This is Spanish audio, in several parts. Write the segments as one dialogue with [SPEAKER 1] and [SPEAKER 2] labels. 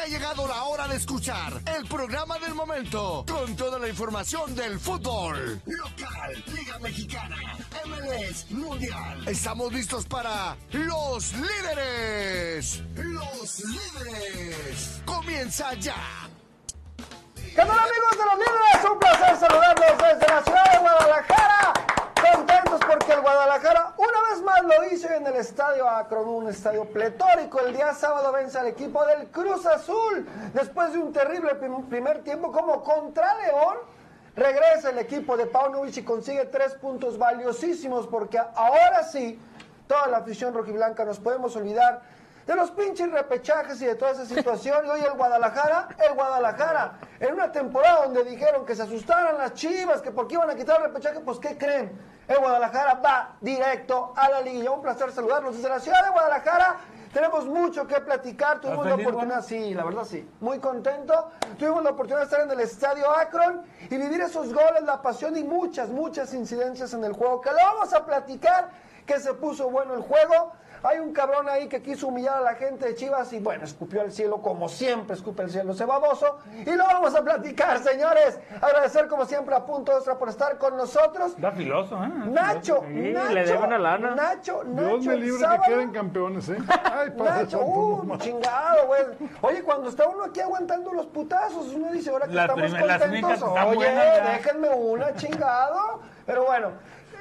[SPEAKER 1] ha llegado la hora de escuchar el programa del momento con toda la información del fútbol local, Liga Mexicana, MLS, Mundial. Estamos listos para los líderes. Los líderes. Comienza ya.
[SPEAKER 2] ¿Qué tal amigos de los líderes? Un placer saludarlos desde la ciudad de Guadalajara. Contentos porque el Guadalajara una vez más lo hizo en el estadio Akron, un estadio pletórico. El día sábado vence al equipo del Cruz Azul después de un terrible prim- primer tiempo como contra León. Regresa el equipo de Paunovic y consigue tres puntos valiosísimos porque ahora sí toda la afición rojiblanca nos podemos olvidar de los pinches repechajes y de toda esa situación. Y hoy el Guadalajara, el Guadalajara, en una temporada donde dijeron que se asustaran las chivas, que porque iban a quitar el repechaje, pues ¿qué creen? El Guadalajara va directo a la liga. Un placer saludarlos desde la ciudad de Guadalajara. Tenemos mucho que platicar. Tuvimos la oportunidad, sí, la verdad sí, muy contento. Tuvimos la oportunidad de estar en el estadio Akron y vivir esos goles, la pasión y muchas, muchas incidencias en el juego que lo vamos a platicar que se puso bueno el juego. Hay un cabrón ahí que quiso humillar a la gente de Chivas y bueno, escupió al cielo como siempre, escupe el cielo ese baboso. Y lo vamos a platicar, señores. Agradecer como siempre a Punto Extra por estar con nosotros.
[SPEAKER 3] Está filoso, ¿eh?
[SPEAKER 2] Nacho,
[SPEAKER 4] Sí,
[SPEAKER 2] Nacho,
[SPEAKER 4] le debe una lana.
[SPEAKER 2] Nacho, Nacho,
[SPEAKER 5] Dios me
[SPEAKER 2] el
[SPEAKER 5] libre
[SPEAKER 2] sábado,
[SPEAKER 5] que queden campeones, ¿eh? Ay, padre
[SPEAKER 2] Nacho,
[SPEAKER 5] santo,
[SPEAKER 2] uh,
[SPEAKER 5] no más.
[SPEAKER 2] chingado, güey. Oye, cuando está uno aquí aguantando los putazos, uno dice, ahora que
[SPEAKER 3] La
[SPEAKER 2] estamos
[SPEAKER 3] primer- las únicas
[SPEAKER 2] contentos,
[SPEAKER 3] que están
[SPEAKER 2] oye,
[SPEAKER 3] buenas ya.
[SPEAKER 2] déjenme una, chingado. Pero bueno,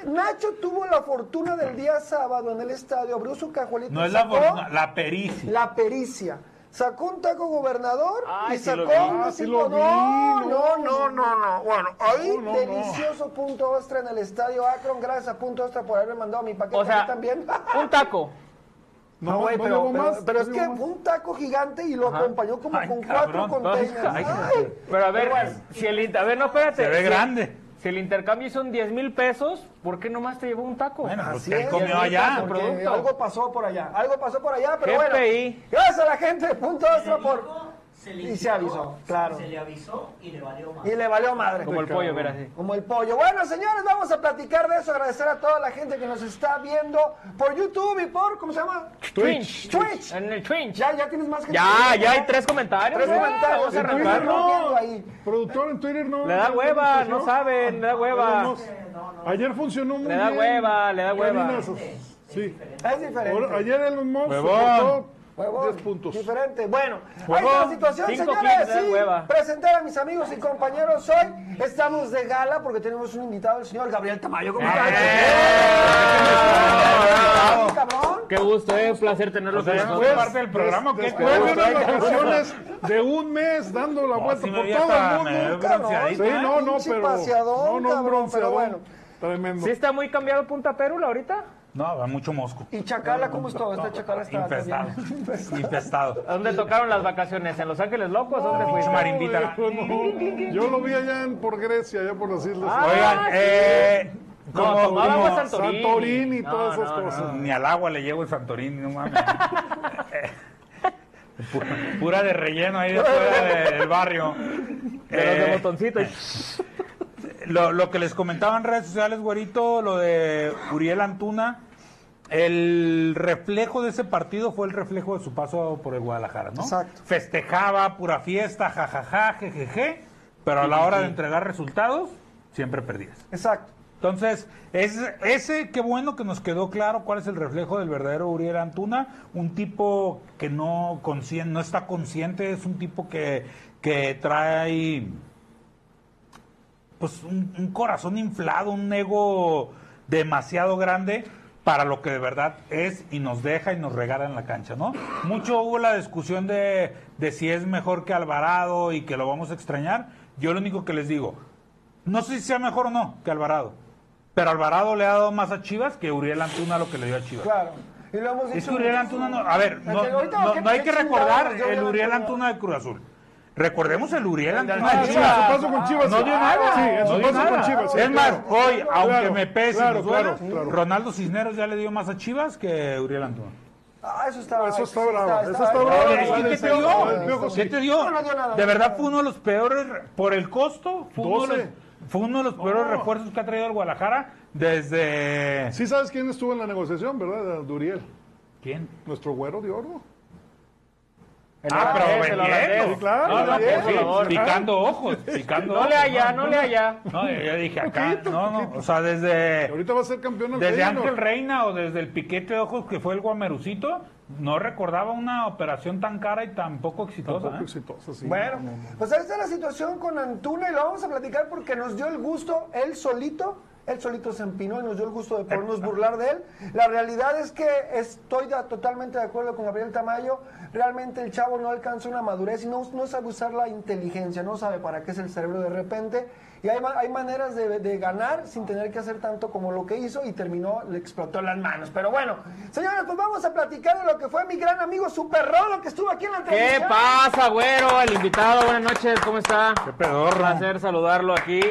[SPEAKER 2] Nacho tuvo la fortuna del día sábado en el estadio, abrió su cajuelito.
[SPEAKER 3] No
[SPEAKER 2] y
[SPEAKER 3] es la
[SPEAKER 2] sacó
[SPEAKER 3] fortuna, la pericia.
[SPEAKER 2] la pericia. Sacó un taco gobernador
[SPEAKER 4] Ay,
[SPEAKER 2] y
[SPEAKER 4] sí
[SPEAKER 2] sacó
[SPEAKER 4] lo vi,
[SPEAKER 2] un
[SPEAKER 5] ah, sí
[SPEAKER 2] besito.
[SPEAKER 5] lo vi,
[SPEAKER 2] no, no,
[SPEAKER 5] no,
[SPEAKER 2] no, no, no. Bueno, ahí
[SPEAKER 5] No, no, no.
[SPEAKER 2] delicioso punto ostra en el estadio Akron. Gracias a punto ostra por haberme mandado mi paquete
[SPEAKER 4] O sea,
[SPEAKER 2] aquí también.
[SPEAKER 4] un taco.
[SPEAKER 2] No, güey,
[SPEAKER 5] no
[SPEAKER 2] pero,
[SPEAKER 5] llevo
[SPEAKER 2] pero-
[SPEAKER 5] más,
[SPEAKER 2] pero
[SPEAKER 5] no
[SPEAKER 2] es que
[SPEAKER 5] llevo más.
[SPEAKER 2] un taco gigante y lo acompañó como
[SPEAKER 3] Ay,
[SPEAKER 2] con cuatro
[SPEAKER 3] cabrón,
[SPEAKER 2] containers.
[SPEAKER 3] ay,
[SPEAKER 2] Ay,
[SPEAKER 4] Pero a ver, si el inter- a ver, no, espérate.
[SPEAKER 3] Se ve
[SPEAKER 4] Si-
[SPEAKER 3] grande.
[SPEAKER 4] Si el intercambio son 10 mil pesos, ¿por qué nomás te llevó un taco?
[SPEAKER 3] Bueno, pues
[SPEAKER 2] Así
[SPEAKER 3] que
[SPEAKER 2] es,
[SPEAKER 3] él comió
[SPEAKER 2] así
[SPEAKER 3] allá.
[SPEAKER 2] es, porque
[SPEAKER 4] producto.
[SPEAKER 2] Algo pasó por allá, algo pasó por allá, pero bueno.
[SPEAKER 4] GPI.
[SPEAKER 2] Gracias a la gente de Punto Extra por...
[SPEAKER 6] dijo, se le
[SPEAKER 2] y se
[SPEAKER 6] indicó,
[SPEAKER 2] avisó, claro.
[SPEAKER 6] Se le avisó y le valió más.
[SPEAKER 2] Y le valió madre.
[SPEAKER 4] Como el pollo, ver así.
[SPEAKER 2] Como el pollo. Bueno, señores, vamos a platicar de eso. Agradecer a toda la gente que nos está viendo por YouTube y por, ¿cómo se llama?
[SPEAKER 4] Twitch.
[SPEAKER 2] Twitch.
[SPEAKER 4] En el Twitch. Ya,
[SPEAKER 2] Ya, ya tienes más gente.
[SPEAKER 4] ya,
[SPEAKER 2] viendo,
[SPEAKER 4] hay
[SPEAKER 2] ¿no?
[SPEAKER 4] tres comentarios.
[SPEAKER 2] Tres
[SPEAKER 4] güey.
[SPEAKER 2] comentarios.
[SPEAKER 4] Vamos a
[SPEAKER 2] En Twitter
[SPEAKER 4] arrancarlo.
[SPEAKER 2] no. viendo ahí.
[SPEAKER 5] Productor en Twitter no.
[SPEAKER 4] Le da
[SPEAKER 5] no
[SPEAKER 4] hueva,
[SPEAKER 5] funcionó.
[SPEAKER 4] no saben, le da hueva.
[SPEAKER 5] Elon Musk. Ayer funcionó muy
[SPEAKER 4] Le
[SPEAKER 5] bien.
[SPEAKER 4] da hueva, le da
[SPEAKER 5] Qué
[SPEAKER 4] hueva.
[SPEAKER 5] linazos. Sí.
[SPEAKER 2] Es diferente.
[SPEAKER 5] Ahora, ayer Elon Musk
[SPEAKER 3] Huevón.
[SPEAKER 5] soportó
[SPEAKER 2] Huevón,
[SPEAKER 5] 10 puntos.
[SPEAKER 2] Diferente. Bueno, ahí
[SPEAKER 4] Huevón,
[SPEAKER 2] está la situación,
[SPEAKER 4] cinco
[SPEAKER 2] señores.
[SPEAKER 3] eh,
[SPEAKER 4] clics, da
[SPEAKER 2] Sí,
[SPEAKER 4] hueva.
[SPEAKER 2] presentar a mis amigos y compañeros hoy. Estamos de gala porque tenemos un invitado, el señor Gabriel Tamayo. ¿Cómo estás?
[SPEAKER 3] ¡Eh!
[SPEAKER 4] ¡Eh!
[SPEAKER 2] Sí, cabrón.
[SPEAKER 4] Qué gusto, eh, un placer tenerlo con
[SPEAKER 3] ¿no?
[SPEAKER 4] nosotros.
[SPEAKER 3] parte del programa, ¿qué
[SPEAKER 5] Pues, Después de
[SPEAKER 3] huevos
[SPEAKER 5] unas
[SPEAKER 3] hay?
[SPEAKER 5] vacaciones de un mes dando la
[SPEAKER 3] No,
[SPEAKER 5] vuelta
[SPEAKER 3] sí me
[SPEAKER 5] por
[SPEAKER 3] vi
[SPEAKER 5] todo
[SPEAKER 3] hasta-
[SPEAKER 5] el
[SPEAKER 3] me
[SPEAKER 5] mundo.
[SPEAKER 3] vi bronceadito,
[SPEAKER 5] Sí,
[SPEAKER 3] ¿eh?
[SPEAKER 5] no, no,
[SPEAKER 2] Pinche
[SPEAKER 5] pero.
[SPEAKER 2] paseadón,
[SPEAKER 5] No, no, un
[SPEAKER 2] cabrón, pero
[SPEAKER 5] bronceador.
[SPEAKER 2] bueno.
[SPEAKER 5] Tremendo.
[SPEAKER 4] ¿Sí está muy cambiado Punta Perula ahorita?
[SPEAKER 3] No, va mucho mosco.
[SPEAKER 2] Y Chacala, ¿cómo está? Esta Chacala está está
[SPEAKER 3] Infestado.
[SPEAKER 2] bien.
[SPEAKER 3] Infestado.
[SPEAKER 4] ¿A dónde tocaron las vacaciones? ¿En Los Ángeles Locos? ¿Dónde
[SPEAKER 3] No.
[SPEAKER 4] fuiste?
[SPEAKER 3] Marín Vítara.
[SPEAKER 5] Ay, no. Yo lo vi allá en, por Grecia, allá por las islas.
[SPEAKER 4] Ah,
[SPEAKER 3] Oigan,
[SPEAKER 4] sí.
[SPEAKER 3] eh.
[SPEAKER 4] No,
[SPEAKER 3] como-
[SPEAKER 4] tomaba
[SPEAKER 3] como-
[SPEAKER 4] agua Santorini.
[SPEAKER 5] Santorini y
[SPEAKER 4] No,
[SPEAKER 5] todas esas
[SPEAKER 4] no, no.
[SPEAKER 5] cosas.
[SPEAKER 3] Ni al agua le llevo el Santorini, no mames. Pura, pura de relleno ahí de fuera de- del barrio.
[SPEAKER 4] De los de
[SPEAKER 3] Eh,
[SPEAKER 4] botoncito.
[SPEAKER 3] lo, lo que les comentaba en redes sociales, güerito, lo de Uriel Antuna, el reflejo de ese partido fue el reflejo de su paso por el Guadalajara, ¿no?
[SPEAKER 2] Exacto.
[SPEAKER 3] Festejaba, pura fiesta, jajaja, jejeje, pero a la hora de entregar resultados, siempre perdías.
[SPEAKER 2] Exacto.
[SPEAKER 3] Entonces, es, ese, qué bueno que nos quedó claro cuál es el reflejo del verdadero Uriel Antuna, un tipo que no, conscien- no está consciente, es un tipo que, que trae pues un, un corazón inflado, un ego demasiado grande para lo que de verdad es y nos deja y nos regala en la cancha, ¿no? Mucho hubo la discusión de, de si es mejor que Alvarado y que lo vamos a extrañar. Yo lo único que les digo, no sé si sea mejor o no que Alvarado, pero Alvarado le ha dado más a Chivas que Uriel Antuna lo que le dio a Chivas.
[SPEAKER 2] Claro. Y lo hemos dicho.
[SPEAKER 3] Es que Uriel
[SPEAKER 2] muchísimo.
[SPEAKER 3] Antuna no. A ver, no,
[SPEAKER 2] Entonces, ahorita,
[SPEAKER 3] no-
[SPEAKER 2] ¿qué-
[SPEAKER 3] no hay
[SPEAKER 2] qué
[SPEAKER 3] que
[SPEAKER 2] chingados
[SPEAKER 3] recordar
[SPEAKER 2] dio
[SPEAKER 3] el Uriel Antuna de Cruz Azul. Recordemos el Uriel Antuna de
[SPEAKER 5] Sí,
[SPEAKER 3] Chivas.
[SPEAKER 5] en su paso con Chivas.
[SPEAKER 3] No dio nada.
[SPEAKER 5] Sí, en
[SPEAKER 3] no
[SPEAKER 5] su
[SPEAKER 3] dio
[SPEAKER 5] paso con
[SPEAKER 3] nada.
[SPEAKER 5] Chivas. sí,
[SPEAKER 3] Es más,
[SPEAKER 5] claro.
[SPEAKER 3] hoy, aunque
[SPEAKER 5] Claro,
[SPEAKER 3] me pese, y
[SPEAKER 5] claro,
[SPEAKER 3] me duela,
[SPEAKER 5] claro, claro.
[SPEAKER 3] Ronaldo Cisneros ya le dio más a Chivas que Uriel Antuna.
[SPEAKER 2] Ah, eso está
[SPEAKER 5] Eso está
[SPEAKER 2] sí,
[SPEAKER 5] bravo, eso está
[SPEAKER 3] No,
[SPEAKER 5] bravo.
[SPEAKER 3] es que ¿Qué
[SPEAKER 5] vale,
[SPEAKER 3] te
[SPEAKER 5] sí,
[SPEAKER 3] dio?
[SPEAKER 5] el Piojo
[SPEAKER 3] ¿Qué
[SPEAKER 5] sí.
[SPEAKER 3] te dio?
[SPEAKER 2] No, no dio nada,
[SPEAKER 3] De
[SPEAKER 2] no dio
[SPEAKER 3] verdad
[SPEAKER 2] nada.
[SPEAKER 3] fue uno de los peores, por el costo, fue uno de los,
[SPEAKER 5] 12.
[SPEAKER 3] fue uno de los peores refuerzos que ha traído el Guadalajara desde...
[SPEAKER 5] Sí sabes quién estuvo en la negociación, ¿verdad? Duriel.
[SPEAKER 3] ¿Quién?
[SPEAKER 5] Nuestro güero de oro.
[SPEAKER 4] El
[SPEAKER 3] Ah, pero
[SPEAKER 4] holandés, el holandés.
[SPEAKER 3] vendiendo.
[SPEAKER 5] Sí, claro,
[SPEAKER 3] No, no,
[SPEAKER 5] vendiendo,
[SPEAKER 3] pues sí,
[SPEAKER 5] por favor.
[SPEAKER 3] picando ojos, picando
[SPEAKER 4] No
[SPEAKER 3] ojos.
[SPEAKER 4] le haya, no le haya.
[SPEAKER 3] No, yo yo dije acá, no, no, o sea, desde,
[SPEAKER 5] Ahorita va a ser campeón el
[SPEAKER 3] desde
[SPEAKER 5] Feyenoord.
[SPEAKER 3] Ángel Reina o desde el piquete de ojos que fue el guamerucito, no recordaba una operación tan cara y tan poco exitosa.
[SPEAKER 5] Tampoco
[SPEAKER 4] Ah.
[SPEAKER 3] ¿eh?
[SPEAKER 5] exitoso, sí.
[SPEAKER 2] Bueno,
[SPEAKER 5] No, no, no.
[SPEAKER 2] pues esta es la situación con Antuna y lo vamos a platicar porque nos dio el gusto, él solito, él solito se empinó y nos dio el gusto de podernos burlar de él. La realidad es que estoy de- totalmente de acuerdo con Gabriel Tamayo, realmente el chavo no alcanza una madurez y no, no sabe usar la inteligencia, no sabe para qué es el cerebro de repente. Y hay, ma- hay maneras de, de ganar sin tener que hacer tanto como lo que hizo y terminó, le explotó las manos. Pero bueno, señores, pues vamos a platicar de lo que fue mi gran amigo Super Rolo que estuvo aquí en la
[SPEAKER 4] ¿Qué
[SPEAKER 2] entrevista.
[SPEAKER 4] pasa, güero? El invitado, buenas noches, ¿cómo está?
[SPEAKER 3] Qué pedorro.
[SPEAKER 4] Un placer saludarlo aquí.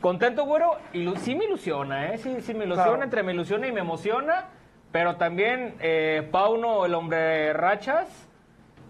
[SPEAKER 4] Contento, güero. Ilu- sí me ilusiona, ¿eh? Sí, sí me ilusiona,
[SPEAKER 2] Claro.
[SPEAKER 4] entre me ilusiona y me emociona. Pero también, eh, Pauno, el hombre de rachas,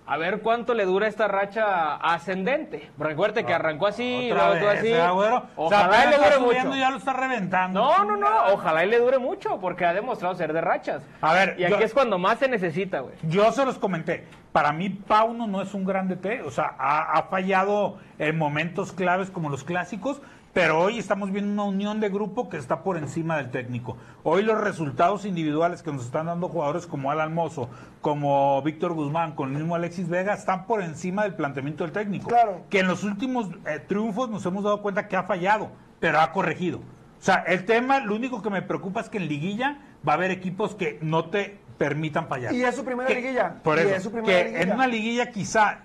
[SPEAKER 4] a ver cuánto le dura esta racha ascendente. Recuerde que arrancó así,
[SPEAKER 3] Ah, Otra
[SPEAKER 4] luego
[SPEAKER 3] vez,
[SPEAKER 4] así.
[SPEAKER 3] ¿eh, güero? O sea,
[SPEAKER 4] Ojalá y
[SPEAKER 3] apenas
[SPEAKER 4] le
[SPEAKER 3] está
[SPEAKER 4] dure
[SPEAKER 3] subiendo
[SPEAKER 4] mucho.
[SPEAKER 3] y ya lo está reventando.
[SPEAKER 4] No, no, no, ojalá y le dure mucho, porque ha demostrado ser de rachas.
[SPEAKER 3] A ver,
[SPEAKER 4] y aquí
[SPEAKER 3] yo-
[SPEAKER 4] es cuando más se necesita, güey.
[SPEAKER 3] Yo se los comenté. Para mí, Pauno no es un gran DT. O sea, ha, ha fallado en momentos claves como los clásicos. Pero hoy estamos viendo una unión de grupo que está por encima del técnico. Hoy los resultados individuales que nos están dando jugadores como Alan Mozo, como Víctor Guzmán, con el mismo Alexis Vega, están por encima del planteamiento del técnico.
[SPEAKER 2] Claro.
[SPEAKER 3] Que en los últimos eh, triunfos nos hemos dado cuenta que ha fallado, pero ha corregido. O sea, el tema, lo único que me preocupa es que en liguilla va a haber equipos que no te permitan fallar.
[SPEAKER 2] Y es su primera
[SPEAKER 3] Que-
[SPEAKER 2] liguilla.
[SPEAKER 3] Por
[SPEAKER 2] Y
[SPEAKER 3] eso.
[SPEAKER 2] es su primera
[SPEAKER 3] que
[SPEAKER 2] liguilla.
[SPEAKER 3] en una liguilla quizá,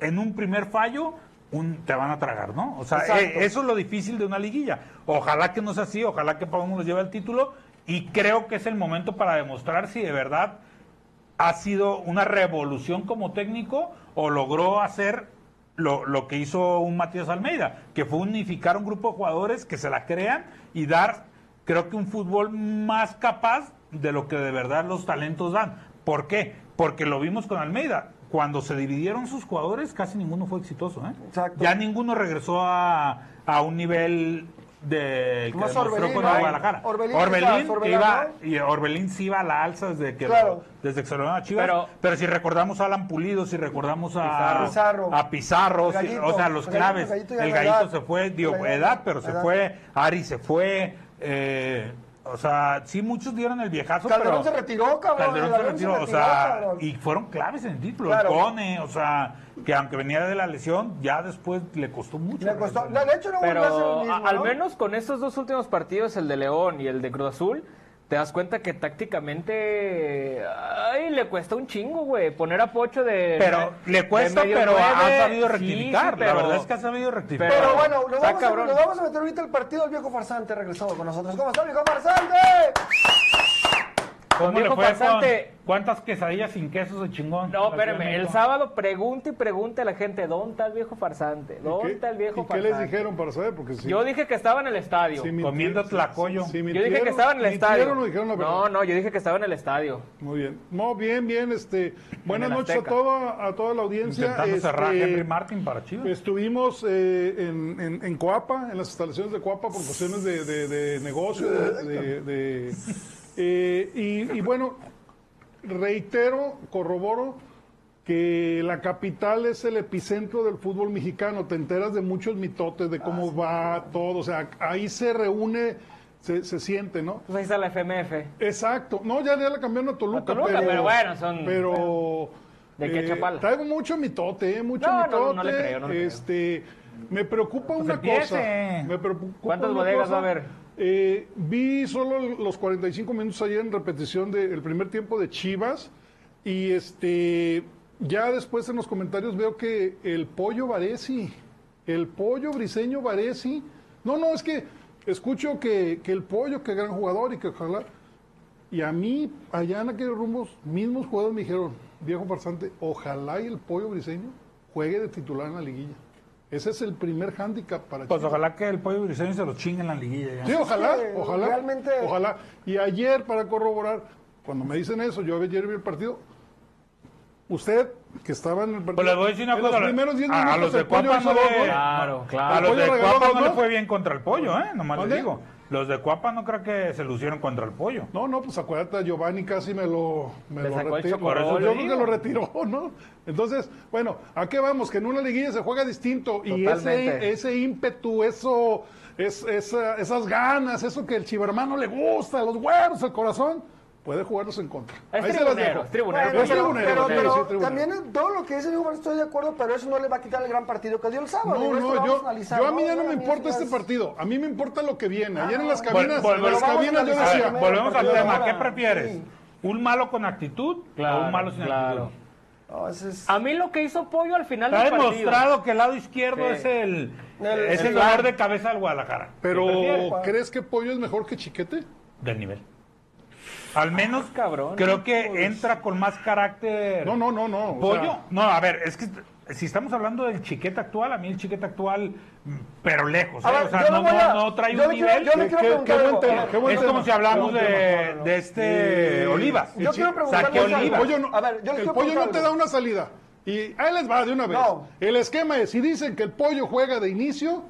[SPEAKER 3] en un primer fallo, un, te van a tragar, ¿no? O sea,
[SPEAKER 2] Exacto.
[SPEAKER 3] eh, eso es lo difícil de una liguilla. Ojalá que no sea así, ojalá que Pauno nos lleve el título y creo que es el momento para demostrar si de verdad ha sido una revolución como técnico o logró hacer lo, lo que hizo un Matías Almeida, que fue unificar un grupo de jugadores que se la crean y dar, creo que un fútbol más capaz de lo que de verdad los talentos dan. ¿Por qué? Porque lo vimos con Almeida. Cuando se dividieron sus jugadores, casi ninguno fue exitoso. ¿eh?
[SPEAKER 2] Exacto.
[SPEAKER 3] Ya ninguno regresó a, a un nivel de que
[SPEAKER 2] Más
[SPEAKER 3] demostró
[SPEAKER 2] Orbelín,
[SPEAKER 3] con
[SPEAKER 2] ¿no?
[SPEAKER 3] Guadalajara.
[SPEAKER 2] Orbelín, quizás,
[SPEAKER 3] Orbelín, que
[SPEAKER 2] Orbelán,
[SPEAKER 3] iba,
[SPEAKER 2] ¿no?
[SPEAKER 3] y Orbelín sí iba a la alza desde que
[SPEAKER 2] Claro.
[SPEAKER 3] lo- desde que se lo dieron a Chivas.
[SPEAKER 4] Pero-
[SPEAKER 3] Pero, si recordamos a Alan Pulido, si recordamos a
[SPEAKER 2] Pizarro. Pizarro.
[SPEAKER 3] a Pizarro, si-
[SPEAKER 2] Gallito.
[SPEAKER 3] o sea, los
[SPEAKER 2] Gallito,
[SPEAKER 3] claves.
[SPEAKER 2] Gallito ya
[SPEAKER 3] el
[SPEAKER 2] la
[SPEAKER 3] gallito
[SPEAKER 2] edad.
[SPEAKER 3] se fue,
[SPEAKER 2] La
[SPEAKER 3] dio
[SPEAKER 2] edad,
[SPEAKER 3] edad, pero se
[SPEAKER 2] edad.
[SPEAKER 3] fue, Ari se fue, eh, o sea, sí muchos dieron el viejazo,
[SPEAKER 2] Calderón
[SPEAKER 3] pero
[SPEAKER 2] se retiró, cabrón.
[SPEAKER 3] Calderón se
[SPEAKER 2] Calderón se
[SPEAKER 3] retiró, o
[SPEAKER 2] retiró,
[SPEAKER 3] sea,
[SPEAKER 2] cabrón.
[SPEAKER 3] y fueron claves en el título,
[SPEAKER 2] Claro.
[SPEAKER 3] el Cone, o sea, que aunque venía de la lesión, ya después le costó mucho.
[SPEAKER 2] Le costó.
[SPEAKER 3] regresar.
[SPEAKER 2] De hecho, no volvió a ser el
[SPEAKER 4] Pero
[SPEAKER 2] mismo.
[SPEAKER 4] a- al
[SPEAKER 2] ¿no?
[SPEAKER 4] menos con estos dos últimos partidos, el de León y el de Cruz Azul, te das cuenta que tácticamente ay, le cuesta un chingo, güey, poner a Pocho de
[SPEAKER 3] Pero le
[SPEAKER 4] de
[SPEAKER 3] cuesta,
[SPEAKER 4] medio
[SPEAKER 3] pero ha
[SPEAKER 4] nueve.
[SPEAKER 3] sabido
[SPEAKER 4] Sí,
[SPEAKER 3] rectificar.
[SPEAKER 4] sí,
[SPEAKER 3] La
[SPEAKER 4] pero-
[SPEAKER 3] verdad es que ha sabido rectificar.
[SPEAKER 2] Pero
[SPEAKER 4] Pero
[SPEAKER 2] bueno, nos
[SPEAKER 4] está
[SPEAKER 2] vamos, a,
[SPEAKER 4] cabrón.
[SPEAKER 2] nos vamos a meter ahorita el partido del viejo farsante regresado con nosotros. ¿Cómo está, viejo farsante?
[SPEAKER 3] ¿Cómo le
[SPEAKER 4] Diego
[SPEAKER 3] fue con-
[SPEAKER 4] Farsante-
[SPEAKER 3] ¿Cuántas quesadillas sin queso de chingón?
[SPEAKER 4] No,
[SPEAKER 3] Así
[SPEAKER 4] espérame,
[SPEAKER 3] en
[SPEAKER 4] el
[SPEAKER 3] México.
[SPEAKER 4] sábado pregunta y pregunta a la gente, ¿dónde está el viejo farsante? ¿Dónde
[SPEAKER 5] ¿Qué-
[SPEAKER 4] está el viejo
[SPEAKER 5] ¿Y qué
[SPEAKER 4] farsante?
[SPEAKER 5] les dijeron para saber? Porque sí,
[SPEAKER 4] Yo dije que estaba en el estadio.
[SPEAKER 5] sí mintieron,
[SPEAKER 3] Comiendo
[SPEAKER 5] sí,
[SPEAKER 3] tlacoyo.
[SPEAKER 5] sí, sí
[SPEAKER 3] Yo
[SPEAKER 4] yo dije
[SPEAKER 5] mintieron,
[SPEAKER 4] que estaba en el
[SPEAKER 5] mintieron
[SPEAKER 4] estadio.
[SPEAKER 5] o dijeron la verdad.
[SPEAKER 4] no, no, yo dije que estaba en el estadio.
[SPEAKER 5] Muy bien. No, bien, bien. Este, buenas
[SPEAKER 4] el
[SPEAKER 5] noches a
[SPEAKER 4] Azteca.
[SPEAKER 5] toda, a toda la audiencia.
[SPEAKER 3] Intentando
[SPEAKER 5] Este, pues,
[SPEAKER 3] cerrar a Henry Martin para Chivas.
[SPEAKER 5] Estuvimos eh, en, en, en Coapa, en las instalaciones de Coapa, por cuestiones de, de- de negocio. de- de- de- eh, y, y bueno, reitero, corroboro que la capital es el epicentro del fútbol mexicano. Te enteras de muchos mitotes, de cómo va todo. O sea, ahí se reúne, se, se siente, ¿no?
[SPEAKER 4] Pues ahí está la FMF.
[SPEAKER 5] Exacto. No, ya, ya la cambiaron a Toluca.
[SPEAKER 4] A Toluca, pero bueno, son-
[SPEAKER 5] Pero. eh,
[SPEAKER 4] ¿De qué chapala?
[SPEAKER 5] Traigo mucho mitote, eh, mucho
[SPEAKER 4] No, no,
[SPEAKER 5] mitote.
[SPEAKER 4] no, no le creo, no le creo. Pues
[SPEAKER 5] este, Me preocupa una
[SPEAKER 3] empiece.
[SPEAKER 5] cosa. Me preocupa
[SPEAKER 4] ¿Cuántas
[SPEAKER 5] una
[SPEAKER 4] bodegas
[SPEAKER 5] cosa.
[SPEAKER 4] va a haber?
[SPEAKER 5] Eh, vi solo los 45 minutos ayer en repetición del primer tiempo de Chivas. Y este. Ya después en los comentarios veo que el pollo Varesi, el pollo briseño Varesi. No, no, es que escucho que, que el pollo, que gran jugador y que ojalá. Y a mí, allá en aquellos rumbos, mismos jugadores me dijeron, viejo farsante, ojalá y el pollo briseño juegue de titular en la liguilla. Ese es el primer hándicap para
[SPEAKER 3] Pues
[SPEAKER 5] Chivas.
[SPEAKER 3] ojalá que el pollo briseño se lo chingue en la liguilla. ya.
[SPEAKER 5] Sí, ojalá,
[SPEAKER 2] que
[SPEAKER 5] ojalá.
[SPEAKER 2] realmente-
[SPEAKER 5] Ojalá. Y ayer, para corroborar, cuando me dicen eso, yo ayer vi el partido. Usted, que estaba en el partido.
[SPEAKER 3] Pues les voy a decir una
[SPEAKER 5] en
[SPEAKER 3] cosa.
[SPEAKER 5] los primeros 10
[SPEAKER 3] a,
[SPEAKER 5] minutos,
[SPEAKER 3] a los de
[SPEAKER 5] el pollo
[SPEAKER 3] Cuapa
[SPEAKER 5] hizo
[SPEAKER 3] no
[SPEAKER 5] dos
[SPEAKER 3] le,
[SPEAKER 5] goles.
[SPEAKER 4] Claro, claro.
[SPEAKER 3] A
[SPEAKER 5] El
[SPEAKER 3] los
[SPEAKER 5] pollo
[SPEAKER 3] de
[SPEAKER 5] regaló
[SPEAKER 3] Cuapa
[SPEAKER 5] dos Pues,
[SPEAKER 3] no le
[SPEAKER 5] goles.
[SPEAKER 3] fue bien contra el pollo, ¿eh? Nomás le
[SPEAKER 5] ¿Mande?
[SPEAKER 3] digo. Los de Cuapa no creo que se lucieron contra el pollo.
[SPEAKER 5] No, no, pues acuérdate, Giovanni casi me lo, me
[SPEAKER 4] Le
[SPEAKER 5] lo
[SPEAKER 4] sacó el
[SPEAKER 5] retiró. Por
[SPEAKER 4] chocorrol,
[SPEAKER 5] eso yo
[SPEAKER 4] le
[SPEAKER 5] creo
[SPEAKER 4] digo.
[SPEAKER 5] que lo retiró, ¿no? Entonces, bueno, ¿a qué vamos? Que en una liguilla se juega distinto y
[SPEAKER 2] Totalmente.
[SPEAKER 5] ese, ese ímpetu, eso, es, esa- esas ganas, eso que el chivermano le gusta, los huevos, el corazón, puede jugarnos en contra.
[SPEAKER 4] Es
[SPEAKER 5] Ahí se las
[SPEAKER 4] tribunero,
[SPEAKER 5] dejo.
[SPEAKER 4] es tribunero.
[SPEAKER 5] Es
[SPEAKER 2] Bueno, pero,
[SPEAKER 5] tribunero,
[SPEAKER 2] pero-
[SPEAKER 5] sí,
[SPEAKER 2] pero
[SPEAKER 5] sí, tribunero.
[SPEAKER 2] también en todo lo que dice Diego Manuel, estoy de acuerdo, pero eso no le va a quitar el gran partido que dio el sábado.
[SPEAKER 5] No,
[SPEAKER 2] Digo, esto
[SPEAKER 5] no,
[SPEAKER 2] lo vamos
[SPEAKER 5] yo,
[SPEAKER 2] analizar,
[SPEAKER 5] yo a mí ya no
[SPEAKER 2] Bueno,
[SPEAKER 5] me
[SPEAKER 2] mí
[SPEAKER 5] importa
[SPEAKER 2] eso
[SPEAKER 5] este
[SPEAKER 2] es- Ah,
[SPEAKER 5] partido, a mí me importa lo que viene. Ayer en las
[SPEAKER 2] no,
[SPEAKER 5] cabinas,
[SPEAKER 3] Vol-
[SPEAKER 5] en las
[SPEAKER 3] volvemos a
[SPEAKER 5] cabinas yo
[SPEAKER 3] A
[SPEAKER 2] analizar.
[SPEAKER 5] decía,
[SPEAKER 3] ver, volvemos al
[SPEAKER 2] partido de
[SPEAKER 3] tema.
[SPEAKER 2] ahora.
[SPEAKER 3] ¿Qué prefieres?
[SPEAKER 2] Sí.
[SPEAKER 3] ¿Un malo con actitud o
[SPEAKER 4] Claro,
[SPEAKER 3] un malo sin
[SPEAKER 4] claro.
[SPEAKER 3] actitud?
[SPEAKER 2] No, ese es-
[SPEAKER 4] A mí lo que hizo Pollo al final
[SPEAKER 3] Está
[SPEAKER 4] del partido.
[SPEAKER 3] demostrado que el lado izquierdo
[SPEAKER 4] Sí.
[SPEAKER 3] es el,
[SPEAKER 2] El-
[SPEAKER 3] es el,
[SPEAKER 2] el
[SPEAKER 3] dolor
[SPEAKER 2] plan.
[SPEAKER 3] de cabeza del Guadalajara,
[SPEAKER 5] pero
[SPEAKER 2] Juan.
[SPEAKER 5] ¿crees que Pollo es mejor que Chiquete?
[SPEAKER 3] del nivel. Al menos
[SPEAKER 2] Ah,
[SPEAKER 4] cabrón,
[SPEAKER 3] creo que entra con más carácter.
[SPEAKER 5] No, no, no, no. o
[SPEAKER 3] Pollo,
[SPEAKER 5] sea,
[SPEAKER 3] no, a ver, es que si estamos hablando del chiquete actual, a mí el chiquete actual, mm, pero lejos,
[SPEAKER 2] A
[SPEAKER 3] ¿eh?
[SPEAKER 2] ver,
[SPEAKER 3] o sea,
[SPEAKER 2] yo
[SPEAKER 3] no,
[SPEAKER 2] le voy
[SPEAKER 3] no,
[SPEAKER 2] a-
[SPEAKER 3] no trae
[SPEAKER 2] yo
[SPEAKER 3] un
[SPEAKER 2] le quiero-
[SPEAKER 3] nivel.
[SPEAKER 2] yo le
[SPEAKER 5] Qué-
[SPEAKER 2] quiero
[SPEAKER 5] qué-
[SPEAKER 2] preguntar
[SPEAKER 5] qué
[SPEAKER 2] algo.
[SPEAKER 5] buen tema, qué buen
[SPEAKER 3] es
[SPEAKER 5] tema.
[SPEAKER 3] como si hablamos
[SPEAKER 5] Qué buen tema.
[SPEAKER 3] de, de este
[SPEAKER 5] Eh,
[SPEAKER 3] Olivas.
[SPEAKER 2] Yo
[SPEAKER 5] sí,
[SPEAKER 2] quiero preguntarle
[SPEAKER 3] saqué
[SPEAKER 2] algo.
[SPEAKER 5] El
[SPEAKER 3] Olivas.
[SPEAKER 5] pollo no,
[SPEAKER 2] A ver, yo les
[SPEAKER 5] el
[SPEAKER 2] quiero
[SPEAKER 5] pollo no
[SPEAKER 2] preguntar
[SPEAKER 5] te
[SPEAKER 2] algo.
[SPEAKER 5] da una salida. Y ahí les va de una vez.
[SPEAKER 2] No.
[SPEAKER 5] El esquema es, si dicen que el pollo juega de inicio,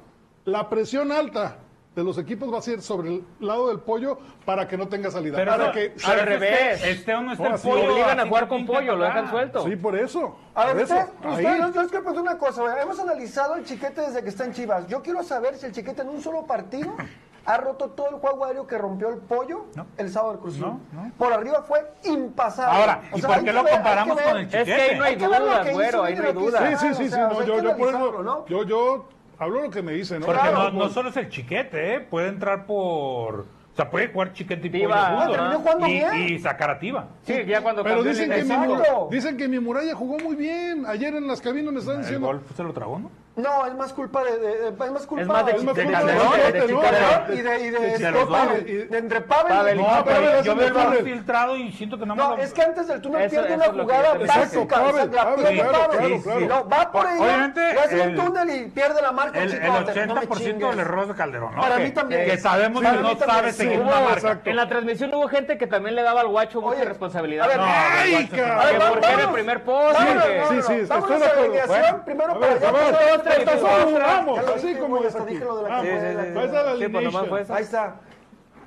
[SPEAKER 5] la presión alta de los equipos va a ser sobre el lado del pollo para que no tenga salida.
[SPEAKER 3] Pero
[SPEAKER 5] para
[SPEAKER 3] eso-
[SPEAKER 5] que,
[SPEAKER 4] al
[SPEAKER 3] pero
[SPEAKER 4] revés.
[SPEAKER 3] Este, este no está
[SPEAKER 5] Ahora
[SPEAKER 3] en
[SPEAKER 5] sí,
[SPEAKER 3] pollo.
[SPEAKER 4] obligan a
[SPEAKER 3] así
[SPEAKER 4] jugar
[SPEAKER 3] que
[SPEAKER 4] con
[SPEAKER 3] pinta
[SPEAKER 4] pollo, lo
[SPEAKER 3] para
[SPEAKER 4] dejan
[SPEAKER 3] acá.
[SPEAKER 4] suelto.
[SPEAKER 5] Sí, por eso.
[SPEAKER 2] A ver,
[SPEAKER 5] por eso.
[SPEAKER 2] ustedes,
[SPEAKER 5] Ahí.
[SPEAKER 2] ustedes, yo, yo les quiero preguntar pues, una cosa. güey. Hemos analizado el chiquete desde que está en Chivas. Yo quiero saber si el chiquete en un solo partido ha roto todo el juego aéreo que rompió el pollo
[SPEAKER 3] No.
[SPEAKER 2] el sábado del Cruzul.
[SPEAKER 3] No, no.
[SPEAKER 2] Por arriba fue impasable.
[SPEAKER 3] Ahora,
[SPEAKER 2] O
[SPEAKER 3] ¿y
[SPEAKER 2] sea,
[SPEAKER 3] por
[SPEAKER 2] hay
[SPEAKER 3] qué
[SPEAKER 2] que
[SPEAKER 3] lo
[SPEAKER 2] ver- hay que
[SPEAKER 3] comparamos
[SPEAKER 2] ver-
[SPEAKER 3] con el
[SPEAKER 4] Es que ahí no hay
[SPEAKER 2] Hay que ver lo
[SPEAKER 4] dudas,
[SPEAKER 2] que hizo
[SPEAKER 4] güero, ahí
[SPEAKER 2] y
[SPEAKER 4] no hay
[SPEAKER 2] lo que hizo.
[SPEAKER 4] dudas.
[SPEAKER 5] Sí, sí, sí,
[SPEAKER 2] Ah, o
[SPEAKER 5] sí,
[SPEAKER 2] sea,
[SPEAKER 5] no,
[SPEAKER 2] hay
[SPEAKER 5] yo,
[SPEAKER 2] que
[SPEAKER 5] yo por eso,
[SPEAKER 2] analizarlo, ¿no?
[SPEAKER 5] yo, yo hablo lo que me dicen, ¿no?
[SPEAKER 3] Porque
[SPEAKER 2] Claro,
[SPEAKER 3] no,
[SPEAKER 2] como-
[SPEAKER 3] no solo es el chiquete, ¿eh? puede entrar por. O sea, puede jugar chiquete y pollo
[SPEAKER 4] Tiva.
[SPEAKER 3] juntos.
[SPEAKER 4] Ah, terminó
[SPEAKER 2] jugando
[SPEAKER 3] y,
[SPEAKER 2] bien.
[SPEAKER 3] y sacar a Tiva.
[SPEAKER 4] Sí, ya cuando
[SPEAKER 5] Pero
[SPEAKER 4] cambió el
[SPEAKER 5] dicen que, mi,
[SPEAKER 4] equipo.
[SPEAKER 2] Exacto.
[SPEAKER 5] muralla, dicen que mi muralla jugó muy bien. Ayer en las cabinas me están
[SPEAKER 3] El
[SPEAKER 5] diciendo.
[SPEAKER 3] gol se lo tragó, ¿no?
[SPEAKER 2] No, es más culpa de... de- de- es más culpa
[SPEAKER 4] Es más de
[SPEAKER 5] Es más
[SPEAKER 4] Chiquete,
[SPEAKER 5] culpa
[SPEAKER 4] Calderón,
[SPEAKER 5] de
[SPEAKER 4] de
[SPEAKER 5] Chiquete, ¿no?
[SPEAKER 2] Calderón y de... Y de,
[SPEAKER 5] De
[SPEAKER 3] Chiquete, los dos.
[SPEAKER 2] Pavel, y de entre Pavel,
[SPEAKER 4] Pavel y
[SPEAKER 2] y...
[SPEAKER 5] No,
[SPEAKER 3] No,
[SPEAKER 5] pero
[SPEAKER 3] pero
[SPEAKER 5] es
[SPEAKER 3] yo veo el
[SPEAKER 5] indudable.
[SPEAKER 3] balón filtrado y siento que no me
[SPEAKER 2] No,
[SPEAKER 3] lo-
[SPEAKER 2] es que antes del túnel
[SPEAKER 4] Eso-
[SPEAKER 2] pierde
[SPEAKER 4] eso
[SPEAKER 2] una
[SPEAKER 4] es lo que
[SPEAKER 2] jugada
[SPEAKER 4] yo te-
[SPEAKER 5] Exacto,
[SPEAKER 2] básica. o sea,
[SPEAKER 5] Pavel,
[SPEAKER 2] la
[SPEAKER 5] Pavel,
[SPEAKER 2] pierde
[SPEAKER 5] claro,
[SPEAKER 2] Pavel.
[SPEAKER 5] claro,
[SPEAKER 2] No, va por ahí.
[SPEAKER 3] Obviamente,
[SPEAKER 2] va hacia el
[SPEAKER 3] el-
[SPEAKER 2] túnel y pierde la marca.
[SPEAKER 3] El,
[SPEAKER 2] chico, te-
[SPEAKER 3] el
[SPEAKER 2] no me
[SPEAKER 3] 80% del
[SPEAKER 2] chingues.
[SPEAKER 3] error de Calderón. ¿no?
[SPEAKER 2] Para
[SPEAKER 3] que,
[SPEAKER 2] mí también.
[SPEAKER 3] Que sabemos
[SPEAKER 2] Para
[SPEAKER 3] que
[SPEAKER 2] mí
[SPEAKER 3] no
[SPEAKER 2] también,
[SPEAKER 3] sabe
[SPEAKER 2] sí.
[SPEAKER 3] seguir
[SPEAKER 2] Hubo-
[SPEAKER 3] una marca.
[SPEAKER 5] exacto.
[SPEAKER 4] En la transmisión hubo gente que también le daba al guacho mucha
[SPEAKER 2] Oye,
[SPEAKER 4] responsabilidad.
[SPEAKER 2] a ver,
[SPEAKER 4] No,
[SPEAKER 5] ¡Ay,
[SPEAKER 3] Guacho,
[SPEAKER 5] cabrón!
[SPEAKER 4] que
[SPEAKER 2] va-
[SPEAKER 4] por qué era el
[SPEAKER 2] vamos.
[SPEAKER 4] primer poste.
[SPEAKER 2] Vámonos,
[SPEAKER 4] que-
[SPEAKER 5] no,
[SPEAKER 2] vámonos,
[SPEAKER 5] sí,
[SPEAKER 2] vámonos
[SPEAKER 5] sí, estoy
[SPEAKER 2] a
[SPEAKER 5] de
[SPEAKER 2] la
[SPEAKER 5] acuerdo.
[SPEAKER 2] alineación,
[SPEAKER 5] Bueno,
[SPEAKER 2] primero
[SPEAKER 5] a
[SPEAKER 2] para
[SPEAKER 5] ver,
[SPEAKER 2] allá,
[SPEAKER 5] a ver,
[SPEAKER 2] pues,
[SPEAKER 4] otra,
[SPEAKER 2] ahorita
[SPEAKER 4] otra,
[SPEAKER 2] solo,
[SPEAKER 4] otra.
[SPEAKER 2] vamos,
[SPEAKER 5] Ya lo
[SPEAKER 2] así
[SPEAKER 5] dije,
[SPEAKER 2] como
[SPEAKER 5] güey,
[SPEAKER 2] hasta
[SPEAKER 5] hasta
[SPEAKER 2] dije
[SPEAKER 5] aquí.
[SPEAKER 2] lo de la
[SPEAKER 5] Ah,
[SPEAKER 2] cajuela,
[SPEAKER 5] sí, sí, sí.
[SPEAKER 2] claro.
[SPEAKER 5] Ahí está la
[SPEAKER 4] Sí, pues, nomás
[SPEAKER 5] alineation.
[SPEAKER 4] fue esa.
[SPEAKER 2] Ahí está.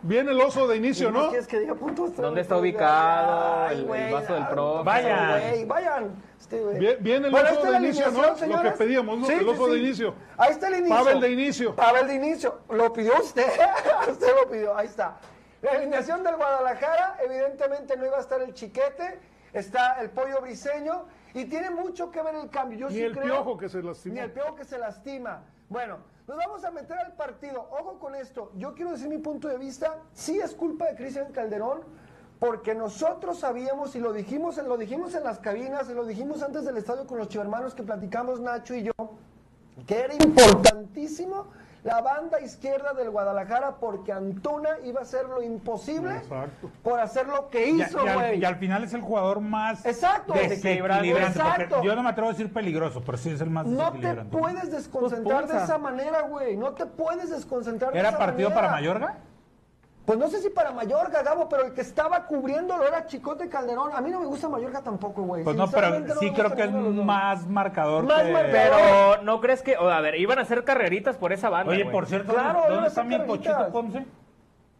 [SPEAKER 5] Viene el oso de inicio,
[SPEAKER 2] ¿No
[SPEAKER 5] ¿no?
[SPEAKER 2] quieres que diga puntos?
[SPEAKER 4] ¿Dónde está ubicado
[SPEAKER 2] Ay,
[SPEAKER 4] el- el
[SPEAKER 2] güey,
[SPEAKER 4] vaso del
[SPEAKER 2] ay,
[SPEAKER 4] profe?
[SPEAKER 2] ay,
[SPEAKER 3] Vayan.
[SPEAKER 2] güey, Vayan. Este, güey.
[SPEAKER 5] Bien- bien el
[SPEAKER 2] Bueno,
[SPEAKER 5] oso
[SPEAKER 2] ahí está
[SPEAKER 5] de
[SPEAKER 2] la
[SPEAKER 5] inicio,
[SPEAKER 2] alineación,
[SPEAKER 5] ¿no?
[SPEAKER 2] señores.
[SPEAKER 5] Lo que pedíamos, ¿no? El oso de inicio.
[SPEAKER 2] Ahí está el inicio.
[SPEAKER 5] Pavel de inicio.
[SPEAKER 2] Pavel de inicio. Lo pidió usted. usted lo pidió. Ahí está. La alineación del Guadalajara, evidentemente no iba a estar el chiquete. Está el pollo briseño. Y tiene mucho que ver el cambio. Yo
[SPEAKER 5] Ni
[SPEAKER 2] sí
[SPEAKER 5] el
[SPEAKER 2] creo-
[SPEAKER 5] Piojo que se lastimó.
[SPEAKER 2] Ni el piojo que se lastima. Bueno, nos vamos a meter al partido. Ojo con esto. Yo quiero decir mi punto de vista. Sí es culpa de Cristian Calderón. Porque nosotros sabíamos y lo dijimos, lo dijimos en las cabinas, y lo dijimos antes del estadio con los chivermanos que platicamos Nacho y yo, que era importantísimo la banda izquierda del Guadalajara porque Antuna iba a hacer lo imposible
[SPEAKER 5] Exacto.
[SPEAKER 2] por hacer lo que
[SPEAKER 3] Y, a-
[SPEAKER 2] hizo,
[SPEAKER 3] y al,
[SPEAKER 2] güey.
[SPEAKER 3] y al final es el jugador más
[SPEAKER 2] Exacto.
[SPEAKER 3] desequilibrante.
[SPEAKER 2] Exacto.
[SPEAKER 3] porque Yo no me atrevo a decir peligroso, pero sí es el más
[SPEAKER 2] No te
[SPEAKER 3] desequilibrante.
[SPEAKER 2] puedes desconcentrar
[SPEAKER 4] Pues,
[SPEAKER 2] de
[SPEAKER 4] Ponza.
[SPEAKER 2] esa manera, güey. No te puedes desconcentrar de
[SPEAKER 3] ¿Era
[SPEAKER 2] esa
[SPEAKER 3] partido
[SPEAKER 2] manera.
[SPEAKER 3] para Mayorga?
[SPEAKER 2] Pues no sé si para Mayorga, Gabo, pero el que estaba cubriéndolo era Chicote Calderón. A mí no me gusta Mayorga tampoco, güey.
[SPEAKER 3] Pues no,
[SPEAKER 2] Sinceramente,
[SPEAKER 3] pero
[SPEAKER 2] no
[SPEAKER 3] sí
[SPEAKER 2] me
[SPEAKER 3] creo
[SPEAKER 2] gusta
[SPEAKER 3] que es
[SPEAKER 2] ninguno de los dos.
[SPEAKER 3] más marcador.
[SPEAKER 2] Más
[SPEAKER 3] que-
[SPEAKER 2] marcador.
[SPEAKER 4] Pero no crees que. o, a ver, iban a hacer carreritas por esa banda.
[SPEAKER 3] Oye,
[SPEAKER 4] güey.
[SPEAKER 3] por cierto,
[SPEAKER 2] Claro,
[SPEAKER 3] ¿dónde-
[SPEAKER 2] yo
[SPEAKER 3] ¿dónde
[SPEAKER 2] no
[SPEAKER 3] está
[SPEAKER 2] sé
[SPEAKER 3] mi
[SPEAKER 2] qué
[SPEAKER 3] Pochito
[SPEAKER 2] ahorita.
[SPEAKER 3] Ponce?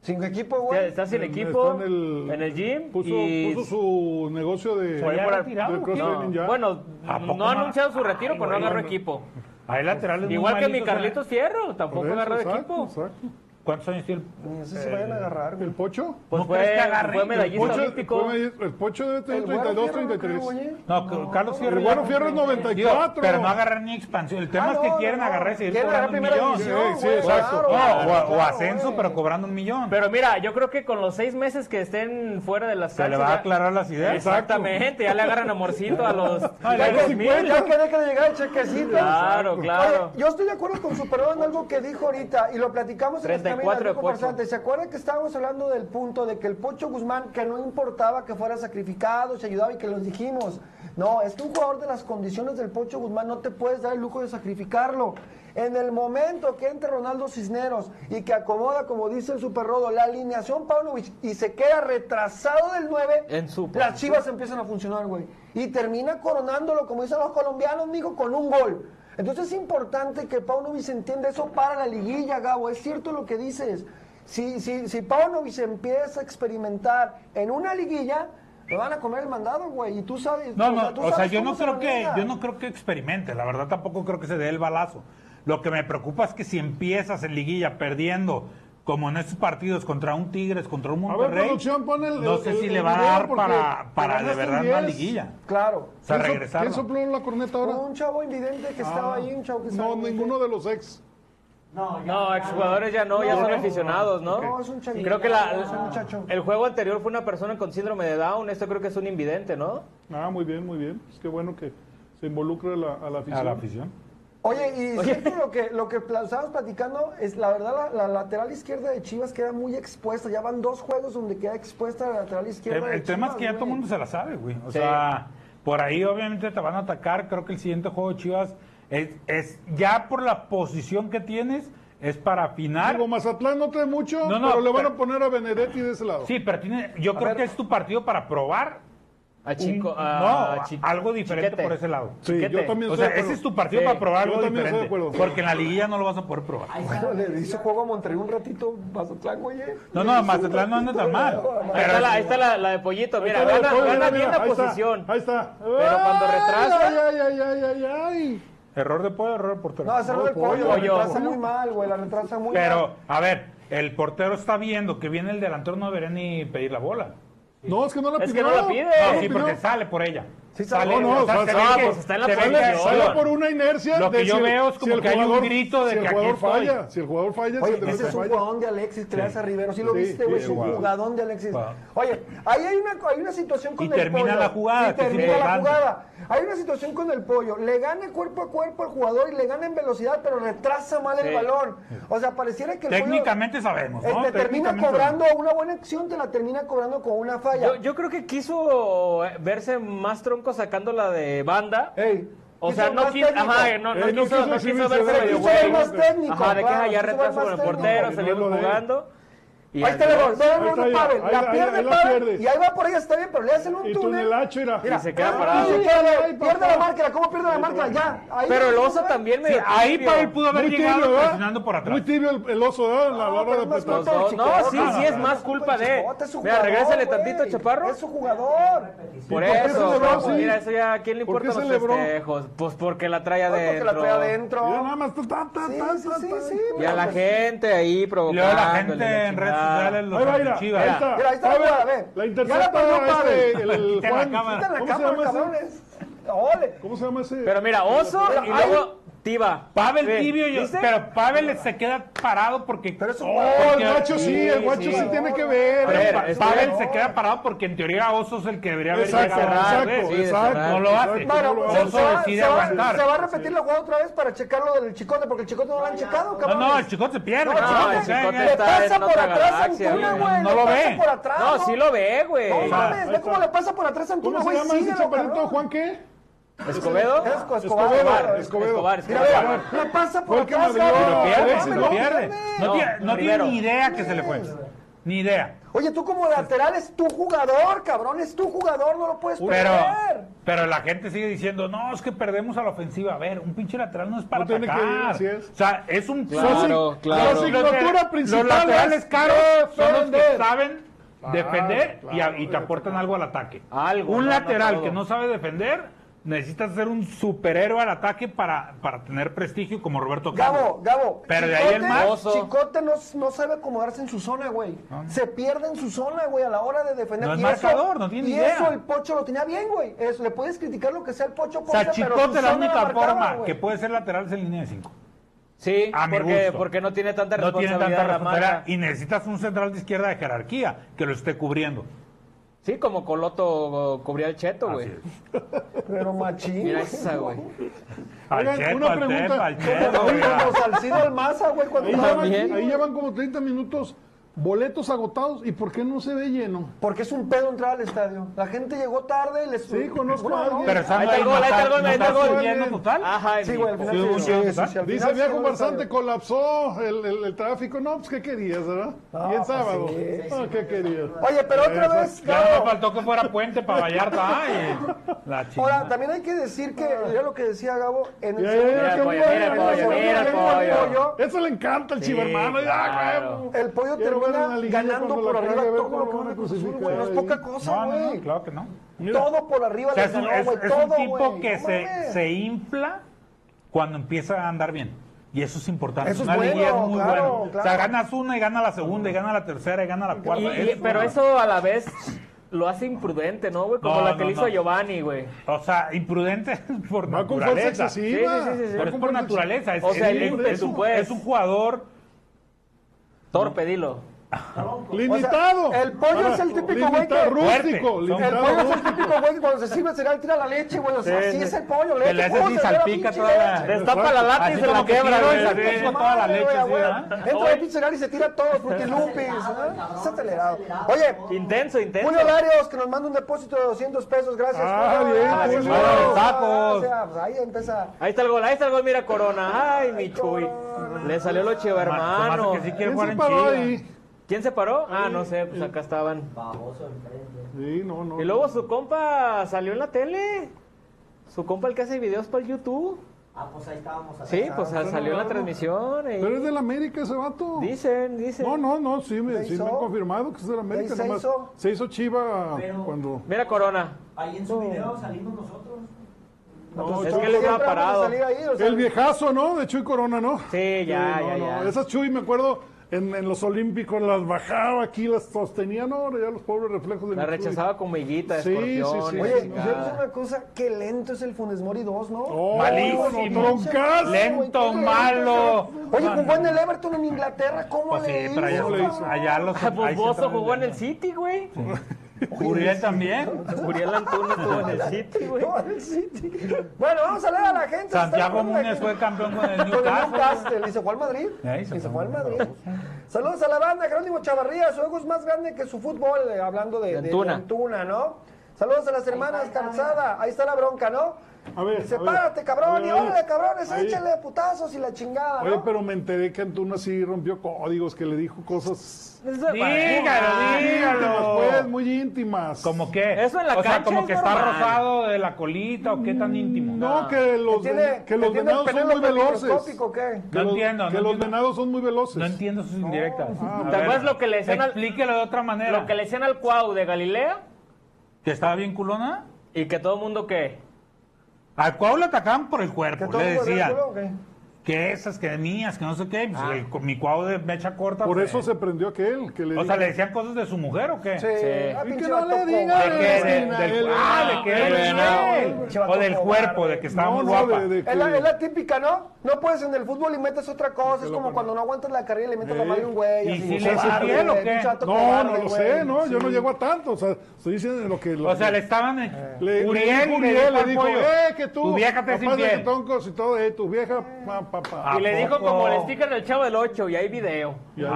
[SPEAKER 2] Sin equipo,
[SPEAKER 4] Ya
[SPEAKER 2] güey.
[SPEAKER 4] Está sin equipo.
[SPEAKER 5] Está
[SPEAKER 4] En el, gym.
[SPEAKER 5] Puso,
[SPEAKER 4] y-
[SPEAKER 5] puso su negocio de.
[SPEAKER 3] Por ahí
[SPEAKER 5] de
[SPEAKER 3] por ahí tirado,
[SPEAKER 5] CrossFit
[SPEAKER 3] ¿o qué?
[SPEAKER 4] No,
[SPEAKER 5] Ninja.
[SPEAKER 4] Bueno,
[SPEAKER 3] ¿A poco
[SPEAKER 4] no ha
[SPEAKER 3] no?
[SPEAKER 4] anunciado su retiro,
[SPEAKER 3] Ay,
[SPEAKER 4] pero no
[SPEAKER 3] güey,
[SPEAKER 4] agarró
[SPEAKER 3] no.
[SPEAKER 4] equipo.
[SPEAKER 3] Ahí lateral es muy
[SPEAKER 4] Igual que
[SPEAKER 3] malito,
[SPEAKER 4] mi
[SPEAKER 3] o sea,
[SPEAKER 4] Carlitos Fierro,
[SPEAKER 5] Por
[SPEAKER 4] tampoco
[SPEAKER 5] eso,
[SPEAKER 4] agarró de
[SPEAKER 5] exacto,
[SPEAKER 4] equipo.
[SPEAKER 5] exacto.
[SPEAKER 3] ¿Cuántos años tiene?
[SPEAKER 2] No sé si vayan a agarrar, güey.
[SPEAKER 5] ¿El Pocho?
[SPEAKER 4] Pues
[SPEAKER 3] ¿No
[SPEAKER 4] fue-
[SPEAKER 3] crees que agarre?
[SPEAKER 4] fue medallista
[SPEAKER 5] Pocho-
[SPEAKER 4] olímpico.
[SPEAKER 5] fue medio- el Pocho debe tener
[SPEAKER 2] El güero
[SPEAKER 5] 32,
[SPEAKER 2] Fierro, no creo,
[SPEAKER 5] 33.
[SPEAKER 2] güey.
[SPEAKER 3] No, Carlos Fierro.
[SPEAKER 5] El Guaro Fierro es
[SPEAKER 3] Digo,
[SPEAKER 5] 94.
[SPEAKER 3] pero no agarran ni expansión. El tema
[SPEAKER 2] Ah,
[SPEAKER 3] es que
[SPEAKER 2] no,
[SPEAKER 3] quieren
[SPEAKER 2] no, no.
[SPEAKER 3] agarrar y seguir
[SPEAKER 2] Quieren
[SPEAKER 3] cobrando
[SPEAKER 2] agarrar
[SPEAKER 3] un
[SPEAKER 2] primera
[SPEAKER 3] millón.
[SPEAKER 2] división,
[SPEAKER 5] Sí, sí,
[SPEAKER 2] güey, claro,
[SPEAKER 5] exacto.
[SPEAKER 3] No,
[SPEAKER 2] güey,
[SPEAKER 3] o, a- o
[SPEAKER 2] claro,
[SPEAKER 3] ascenso,
[SPEAKER 2] güey.
[SPEAKER 3] pero cobrando un millón.
[SPEAKER 4] Pero mira, yo creo que con los seis meses que estén fuera de las
[SPEAKER 3] se le
[SPEAKER 4] canchas
[SPEAKER 3] va a
[SPEAKER 4] ya-
[SPEAKER 3] aclarar las ideas.
[SPEAKER 4] Exactamente, ya le agarran amorcito a los.
[SPEAKER 3] Ay,
[SPEAKER 2] Ya
[SPEAKER 3] Pero
[SPEAKER 2] que,
[SPEAKER 5] sí
[SPEAKER 2] mira, ya
[SPEAKER 5] cuenta.
[SPEAKER 2] que deja de llegar el chequecito.
[SPEAKER 4] Claro, claro.
[SPEAKER 2] Oye, yo estoy de acuerdo con Superman en algo que dijo ahorita y lo platicamos en las
[SPEAKER 4] 34 de
[SPEAKER 2] cabinas, Rico
[SPEAKER 4] Pocho.
[SPEAKER 2] Farsante. ¿Se acuerda que estábamos hablando del punto de que el Pocho Guzmán, que no importaba que fuera sacrificado, se ayudaba y que los dijimos? No, es que un jugador de las condiciones del Pocho Guzmán no te puedes dar el lujo de sacrificarlo. En el momento que entre Ronaldo Cisneros y que acomoda, como dice el Superrodo, la alineación Paunovic y se queda retrasado del 9,
[SPEAKER 4] En su-
[SPEAKER 2] las Chivas empiezan a funcionar, güey. Y termina coronándolo, como dicen los colombianos, mijo, con un gol. Entonces es importante que Paunovic entienda eso para la liguilla, Gabo. Es cierto lo que dices. Si, si, si Paunovic empieza a experimentar en una liguilla, le van a comer el mandado, güey. Y tú sabes.
[SPEAKER 3] No,
[SPEAKER 2] o sea,
[SPEAKER 3] no,
[SPEAKER 2] tú
[SPEAKER 3] o sea,
[SPEAKER 2] sabes
[SPEAKER 3] yo
[SPEAKER 2] cómo
[SPEAKER 3] no
[SPEAKER 2] se
[SPEAKER 3] creo que,
[SPEAKER 2] maneja.
[SPEAKER 3] yo no creo que experimente, la verdad tampoco creo que se dé el balazo. Lo que me preocupa es que si empiezas en liguilla perdiendo, como en estos partidos, contra un Tigres, contra un
[SPEAKER 5] ver,
[SPEAKER 3] Monterrey,
[SPEAKER 5] producción, pon el-
[SPEAKER 3] no
[SPEAKER 5] el-
[SPEAKER 3] sé
[SPEAKER 5] el-
[SPEAKER 3] si
[SPEAKER 5] el
[SPEAKER 3] le va a
[SPEAKER 5] video
[SPEAKER 3] dar
[SPEAKER 5] porque
[SPEAKER 3] para,
[SPEAKER 5] te
[SPEAKER 3] para de
[SPEAKER 5] ganaste
[SPEAKER 3] verdad
[SPEAKER 5] un
[SPEAKER 3] una
[SPEAKER 5] 10.
[SPEAKER 3] Claro.
[SPEAKER 2] Claro.
[SPEAKER 3] O sea,
[SPEAKER 5] ¿Quién so-
[SPEAKER 3] regresarlo.
[SPEAKER 5] ¿Quién sopló la corneta ahora?
[SPEAKER 2] Un chavo invidente que estaba
[SPEAKER 5] Ah,
[SPEAKER 2] ahí, un chavo que estaba
[SPEAKER 5] no,
[SPEAKER 2] invidente.
[SPEAKER 5] ninguno de los ex.
[SPEAKER 6] No, ya.
[SPEAKER 4] No, exjugadores ya no, ya
[SPEAKER 2] No,
[SPEAKER 4] son
[SPEAKER 2] no.
[SPEAKER 4] aficionados, ¿no?
[SPEAKER 2] No, es un changuito,
[SPEAKER 4] Creo que la-
[SPEAKER 2] es un muchacho.
[SPEAKER 4] el juego anterior fue una persona con síndrome de Down, esto creo que es un invidente, ¿no?
[SPEAKER 5] Ah, muy bien, muy bien. Es que bueno que se involucre la, a la afición.
[SPEAKER 3] A la afición.
[SPEAKER 2] Oye, y siempre lo que, lo que pla- estabas platicando es, la verdad, la, la lateral izquierda de Chivas queda muy expuesta. Ya van dos juegos donde queda expuesta la lateral izquierda.
[SPEAKER 3] El,
[SPEAKER 2] de
[SPEAKER 3] el tema es
[SPEAKER 2] Chivas,
[SPEAKER 3] que ya todo el
[SPEAKER 2] güey.
[SPEAKER 3] mundo se la sabe, güey. O
[SPEAKER 4] Sí.
[SPEAKER 3] sea, por ahí obviamente te van a atacar. Creo que el siguiente juego de Chivas es, es ya por la posición que tienes, es para afinar.
[SPEAKER 5] Digo, Mazatlán no trae mucho,
[SPEAKER 3] ¿Ah? No, no,
[SPEAKER 5] pero le van
[SPEAKER 3] pero-
[SPEAKER 5] a poner a Benedetti de ese lado.
[SPEAKER 3] Sí, pero tiene, yo creo
[SPEAKER 2] ver.
[SPEAKER 3] que es tu partido para probar
[SPEAKER 4] A chico,
[SPEAKER 3] un-
[SPEAKER 4] a-
[SPEAKER 3] no,
[SPEAKER 4] a chi-
[SPEAKER 3] algo diferente
[SPEAKER 4] chiquete.
[SPEAKER 3] por ese lado.
[SPEAKER 5] Sí,
[SPEAKER 4] Chiquete.
[SPEAKER 5] yo también
[SPEAKER 3] O
[SPEAKER 5] estoy
[SPEAKER 3] sea,
[SPEAKER 5] de acuerdo.
[SPEAKER 3] ese es tu partido
[SPEAKER 4] Sí,
[SPEAKER 3] para probar
[SPEAKER 5] yo
[SPEAKER 3] algo
[SPEAKER 5] también estoy de
[SPEAKER 3] diferente.
[SPEAKER 5] acuerdo.
[SPEAKER 3] Porque en la liguilla no lo vas a poder probar.
[SPEAKER 6] Ahí está
[SPEAKER 2] Bueno,
[SPEAKER 6] la
[SPEAKER 2] le hizo juego a Monterrey un ratito, Mazatlán, güey. eh.
[SPEAKER 3] No,
[SPEAKER 2] Le
[SPEAKER 3] no,
[SPEAKER 2] hizo
[SPEAKER 3] Mazatlán
[SPEAKER 2] un
[SPEAKER 3] no anda
[SPEAKER 2] ratito,
[SPEAKER 3] tan mal.
[SPEAKER 2] güey,
[SPEAKER 4] Ahí está, la, ahí está la- la de Pollito,
[SPEAKER 5] Ahí
[SPEAKER 4] mira,
[SPEAKER 5] está,
[SPEAKER 4] gana,
[SPEAKER 5] mira,
[SPEAKER 4] gana
[SPEAKER 5] mira,
[SPEAKER 4] bien
[SPEAKER 5] mira,
[SPEAKER 4] la
[SPEAKER 5] ahí está,
[SPEAKER 4] posición.
[SPEAKER 5] Ahí está.
[SPEAKER 4] Pero cuando retrasa-
[SPEAKER 5] Ay, ay, ay, ay, ay, ay.
[SPEAKER 3] Error de pollo, error de portero.
[SPEAKER 2] No, ese
[SPEAKER 5] No,
[SPEAKER 2] no, del pollo, la
[SPEAKER 4] pollo.
[SPEAKER 2] retrasa muy mal, güey, la retrasa muy
[SPEAKER 3] Pero,
[SPEAKER 2] mal.
[SPEAKER 3] a ver, el portero está viendo que viene el delantero, no debería ni pedir la bola.
[SPEAKER 5] No, es que no la
[SPEAKER 4] Es
[SPEAKER 5] pidió.
[SPEAKER 4] que no la pide.
[SPEAKER 5] No
[SPEAKER 3] No, sí,
[SPEAKER 5] pidió.
[SPEAKER 3] porque sale por ella.
[SPEAKER 2] Sí, sale.
[SPEAKER 5] No, no,
[SPEAKER 3] se
[SPEAKER 5] sale,
[SPEAKER 3] ve que-
[SPEAKER 5] pues,
[SPEAKER 4] está en la
[SPEAKER 3] se ve
[SPEAKER 4] posición.
[SPEAKER 3] que-
[SPEAKER 5] Sale por una inercia.
[SPEAKER 3] Lo que
[SPEAKER 5] de
[SPEAKER 3] yo
[SPEAKER 5] si-
[SPEAKER 3] veo es como
[SPEAKER 5] si el
[SPEAKER 3] que hay un
[SPEAKER 5] jugador-
[SPEAKER 3] grito de
[SPEAKER 5] si
[SPEAKER 3] que
[SPEAKER 5] el
[SPEAKER 3] aquí
[SPEAKER 5] jugador
[SPEAKER 3] estoy.
[SPEAKER 5] falla. Si el jugador falla, si
[SPEAKER 2] Oye,
[SPEAKER 5] el delantero
[SPEAKER 2] ese es un
[SPEAKER 5] falla.
[SPEAKER 2] jugadón de Alexis que le hace a Rivero. Sí lo
[SPEAKER 5] Sí,
[SPEAKER 2] viste, güey,
[SPEAKER 5] sí,
[SPEAKER 2] es un
[SPEAKER 5] jugadón.
[SPEAKER 2] jugadón de Alexis.
[SPEAKER 3] Jugadón.
[SPEAKER 2] Oye, ahí hay una, hay una situación con
[SPEAKER 3] Y
[SPEAKER 2] el pollo.
[SPEAKER 3] termina la jugada,
[SPEAKER 2] Y
[SPEAKER 3] que es
[SPEAKER 2] termina la
[SPEAKER 3] importante.
[SPEAKER 2] jugada. Hay una situación con el pollo. Le gana cuerpo a cuerpo al jugador y le gana en velocidad, pero retrasa mal el
[SPEAKER 4] Sí.
[SPEAKER 2] balón. O sea, pareciera que el pollo,
[SPEAKER 3] Técnicamente sabemos,
[SPEAKER 2] eh,
[SPEAKER 3] ¿no?
[SPEAKER 5] Este,
[SPEAKER 2] te termina
[SPEAKER 3] Técnicamente
[SPEAKER 2] cobrando una buena acción, te la termina cobrando con una falla.
[SPEAKER 4] Yo, yo creo que quiso eh, verse más tronco sacando la de banda.
[SPEAKER 2] Ey,
[SPEAKER 4] o
[SPEAKER 2] quiso
[SPEAKER 4] sea,
[SPEAKER 2] ver
[SPEAKER 4] no
[SPEAKER 2] más
[SPEAKER 4] quiso,
[SPEAKER 2] técnico.
[SPEAKER 4] ajá, no, no
[SPEAKER 5] Eh, no
[SPEAKER 4] quiso,
[SPEAKER 5] quiso
[SPEAKER 4] no quiso
[SPEAKER 5] exhibirse,
[SPEAKER 4] verse
[SPEAKER 5] se
[SPEAKER 4] medio
[SPEAKER 5] quiso ver
[SPEAKER 4] güey.
[SPEAKER 5] más
[SPEAKER 2] técnico,
[SPEAKER 4] Ajá, de que
[SPEAKER 2] claro,
[SPEAKER 4] ah, ya
[SPEAKER 2] quiso ver
[SPEAKER 4] retraso
[SPEAKER 2] más
[SPEAKER 4] con el
[SPEAKER 2] técnico.
[SPEAKER 4] portero,
[SPEAKER 5] No,
[SPEAKER 4] salimos
[SPEAKER 5] no lo de él.
[SPEAKER 4] jugando. y
[SPEAKER 2] ahí
[SPEAKER 4] al-
[SPEAKER 2] está el error, ve el error
[SPEAKER 5] Ahí
[SPEAKER 2] de
[SPEAKER 5] está,
[SPEAKER 2] Pavel,
[SPEAKER 5] ahí-
[SPEAKER 2] la
[SPEAKER 5] ahí-
[SPEAKER 2] pierde
[SPEAKER 5] ahí la
[SPEAKER 2] Pavel
[SPEAKER 5] pierdes.
[SPEAKER 2] y ahí va por ella, está bien, pero le hacen un
[SPEAKER 5] Y
[SPEAKER 2] túnel.
[SPEAKER 5] tunelacho, mira.
[SPEAKER 4] Y se queda
[SPEAKER 2] Ah,
[SPEAKER 4] parado.
[SPEAKER 2] y se queda,
[SPEAKER 5] Ay, papá.
[SPEAKER 2] pierde la marca, ¿cómo pierde la marca? Ya. ahí-
[SPEAKER 4] Pero el oso también
[SPEAKER 3] Sí,
[SPEAKER 4] medio.
[SPEAKER 3] ahí
[SPEAKER 4] tibio.
[SPEAKER 3] Pavel pudo haber
[SPEAKER 5] Muy
[SPEAKER 3] llegado
[SPEAKER 5] tibio, ¿verdad?
[SPEAKER 3] presionando por atrás.
[SPEAKER 5] Muy tibio el, el oso, ¿verdad?
[SPEAKER 4] Ah,
[SPEAKER 5] En la
[SPEAKER 2] No,
[SPEAKER 5] hora
[SPEAKER 2] pero
[SPEAKER 5] de
[SPEAKER 2] no es
[SPEAKER 5] apretar.
[SPEAKER 2] culpa del
[SPEAKER 4] No, pues, no,
[SPEAKER 2] Chicote,
[SPEAKER 4] sí,
[SPEAKER 2] no,
[SPEAKER 4] sí,
[SPEAKER 2] no,
[SPEAKER 4] es más
[SPEAKER 2] no,
[SPEAKER 4] culpa
[SPEAKER 2] el
[SPEAKER 4] de él.
[SPEAKER 2] Chicote es un
[SPEAKER 4] Mira,
[SPEAKER 2] jugador,
[SPEAKER 4] regrésale
[SPEAKER 2] güey.
[SPEAKER 4] tantito, Chaparro.
[SPEAKER 2] Es su jugador.
[SPEAKER 5] ¿Y
[SPEAKER 4] Por
[SPEAKER 5] qué se
[SPEAKER 4] eso,
[SPEAKER 5] celebró
[SPEAKER 4] pero,
[SPEAKER 5] así?
[SPEAKER 4] mira, eso ya, ¿a quién le
[SPEAKER 5] ¿Por qué
[SPEAKER 4] importan los
[SPEAKER 5] celebró?
[SPEAKER 4] festejos? Pues porque la trae
[SPEAKER 2] Porque
[SPEAKER 4] adentro.
[SPEAKER 2] la trae adentro.
[SPEAKER 5] Mira, nada más. ta, ta, ta,
[SPEAKER 2] Sí,
[SPEAKER 5] ta,
[SPEAKER 2] sí,
[SPEAKER 5] ta,
[SPEAKER 2] sí,
[SPEAKER 5] ta.
[SPEAKER 2] sí, pues,
[SPEAKER 4] Y a la gente ahí
[SPEAKER 3] Y luego
[SPEAKER 4] provocando.
[SPEAKER 3] la gente en redes sociales los
[SPEAKER 5] Ahí va, mira,
[SPEAKER 3] antichivas.
[SPEAKER 5] ahí está.
[SPEAKER 2] Mira, ahí está
[SPEAKER 5] A
[SPEAKER 2] la
[SPEAKER 5] ver,
[SPEAKER 2] jugada, ve.
[SPEAKER 5] La
[SPEAKER 2] Ya la perdió
[SPEAKER 5] intercepta
[SPEAKER 2] Pavel.
[SPEAKER 5] este, el, el
[SPEAKER 3] Quita la
[SPEAKER 5] Juan.
[SPEAKER 3] cámara.
[SPEAKER 2] Quitan la
[SPEAKER 5] ¿Cómo se
[SPEAKER 2] cámara,
[SPEAKER 5] llama ese?
[SPEAKER 2] cabrones. Ole.
[SPEAKER 5] ¿Cómo se llama ese?
[SPEAKER 4] Pero mira, oso
[SPEAKER 2] Mira,
[SPEAKER 4] y
[SPEAKER 2] ahí-
[SPEAKER 4] luego Tiva.
[SPEAKER 3] Pavel
[SPEAKER 4] Sí,
[SPEAKER 3] tibio, yo-
[SPEAKER 4] ¿viste?
[SPEAKER 3] pero Pavel se queda parado porque.
[SPEAKER 2] Pero es un
[SPEAKER 5] Oh,
[SPEAKER 2] jugador.
[SPEAKER 5] el guacho sí, el
[SPEAKER 4] sí,
[SPEAKER 5] guacho sí,
[SPEAKER 4] sí.
[SPEAKER 5] tiene que
[SPEAKER 3] Pero
[SPEAKER 5] ver. eh,
[SPEAKER 4] Pero,
[SPEAKER 3] Pa-
[SPEAKER 4] es que-
[SPEAKER 3] Pavel se queda parado porque en teoría Oso es el que debería haber
[SPEAKER 5] Exacto,
[SPEAKER 3] llegado a
[SPEAKER 5] exacto,
[SPEAKER 3] la red.
[SPEAKER 4] sí, de
[SPEAKER 5] exacto.
[SPEAKER 4] cerrar.
[SPEAKER 3] No lo hace.
[SPEAKER 5] exacto,
[SPEAKER 2] Bueno,
[SPEAKER 5] no lo
[SPEAKER 2] se,
[SPEAKER 5] hace.
[SPEAKER 3] Oso
[SPEAKER 2] se va,
[SPEAKER 3] decide
[SPEAKER 2] se va-
[SPEAKER 3] aguantar.
[SPEAKER 2] se va a repetir la jugada otra vez para checar lo del chicote, porque el chicote no lo han checado,
[SPEAKER 3] No,
[SPEAKER 2] cabrón.
[SPEAKER 3] no, el chicote se pierde.
[SPEAKER 2] No, el
[SPEAKER 3] cabrón,
[SPEAKER 2] Chicote-
[SPEAKER 3] o sea,
[SPEAKER 4] Chicote
[SPEAKER 3] ya-
[SPEAKER 2] le
[SPEAKER 4] está
[SPEAKER 2] pasa
[SPEAKER 4] en
[SPEAKER 2] por
[SPEAKER 4] otra
[SPEAKER 2] atrás a
[SPEAKER 4] galaxia,
[SPEAKER 2] Antuna,
[SPEAKER 4] güey.
[SPEAKER 2] güey.
[SPEAKER 3] No
[SPEAKER 2] le
[SPEAKER 3] lo
[SPEAKER 2] pasa
[SPEAKER 3] ve.
[SPEAKER 2] Por atrás,
[SPEAKER 4] No, sí lo ve, güey.
[SPEAKER 3] Eh,
[SPEAKER 2] No
[SPEAKER 5] Ah,
[SPEAKER 2] mames,
[SPEAKER 5] ahí
[SPEAKER 2] ve
[SPEAKER 5] está.
[SPEAKER 2] cómo le pasa por atrás a Antuna,
[SPEAKER 5] ¿Cómo
[SPEAKER 2] güey.
[SPEAKER 5] se llama ese
[SPEAKER 2] síguelo,
[SPEAKER 5] chaparrito,
[SPEAKER 2] cabrón.
[SPEAKER 5] Juan qué?
[SPEAKER 4] ¿Escobedo?
[SPEAKER 2] Es Escobar,
[SPEAKER 5] Escobedo,
[SPEAKER 4] Escobar,
[SPEAKER 5] Escobedo.
[SPEAKER 2] Mira,
[SPEAKER 4] Escobar.
[SPEAKER 2] ve, le pasa
[SPEAKER 5] Fue
[SPEAKER 2] por
[SPEAKER 5] el que
[SPEAKER 2] atrás,
[SPEAKER 5] me abrió.
[SPEAKER 2] cabrón.
[SPEAKER 3] Lo pierde, se
[SPEAKER 2] Mames,
[SPEAKER 3] lo pierde.
[SPEAKER 2] mames.
[SPEAKER 3] No
[SPEAKER 4] No,
[SPEAKER 3] tiene- No tiene
[SPEAKER 4] primero.
[SPEAKER 3] ni idea que se le fue. Ni idea.
[SPEAKER 2] Oye, tú como lateral es tu jugador, cabrón, es tu jugador, no lo puedes
[SPEAKER 3] Pero,
[SPEAKER 2] perder.
[SPEAKER 3] pero la gente sigue diciendo, no, es que perdemos a la ofensiva. A ver, un pinche lateral no es para
[SPEAKER 5] No tiene que
[SPEAKER 3] atacar.
[SPEAKER 5] ir, así es.
[SPEAKER 3] O sea, es un...
[SPEAKER 4] Claro,
[SPEAKER 3] Los-
[SPEAKER 4] claro.
[SPEAKER 5] La
[SPEAKER 3] los-
[SPEAKER 5] asignatura principal
[SPEAKER 3] Los laterales
[SPEAKER 5] es
[SPEAKER 3] caros son los que
[SPEAKER 5] defender.
[SPEAKER 3] saben defender y a- y, te
[SPEAKER 5] claro.
[SPEAKER 3] aportan algo al ataque.
[SPEAKER 4] Algo,
[SPEAKER 3] un
[SPEAKER 4] no,
[SPEAKER 3] lateral
[SPEAKER 4] no todo.
[SPEAKER 3] que no sabe defender, necesitas ser un superhéroe al ataque para, para tener prestigio como Roberto Carlos.
[SPEAKER 2] Gabo, Gabo.
[SPEAKER 3] Pero de ahí el más...
[SPEAKER 4] Oso.
[SPEAKER 2] Chicote no, no sabe acomodarse en su zona, güey. Se pierde en su zona, güey, a la hora de defender.
[SPEAKER 3] No es
[SPEAKER 2] Y
[SPEAKER 3] marcador, no tiene
[SPEAKER 2] y
[SPEAKER 3] idea.
[SPEAKER 2] eso el Pocho lo tenía bien, güey. Eso, le puedes criticar lo que sea el Pocho
[SPEAKER 3] O sea,
[SPEAKER 2] Pocho, pero su
[SPEAKER 3] Chicote la
[SPEAKER 2] zona
[SPEAKER 3] única
[SPEAKER 2] marcaba,
[SPEAKER 3] forma
[SPEAKER 2] güey.
[SPEAKER 3] que puede ser lateral es en línea de 5.
[SPEAKER 4] Sí,
[SPEAKER 3] A mi
[SPEAKER 4] porque,
[SPEAKER 3] gusto.
[SPEAKER 4] porque no tiene tanta
[SPEAKER 3] No tiene
[SPEAKER 4] responsabilidad
[SPEAKER 3] tanta
[SPEAKER 4] en la
[SPEAKER 3] responsabilidad.
[SPEAKER 4] marca.
[SPEAKER 3] Y necesitas un central de izquierda de jerarquía que lo esté cubriendo.
[SPEAKER 4] Sí, como Coloto cubría el cheto, güey.
[SPEAKER 3] Así es.
[SPEAKER 2] Pero machín.
[SPEAKER 4] Mira
[SPEAKER 2] güey.
[SPEAKER 4] esa, güey.
[SPEAKER 3] Al
[SPEAKER 5] Oigan,
[SPEAKER 3] Cheto,
[SPEAKER 5] una
[SPEAKER 3] al
[SPEAKER 5] pregunta.
[SPEAKER 3] Cheto, al
[SPEAKER 2] Pero
[SPEAKER 3] Cheto,
[SPEAKER 2] como
[SPEAKER 3] oiga.
[SPEAKER 2] Salcido al Maza, güey, cuando
[SPEAKER 5] Ahí
[SPEAKER 2] estaba
[SPEAKER 5] llevan,
[SPEAKER 4] también.
[SPEAKER 5] ahí llevan como 30 minutos boletos agotados. ¿Y por qué no se ve lleno?
[SPEAKER 2] Porque es un pedo entrar al estadio. La gente llegó tarde y les...
[SPEAKER 5] Sí, conozco
[SPEAKER 2] Bueno,
[SPEAKER 5] a alguien.
[SPEAKER 3] Pero
[SPEAKER 4] Ahí está el gol, ahí está el gol, ahí está el gol.
[SPEAKER 3] lleno total.
[SPEAKER 4] Ajá, el
[SPEAKER 2] Sí, güey, al
[SPEAKER 4] tipo.
[SPEAKER 2] final
[SPEAKER 3] Sí,
[SPEAKER 2] sí,
[SPEAKER 3] hubo
[SPEAKER 2] sí,
[SPEAKER 3] lleno,
[SPEAKER 2] sí, sí, al
[SPEAKER 5] Dice
[SPEAKER 2] final sí
[SPEAKER 5] viejo
[SPEAKER 2] llegó
[SPEAKER 5] Marzante,
[SPEAKER 2] tarde.
[SPEAKER 5] colapsó el, el- el tráfico. No, pues, ¿qué querías, verdad?
[SPEAKER 2] Ah,
[SPEAKER 5] y el
[SPEAKER 2] pues,
[SPEAKER 5] sábado.
[SPEAKER 2] sí.
[SPEAKER 5] Ah, ¿qué querías?
[SPEAKER 2] Oye, pero otra
[SPEAKER 5] Eso.
[SPEAKER 2] vez,
[SPEAKER 3] Ya no
[SPEAKER 2] claro.
[SPEAKER 3] faltó que fuera puente para Vallarta. Ay, la
[SPEAKER 2] Ahora,
[SPEAKER 3] chingada.
[SPEAKER 2] también hay que decir que, ya lo que decía Gabo, en el
[SPEAKER 5] Ah. Ya,
[SPEAKER 2] segundo-
[SPEAKER 5] ya,
[SPEAKER 4] Mira,
[SPEAKER 5] qué
[SPEAKER 4] pollo,
[SPEAKER 5] bueno,
[SPEAKER 4] mira,
[SPEAKER 5] qué
[SPEAKER 4] pollo,
[SPEAKER 5] bueno,
[SPEAKER 4] mira,
[SPEAKER 5] qué bueno.
[SPEAKER 2] pollo.
[SPEAKER 5] Eso le encanta al
[SPEAKER 4] Sí,
[SPEAKER 5] chivermano. ya,
[SPEAKER 3] Ah,
[SPEAKER 4] claro.
[SPEAKER 5] huevo.
[SPEAKER 2] El pollo
[SPEAKER 5] Quiero ver una
[SPEAKER 2] termina
[SPEAKER 5] liguilla
[SPEAKER 2] ganando
[SPEAKER 5] cuando
[SPEAKER 2] por
[SPEAKER 5] la
[SPEAKER 2] arriba
[SPEAKER 5] cague, a ver
[SPEAKER 2] todo
[SPEAKER 5] cómo
[SPEAKER 2] lo que
[SPEAKER 5] van
[SPEAKER 2] van
[SPEAKER 5] a
[SPEAKER 2] a Cruz Azul,
[SPEAKER 5] crucificar
[SPEAKER 2] güey. No es
[SPEAKER 5] ahí.
[SPEAKER 2] poca
[SPEAKER 3] No,
[SPEAKER 2] cosa,
[SPEAKER 3] no, no,
[SPEAKER 2] güey.
[SPEAKER 3] claro que no.
[SPEAKER 5] Mira,
[SPEAKER 2] Todo por arriba
[SPEAKER 3] O sea,
[SPEAKER 2] les
[SPEAKER 3] es un,
[SPEAKER 2] ganó,
[SPEAKER 3] es-
[SPEAKER 2] güey.
[SPEAKER 3] es un
[SPEAKER 2] Todo,
[SPEAKER 3] tipo
[SPEAKER 2] güey.
[SPEAKER 3] que
[SPEAKER 2] No
[SPEAKER 3] se,
[SPEAKER 2] mames.
[SPEAKER 3] se infla cuando empieza a andar bien. Y eso es importante.
[SPEAKER 2] Eso es
[SPEAKER 3] Una
[SPEAKER 2] bueno,
[SPEAKER 3] liguilla es muy
[SPEAKER 2] claro,
[SPEAKER 3] buena. O sea,
[SPEAKER 2] claro.
[SPEAKER 3] ganas una y gana la segunda, y gana la tercera, y gana la
[SPEAKER 4] Y-
[SPEAKER 3] cuarta.
[SPEAKER 4] y-
[SPEAKER 3] Es
[SPEAKER 4] pero
[SPEAKER 3] una-
[SPEAKER 4] eso a la vez lo hace imprudente, ¿no, güey? Como
[SPEAKER 3] No,
[SPEAKER 4] la que
[SPEAKER 3] no,
[SPEAKER 4] le hizo
[SPEAKER 3] no.
[SPEAKER 4] a Giovanni, güey.
[SPEAKER 3] O sea, imprudente por
[SPEAKER 5] Va con fuerza
[SPEAKER 3] naturaleza.
[SPEAKER 5] excesiva.
[SPEAKER 4] Sí, sí, sí,
[SPEAKER 5] Va
[SPEAKER 4] sí.
[SPEAKER 3] Pero es
[SPEAKER 5] con
[SPEAKER 3] por
[SPEAKER 5] fuerza
[SPEAKER 3] naturaleza. Es,
[SPEAKER 4] O sea,
[SPEAKER 3] es- es-
[SPEAKER 4] el
[SPEAKER 3] es un,
[SPEAKER 5] pues.
[SPEAKER 4] ímpetu,
[SPEAKER 3] es un jugador.
[SPEAKER 4] Torpe, dilo.
[SPEAKER 5] Limitado.
[SPEAKER 2] O sea, el pollo es el típico güey
[SPEAKER 5] Limitado,
[SPEAKER 2] que-
[SPEAKER 3] Fuerte.
[SPEAKER 5] rústico.
[SPEAKER 3] Son-
[SPEAKER 2] El
[SPEAKER 5] Limitado,
[SPEAKER 2] pollo es el
[SPEAKER 5] rústico.
[SPEAKER 2] típico güey que cuando se sirve el cereal tira la leche, güey. O sea,
[SPEAKER 3] Sí,
[SPEAKER 2] así
[SPEAKER 3] sí.
[SPEAKER 2] es el pollo,
[SPEAKER 3] eh, Que
[SPEAKER 2] leche.
[SPEAKER 3] le hace
[SPEAKER 2] ¡pum!
[SPEAKER 3] así,
[SPEAKER 2] Se ve la
[SPEAKER 3] salpica
[SPEAKER 2] pinche
[SPEAKER 3] toda la-
[SPEAKER 2] leche.
[SPEAKER 4] Destapa la lata y
[SPEAKER 3] Así
[SPEAKER 4] se la
[SPEAKER 3] como que
[SPEAKER 4] quebra,
[SPEAKER 3] tiro y
[SPEAKER 4] güey.
[SPEAKER 3] saco
[SPEAKER 4] Sí.
[SPEAKER 3] su toda la leche, así,
[SPEAKER 2] güey.
[SPEAKER 3] ¿verdad?
[SPEAKER 2] Entra el pinche cereal y se tira todo, Fruity Loopies. ¿no? Es acelerado. Oye,
[SPEAKER 4] Intenso, intenso.
[SPEAKER 2] Julio Larios, que nos manda un depósito de 200 pesos. Gracias,
[SPEAKER 5] Ah,
[SPEAKER 2] Julio.
[SPEAKER 5] bien,
[SPEAKER 2] Gracias,
[SPEAKER 5] Julio.
[SPEAKER 2] Julio.
[SPEAKER 3] Tacos.
[SPEAKER 2] Gracias. Pues Ahí empieza.
[SPEAKER 4] Ahí está el gol, ahí está el gol, mira Corona. Ay, mi Chuy.
[SPEAKER 2] Corona.
[SPEAKER 4] Le salió lo chivo, hermano.
[SPEAKER 3] que sí quiere
[SPEAKER 5] ¿Quién
[SPEAKER 3] jugar
[SPEAKER 5] se
[SPEAKER 3] en
[SPEAKER 5] paró
[SPEAKER 3] Chivas.
[SPEAKER 5] ahí?
[SPEAKER 4] ¿Quién se paró? Ah, no sé, pues acá estaban.
[SPEAKER 5] Sí, no, no.
[SPEAKER 4] Y luego su compa salió en la tele. Su compa el que hace videos para el YouTube.
[SPEAKER 6] Ah, pues ahí estábamos. acá.
[SPEAKER 4] Sí, pues salió en la transmisión. y-
[SPEAKER 5] Pero es del América ese vato.
[SPEAKER 4] Dicen, dicen.
[SPEAKER 5] No, no, no, sí me,
[SPEAKER 2] ¿Se
[SPEAKER 5] sí me
[SPEAKER 2] hizo?
[SPEAKER 5] han confirmado que es del América.
[SPEAKER 2] ¿Se
[SPEAKER 5] nomás.
[SPEAKER 2] hizo?
[SPEAKER 5] Se hizo Chiva
[SPEAKER 6] Pero-
[SPEAKER 5] cuando...
[SPEAKER 4] Mira Corona.
[SPEAKER 6] Ahí en su video salimos nosotros.
[SPEAKER 4] es
[SPEAKER 2] todos
[SPEAKER 4] que él estaba
[SPEAKER 2] siempre vamos a
[SPEAKER 4] parado.
[SPEAKER 2] salir ahí, o sea,
[SPEAKER 5] El viejazo, ¿no? De Chuy Corona, ¿no?
[SPEAKER 4] Sí, ya,
[SPEAKER 5] no,
[SPEAKER 4] ya,
[SPEAKER 5] no.
[SPEAKER 4] ya.
[SPEAKER 5] Esas Chuy, me acuerdo, en, en los Olímpicos las bajaba aquí, las sostenía, no, ya los pobres reflejos de
[SPEAKER 4] La
[SPEAKER 5] mi Chuy.
[SPEAKER 4] rechazaba como higuita,
[SPEAKER 5] Sí, sí, sí. pues,
[SPEAKER 4] escorpión. y la
[SPEAKER 2] Oye, yo
[SPEAKER 4] chingada.
[SPEAKER 2] hice una cosa, qué lento es el Funes Mori 2, ¿no?
[SPEAKER 5] Oh,
[SPEAKER 3] Malísimo.
[SPEAKER 5] no, troncazo.
[SPEAKER 3] Lento, malo.
[SPEAKER 2] Oye, jugó en el Everton en Inglaterra, ¿cómo
[SPEAKER 3] Pues
[SPEAKER 2] le
[SPEAKER 3] sí, pero allá,
[SPEAKER 2] hizo,
[SPEAKER 5] ¿Cómo le hizo?
[SPEAKER 3] allá los.
[SPEAKER 4] Ah, pues
[SPEAKER 3] ahí se
[SPEAKER 4] Bozo
[SPEAKER 3] traen
[SPEAKER 4] jugó en
[SPEAKER 3] bien.
[SPEAKER 4] el City, güey.
[SPEAKER 3] Uriel también.
[SPEAKER 4] Uriel Antuna estuvo en el City, güey.
[SPEAKER 2] No, el City. Bueno, vamos a leer a la gente.
[SPEAKER 3] Santiago
[SPEAKER 2] Está-
[SPEAKER 3] Muñoz fue campeón con el
[SPEAKER 2] Con el
[SPEAKER 3] Newcastle.
[SPEAKER 2] Newcastle, y se fue al Madrid.
[SPEAKER 3] Ahí se
[SPEAKER 2] Y se fue
[SPEAKER 3] fue.
[SPEAKER 2] al Madrid. Saludos a la banda, Jerónimo Chavarría. Su ego es más grande que su fútbol, eh, hablando de, de, de
[SPEAKER 4] Antuna.
[SPEAKER 2] Antuna, ¿no? Saludos a las hermanas Calzada. Ahí está la bronca, ¿no?
[SPEAKER 5] A ver,
[SPEAKER 2] Dice,
[SPEAKER 5] a ver.
[SPEAKER 2] párate,
[SPEAKER 5] A
[SPEAKER 2] cabrón.
[SPEAKER 5] ver,
[SPEAKER 2] Y
[SPEAKER 5] a ver.
[SPEAKER 2] órale, cabrones,
[SPEAKER 5] Ahí.
[SPEAKER 2] échale putazos y la chingada. ¿no?
[SPEAKER 5] Oye, pero me enteré que Antuna sí rompió códigos, que le dijo cosas
[SPEAKER 3] Dígalo,
[SPEAKER 5] íntimas,
[SPEAKER 3] dígalo.
[SPEAKER 5] pues, muy íntimas.
[SPEAKER 3] ¿Como qué?
[SPEAKER 4] Eso en la
[SPEAKER 3] o sea,
[SPEAKER 4] cancha
[SPEAKER 3] como
[SPEAKER 4] es
[SPEAKER 3] que está
[SPEAKER 4] normal.
[SPEAKER 3] rosado de la colita o qué tan íntimo.
[SPEAKER 5] No, que los,
[SPEAKER 2] ¿Que tiene-
[SPEAKER 5] que los
[SPEAKER 2] tiene el
[SPEAKER 5] venados son muy
[SPEAKER 2] Penélope
[SPEAKER 5] veloces.
[SPEAKER 2] microscópico o qué?
[SPEAKER 5] Que
[SPEAKER 3] No
[SPEAKER 5] los-
[SPEAKER 3] entiendo,
[SPEAKER 5] Que
[SPEAKER 3] no
[SPEAKER 5] los
[SPEAKER 3] entiendo.
[SPEAKER 5] venados son muy veloces.
[SPEAKER 3] No entiendo sus indirectas. A
[SPEAKER 4] ¿Te
[SPEAKER 3] ver,
[SPEAKER 4] acuerdas lo que le decían al-
[SPEAKER 3] Explíquelo de otra manera.
[SPEAKER 4] Lo que le decían al Cuau de Galilea
[SPEAKER 3] ¿Que estaba bien culona?
[SPEAKER 4] y que todo el mundo que.
[SPEAKER 3] Al cual le atacaban por el
[SPEAKER 2] ¿Que
[SPEAKER 3] cuerpo,
[SPEAKER 2] todo
[SPEAKER 3] le
[SPEAKER 2] el mundo era
[SPEAKER 3] decían
[SPEAKER 2] culo o qué?
[SPEAKER 3] que esas, que mías, que no sé qué. Pues el- con mi cuau de mecha corta.
[SPEAKER 5] Ah. Por
[SPEAKER 3] pues,
[SPEAKER 5] eso se prendió aquel. Que le
[SPEAKER 3] O
[SPEAKER 5] dijo-
[SPEAKER 3] sea, ¿le decían cosas de su mujer o qué?
[SPEAKER 2] Sí.
[SPEAKER 4] Sí.
[SPEAKER 2] Ah,
[SPEAKER 5] Y
[SPEAKER 2] pinche
[SPEAKER 5] que no
[SPEAKER 2] vato
[SPEAKER 5] le
[SPEAKER 2] con-
[SPEAKER 5] digan
[SPEAKER 3] ¿De qué?
[SPEAKER 5] Sí,
[SPEAKER 3] De-
[SPEAKER 5] no,
[SPEAKER 3] del,
[SPEAKER 5] él-
[SPEAKER 3] ah, de que
[SPEAKER 4] él-
[SPEAKER 3] él-
[SPEAKER 4] no.
[SPEAKER 3] él. O del cuerpo, de que estaba
[SPEAKER 5] No,
[SPEAKER 3] muy
[SPEAKER 5] no,
[SPEAKER 3] guapa.
[SPEAKER 5] de- de-
[SPEAKER 2] Es la, es la típica, ¿no? No puedes en el fútbol y metes otra cosa. Es como cuando no aguantas la carrera y le metes la madre a un güey.
[SPEAKER 3] ¿Y
[SPEAKER 2] así,
[SPEAKER 3] si
[SPEAKER 2] un
[SPEAKER 3] le hace
[SPEAKER 2] cobarde,
[SPEAKER 3] piel o
[SPEAKER 2] güey,
[SPEAKER 3] qué?
[SPEAKER 2] pinche vato
[SPEAKER 5] No,
[SPEAKER 2] cobarde,
[SPEAKER 5] no lo
[SPEAKER 2] güey.
[SPEAKER 5] sé, ¿no? Yo no
[SPEAKER 2] Sí.
[SPEAKER 5] llego a tanto. O sea, estoy diciendo lo que. lo
[SPEAKER 3] O sea,
[SPEAKER 5] que-
[SPEAKER 3] le estaban.
[SPEAKER 5] Eh,
[SPEAKER 3] eh,
[SPEAKER 5] le,
[SPEAKER 3] Uriel,
[SPEAKER 5] dijo,
[SPEAKER 3] le
[SPEAKER 5] Uriel,
[SPEAKER 3] dijo
[SPEAKER 5] le
[SPEAKER 3] al
[SPEAKER 5] dijo,
[SPEAKER 3] pollo,
[SPEAKER 5] eh, que tú.
[SPEAKER 3] Tu vieja te es
[SPEAKER 5] papás de
[SPEAKER 3] infiel.
[SPEAKER 5] toncos y todo, eh, tu vieja. Pa, pa, pa.
[SPEAKER 3] Ah,
[SPEAKER 4] Y le dijo
[SPEAKER 3] poco?
[SPEAKER 4] como el sticker del chavo del 8 y hay video.
[SPEAKER 5] Y ahí-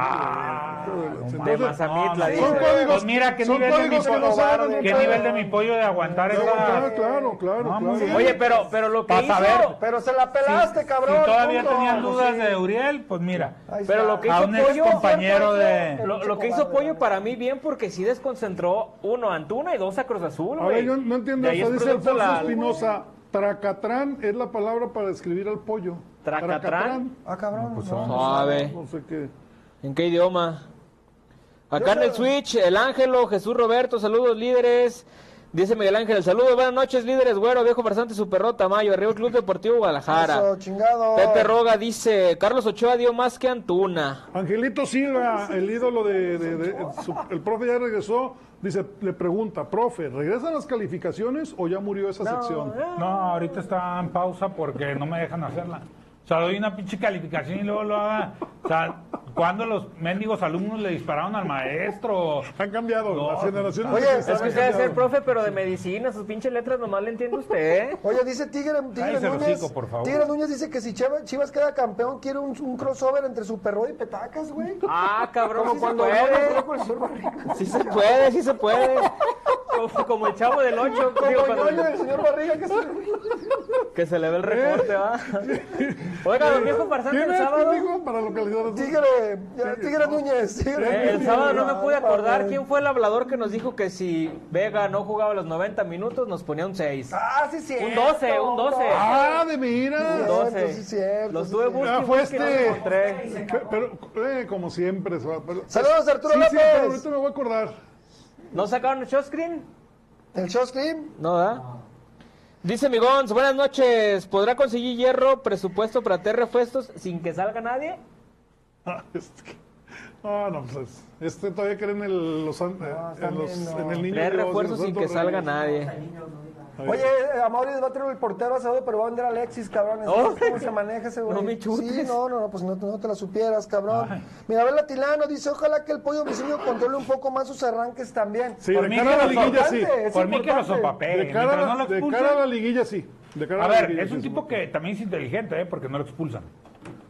[SPEAKER 5] Entonces,
[SPEAKER 4] De Mazamitla,
[SPEAKER 3] no,
[SPEAKER 4] dice.
[SPEAKER 5] son códigos,
[SPEAKER 3] ah, Pues mira qué
[SPEAKER 5] son
[SPEAKER 3] nivel de mi
[SPEAKER 5] códigos que
[SPEAKER 3] pollo.
[SPEAKER 5] no saben.
[SPEAKER 3] ¿Qué
[SPEAKER 5] no
[SPEAKER 3] nivel de
[SPEAKER 5] saben.
[SPEAKER 3] mi pollo de aguantar
[SPEAKER 5] Claro,
[SPEAKER 3] esa?
[SPEAKER 5] claro, claro, claro,
[SPEAKER 3] No,
[SPEAKER 5] claro.
[SPEAKER 3] muy bien.
[SPEAKER 4] Oye, pero, pero lo que
[SPEAKER 3] Pa'
[SPEAKER 4] hizo.
[SPEAKER 3] saber.
[SPEAKER 2] Pero se la pelaste, cabrón.
[SPEAKER 3] si todavía
[SPEAKER 2] punto.
[SPEAKER 3] tenían dudas de Uriel, pues mira.
[SPEAKER 2] Ahí
[SPEAKER 4] Pero
[SPEAKER 2] está.
[SPEAKER 4] lo que
[SPEAKER 3] A
[SPEAKER 4] hizo
[SPEAKER 3] un
[SPEAKER 4] Pollo.
[SPEAKER 3] ex compañero de.
[SPEAKER 4] Lo, lo que hizo Pollo para mí bien porque sí desconcentró uno a Antuna y dos a Cruz Azul,
[SPEAKER 5] Ahora
[SPEAKER 4] güey.
[SPEAKER 5] yo no entiendo,
[SPEAKER 4] De ahí
[SPEAKER 5] o sea,
[SPEAKER 4] es
[SPEAKER 5] dice
[SPEAKER 4] producto
[SPEAKER 5] Alfonso
[SPEAKER 4] la-
[SPEAKER 5] Espinosa, tracatrán es la palabra para describir al pollo.
[SPEAKER 4] ¿Tracatrán?
[SPEAKER 2] Ah, cabrón. no.
[SPEAKER 4] Suave.
[SPEAKER 5] No sé qué.
[SPEAKER 4] ¿En qué idioma? Acá en el Switch, el Ángelo, Jesús Roberto, saludos líderes. Dice Miguel Ángel, saludos, buenas noches líderes, güero, viejo farsante, superro, Tamayo, arriba el Club Deportivo
[SPEAKER 2] Eso,
[SPEAKER 4] Guadalajara.
[SPEAKER 2] chingado.
[SPEAKER 4] Pepe Roga dice, Carlos Ochoa dio más que Antuna.
[SPEAKER 5] Angelito Silva, el ídolo de, de- de- su- el profe ya regresó, dice, le pregunta, profe, ¿regresan las calificaciones o ya murió esa sección?
[SPEAKER 3] No, ahorita está en pausa porque no me dejan hacerla. O sea, doy una pinche calificación y luego lo haga. O sea, ¿Cuándo los mendigos alumnos le dispararon al maestro?
[SPEAKER 5] Han cambiado.
[SPEAKER 3] No.
[SPEAKER 5] Las generaciones
[SPEAKER 2] Oye,
[SPEAKER 5] han
[SPEAKER 2] es
[SPEAKER 4] Es que usted
[SPEAKER 5] cambiado.
[SPEAKER 4] debe ser profe, pero de medicina, sus pinches letras nomás le entiende usted, ¿eh?
[SPEAKER 2] Oye, dice Tigre, Tigre
[SPEAKER 3] Cállese el
[SPEAKER 2] Núñez.
[SPEAKER 3] hocico, por favor.
[SPEAKER 2] Tigre Núñez dice que si Chivas, Chivas queda campeón, quiere un, un crossover entre Superboy y Petacas, güey.
[SPEAKER 4] Ah, cabrón,
[SPEAKER 2] Como
[SPEAKER 4] sí
[SPEAKER 2] cuando
[SPEAKER 4] se
[SPEAKER 2] León
[SPEAKER 4] puede.
[SPEAKER 2] peleó con el señor Barriga.
[SPEAKER 4] Sí se puede, sí se puede. Como, como el chavo del 8,
[SPEAKER 2] Como Ñoño del señor Barriga, que se-
[SPEAKER 4] que se le ve el recorte, ¿va? Oiga, los viejos farsantes
[SPEAKER 5] ¿Quién
[SPEAKER 4] el
[SPEAKER 5] es,
[SPEAKER 4] sábado.
[SPEAKER 5] digo, para localizar a su-
[SPEAKER 2] Tigre, ya, Tigre Núñez. Tigre
[SPEAKER 4] Eh, el
[SPEAKER 2] Núñez.
[SPEAKER 4] sábado no me pude acordar
[SPEAKER 2] mames.
[SPEAKER 4] quién fue el hablador que nos dijo que si Vega no jugaba los 90 minutos nos ponía un 6.
[SPEAKER 2] Ah, sí, sí.
[SPEAKER 4] Un 12, un 12.
[SPEAKER 5] Ah, de
[SPEAKER 2] Un
[SPEAKER 5] veras.
[SPEAKER 2] 12. Sí,
[SPEAKER 4] 12.
[SPEAKER 2] cierto,
[SPEAKER 4] Los
[SPEAKER 2] sí,
[SPEAKER 4] tuve
[SPEAKER 2] cierto.
[SPEAKER 4] busque,
[SPEAKER 5] Ah, fue
[SPEAKER 4] busque y no los
[SPEAKER 5] este.
[SPEAKER 4] encontré.
[SPEAKER 5] Pe- Pero, eh, como siempre. se va- pero-
[SPEAKER 2] Saludos, Arturo
[SPEAKER 5] Sí, sí,
[SPEAKER 2] López.
[SPEAKER 5] pero ahorita me voy a acordar.
[SPEAKER 4] ¿No sacaron el show screen?
[SPEAKER 2] El show screen.
[SPEAKER 4] No, ¿verdad? Dice Migons, buenas noches. ¿Podrá conseguir hierro, presupuesto para hacer refuestos sin que salga nadie?
[SPEAKER 5] Ah, este que- No, no, pues es- este todavía creen en los, an- eh, en, los- en el niño.
[SPEAKER 4] Tres
[SPEAKER 5] Dios, en
[SPEAKER 4] refuerzos
[SPEAKER 5] los
[SPEAKER 4] sin
[SPEAKER 5] santos
[SPEAKER 4] que salga
[SPEAKER 5] reyes.
[SPEAKER 4] nadie.
[SPEAKER 2] Oye, eh, Amaury va a tener el portero asado, pero va a vender a Alexis, cabrón. Ese
[SPEAKER 4] Oh.
[SPEAKER 2] es ¿Cómo se maneja ese güey?
[SPEAKER 4] No me
[SPEAKER 2] Sí,
[SPEAKER 4] chutes.
[SPEAKER 2] no, no, no, pues no, no te la supieras, cabrón. Mirabel Latilano dice, ojalá que el pollo briseño controle un poco más sus arranques también.
[SPEAKER 5] Sí,
[SPEAKER 3] Por
[SPEAKER 5] de
[SPEAKER 3] mí
[SPEAKER 5] cara a la
[SPEAKER 3] que los
[SPEAKER 5] liguilla sí.
[SPEAKER 2] importante. Es
[SPEAKER 3] Por mí que los
[SPEAKER 2] importante.
[SPEAKER 3] sopapeen.
[SPEAKER 5] De cara,
[SPEAKER 3] Mientras
[SPEAKER 5] a
[SPEAKER 3] no
[SPEAKER 5] la-
[SPEAKER 3] lo
[SPEAKER 5] de
[SPEAKER 3] expulsen.
[SPEAKER 5] cara a la liguilla sí. De cara
[SPEAKER 3] A
[SPEAKER 5] la
[SPEAKER 3] ver,
[SPEAKER 5] liguilla,
[SPEAKER 3] es
[SPEAKER 5] sí,
[SPEAKER 3] un tipo que también es inteligente, ¿eh? porque no lo expulsan.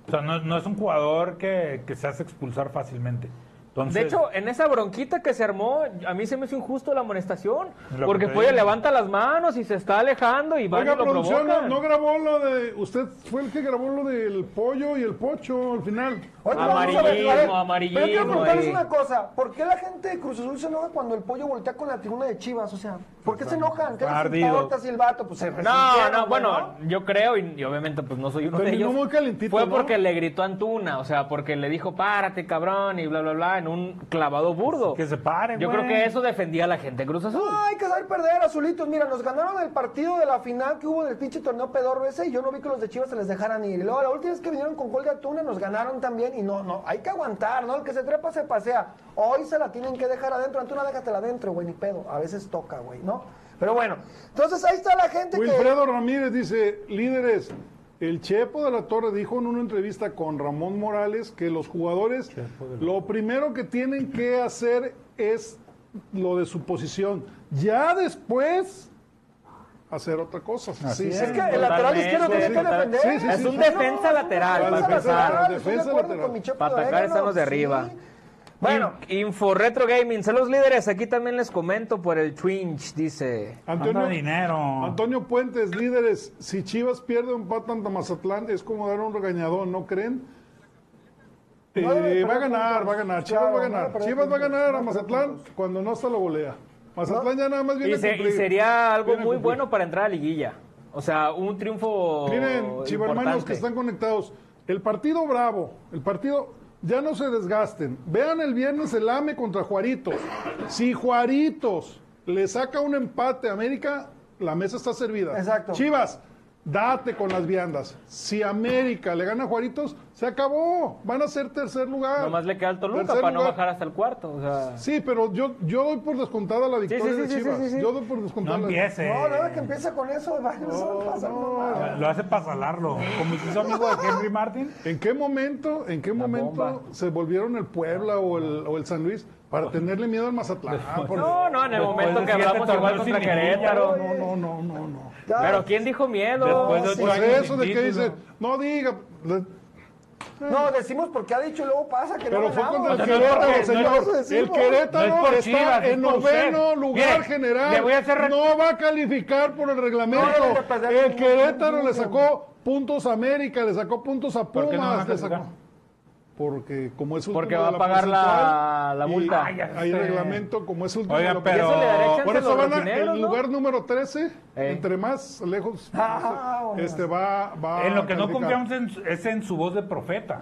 [SPEAKER 3] O sea, no, no es un jugador que, que se hace expulsar fácilmente. Entonces,
[SPEAKER 4] De hecho, en esa bronquita que se armó, a mí se me hizo injusto la amonestación.
[SPEAKER 3] Lo
[SPEAKER 4] Porque
[SPEAKER 3] que te
[SPEAKER 4] Pollo
[SPEAKER 3] digo.
[SPEAKER 4] levanta las manos y se está alejando y van
[SPEAKER 5] Oiga,
[SPEAKER 4] y lo
[SPEAKER 5] producción, no,
[SPEAKER 4] provocan.
[SPEAKER 5] no grabó lo de. Usted fue el que grabó lo del pollo y el pocho al final.
[SPEAKER 2] Oye, pero vamos a ver, a ver,
[SPEAKER 4] Amarillismo, amarillismo,
[SPEAKER 2] Pero quiero preguntarles
[SPEAKER 4] ahí.
[SPEAKER 2] una cosa. ¿Por qué la gente de Cruz Azul se enoja cuando el pollo voltea con la tribuna de Chivas? O sea, ¿por qué se enojan? ¿Qué
[SPEAKER 3] Está
[SPEAKER 2] les
[SPEAKER 3] ardido.
[SPEAKER 2] importa si el vato? Pues se
[SPEAKER 4] Pues, No,
[SPEAKER 2] resintieron,
[SPEAKER 4] no, bueno,
[SPEAKER 2] ¿no?
[SPEAKER 4] yo creo, y, y obviamente pues no soy uno de
[SPEAKER 5] Terminó
[SPEAKER 4] ellos.
[SPEAKER 5] muy calentito,
[SPEAKER 4] Fue
[SPEAKER 5] ¿no?
[SPEAKER 4] porque le gritó a Antuna, o sea, porque le dijo, párate, cabrón, y bla, bla, bla, en un clavado burdo.
[SPEAKER 3] que se pare,
[SPEAKER 4] yo
[SPEAKER 3] güey.
[SPEAKER 4] creo que eso defendía a la gente de Cruz Azul.
[SPEAKER 5] Ah,
[SPEAKER 2] No, hay que saber perder, azulitos. Mira, nos ganaron el partido de la final que hubo del pinche torneo pedorro ese y yo no vi que los de Chivas se les dejaran ir. Y luego la última vez que vinieron con gol de Atuna nos ganaron también y no, no, hay que aguantar, ¿no? El que se trepa se pasea. Hoy se la tienen que dejar adentro. Antuna, déjatela adentro, güey, ni pedo. A veces toca, güey, ¿no? Pero bueno, entonces ahí está la gente que...
[SPEAKER 5] Wilfredo Ramírez dice: líderes. El Chepo de la Torre dijo en una entrevista con Ramón Morales que los jugadores lo primero que tienen que hacer es lo de su posición. Ya después hacer otra cosa. Sí,
[SPEAKER 2] Es
[SPEAKER 5] sí.
[SPEAKER 2] que el lateral
[SPEAKER 4] Totalmente,
[SPEAKER 2] izquierdo tiene que
[SPEAKER 4] total-
[SPEAKER 2] defender.
[SPEAKER 5] sí, sí,
[SPEAKER 4] Es
[SPEAKER 5] sí,
[SPEAKER 4] un
[SPEAKER 5] sí.
[SPEAKER 4] defensa
[SPEAKER 5] defensa
[SPEAKER 4] lateral, para
[SPEAKER 5] lateral.
[SPEAKER 4] empezar.
[SPEAKER 5] Defensa lateral.
[SPEAKER 4] Para atacar están los de arriba.
[SPEAKER 2] Bueno.
[SPEAKER 4] Bueno, Info Retro Gaming, saludos líderes, aquí también les comento por el Twinch, dice.
[SPEAKER 5] Antonio,
[SPEAKER 3] Anda dinero.
[SPEAKER 5] Antonio Puentes, líderes, si Chivas pierde un empata ante Mazatlán, es como dar un regañadón, ¿no creen? Eh,
[SPEAKER 2] No debe
[SPEAKER 5] va a
[SPEAKER 2] perder
[SPEAKER 5] ganar,
[SPEAKER 2] puntos.
[SPEAKER 5] va a ganar, Chivas
[SPEAKER 2] Claro,
[SPEAKER 5] va a
[SPEAKER 2] no debe
[SPEAKER 5] ganar.
[SPEAKER 2] perder
[SPEAKER 5] Chivas va a
[SPEAKER 2] puntos.
[SPEAKER 5] ganar
[SPEAKER 2] No
[SPEAKER 5] a
[SPEAKER 2] debe
[SPEAKER 5] Mazatlán cuando no hasta lo golea. Mazatlán ya nada más viene
[SPEAKER 4] Y,
[SPEAKER 5] a
[SPEAKER 4] se-
[SPEAKER 5] cumplir.
[SPEAKER 4] y sería algo
[SPEAKER 5] Viene a
[SPEAKER 4] muy
[SPEAKER 5] cumplir.
[SPEAKER 4] bueno para entrar a liguilla. O sea, un triunfo.
[SPEAKER 5] Miren, chivarmanos
[SPEAKER 4] Oh, importante.
[SPEAKER 5] que están conectados, el partido bravo, el partido, ya no se desgasten. Vean el viernes el AME contra Juaritos. Si Juaritos le saca un empate a América, la mesa está servida.
[SPEAKER 2] Exacto.
[SPEAKER 5] Chivas, date con las viandas. Si América le gana a Juaritos, se acabó. Van a ser tercer lugar.
[SPEAKER 4] Nomás le queda el Toluca
[SPEAKER 5] Tercer
[SPEAKER 4] para no
[SPEAKER 5] lugar.
[SPEAKER 4] bajar hasta el cuarto. O sea,
[SPEAKER 5] Sí, pero yo, yo doy por descontada la victoria
[SPEAKER 4] sí,
[SPEAKER 5] de
[SPEAKER 4] sí, sí,
[SPEAKER 5] Chivas.
[SPEAKER 4] sí, sí.
[SPEAKER 5] Yo doy por descontada
[SPEAKER 3] No
[SPEAKER 5] la-
[SPEAKER 3] empiece.
[SPEAKER 2] No, nada que empieza con eso, vaya, no se va a pasar, no, mames.
[SPEAKER 3] Lo hace para salarlo. Como hizo amigo de Henry Martin.
[SPEAKER 5] ¿En qué momento, en qué momento
[SPEAKER 4] bomba.
[SPEAKER 5] se volvieron el Puebla o el, o el San Luis para tenerle miedo al Mazatlán? Ah, Por-
[SPEAKER 4] no, no, en el
[SPEAKER 3] Después
[SPEAKER 4] momento
[SPEAKER 3] de
[SPEAKER 4] que
[SPEAKER 3] siete
[SPEAKER 4] hablamos igual
[SPEAKER 3] torneos
[SPEAKER 4] contra
[SPEAKER 3] sin liguilla,
[SPEAKER 4] Querétaro.
[SPEAKER 5] no, no, no, no, no.
[SPEAKER 2] Ya.
[SPEAKER 4] Pero ¿quién dijo miedo?
[SPEAKER 3] Después de ocho
[SPEAKER 5] Pues
[SPEAKER 3] años
[SPEAKER 5] eso
[SPEAKER 3] sin
[SPEAKER 5] de que
[SPEAKER 3] título.
[SPEAKER 5] dicen, no diga, le-
[SPEAKER 2] No, decimos porque ha dicho y luego pasa que
[SPEAKER 5] pero
[SPEAKER 2] no
[SPEAKER 5] fue
[SPEAKER 2] ganamos.
[SPEAKER 5] contra el
[SPEAKER 3] O sea, no es
[SPEAKER 5] Querétaro,
[SPEAKER 3] porque- no
[SPEAKER 5] señor.
[SPEAKER 2] es- eso
[SPEAKER 5] el
[SPEAKER 2] decimos.
[SPEAKER 5] Querétaro
[SPEAKER 3] No es por
[SPEAKER 5] está
[SPEAKER 3] Chivas, es
[SPEAKER 5] en
[SPEAKER 3] por
[SPEAKER 5] noveno
[SPEAKER 3] usted.
[SPEAKER 5] lugar
[SPEAKER 3] Mire,
[SPEAKER 5] general.
[SPEAKER 3] le voy a hacer-
[SPEAKER 5] No va a calificar por el
[SPEAKER 2] No deben
[SPEAKER 5] reglamento.
[SPEAKER 2] de perder
[SPEAKER 5] el
[SPEAKER 2] ningún-
[SPEAKER 5] Querétaro
[SPEAKER 2] ningún-
[SPEAKER 5] le sacó puntos a América, le sacó puntos a
[SPEAKER 3] ¿Por qué no van a
[SPEAKER 5] Pumas, le sacó.
[SPEAKER 3] calificar?
[SPEAKER 5] Porque como es último
[SPEAKER 4] Porque
[SPEAKER 5] de
[SPEAKER 4] va a pagar la-
[SPEAKER 5] porcentual,
[SPEAKER 4] la
[SPEAKER 5] y
[SPEAKER 4] multa.
[SPEAKER 5] Hay,
[SPEAKER 3] Ay, ya sé.
[SPEAKER 5] reglamento como es último
[SPEAKER 3] Oigan,
[SPEAKER 5] de la
[SPEAKER 3] pero-
[SPEAKER 4] Eso le daría chance
[SPEAKER 5] Por
[SPEAKER 4] a
[SPEAKER 5] eso
[SPEAKER 4] los
[SPEAKER 5] van a,
[SPEAKER 4] rojineros,
[SPEAKER 5] el
[SPEAKER 4] ¿no?
[SPEAKER 5] lugar número 13,
[SPEAKER 4] Eh.
[SPEAKER 5] entre más lejos,
[SPEAKER 2] Ah, bueno.
[SPEAKER 5] este va, va
[SPEAKER 3] Ah, En lo que
[SPEAKER 5] a
[SPEAKER 3] no
[SPEAKER 5] calificar.
[SPEAKER 3] confiamos en su- es en su voz de profeta.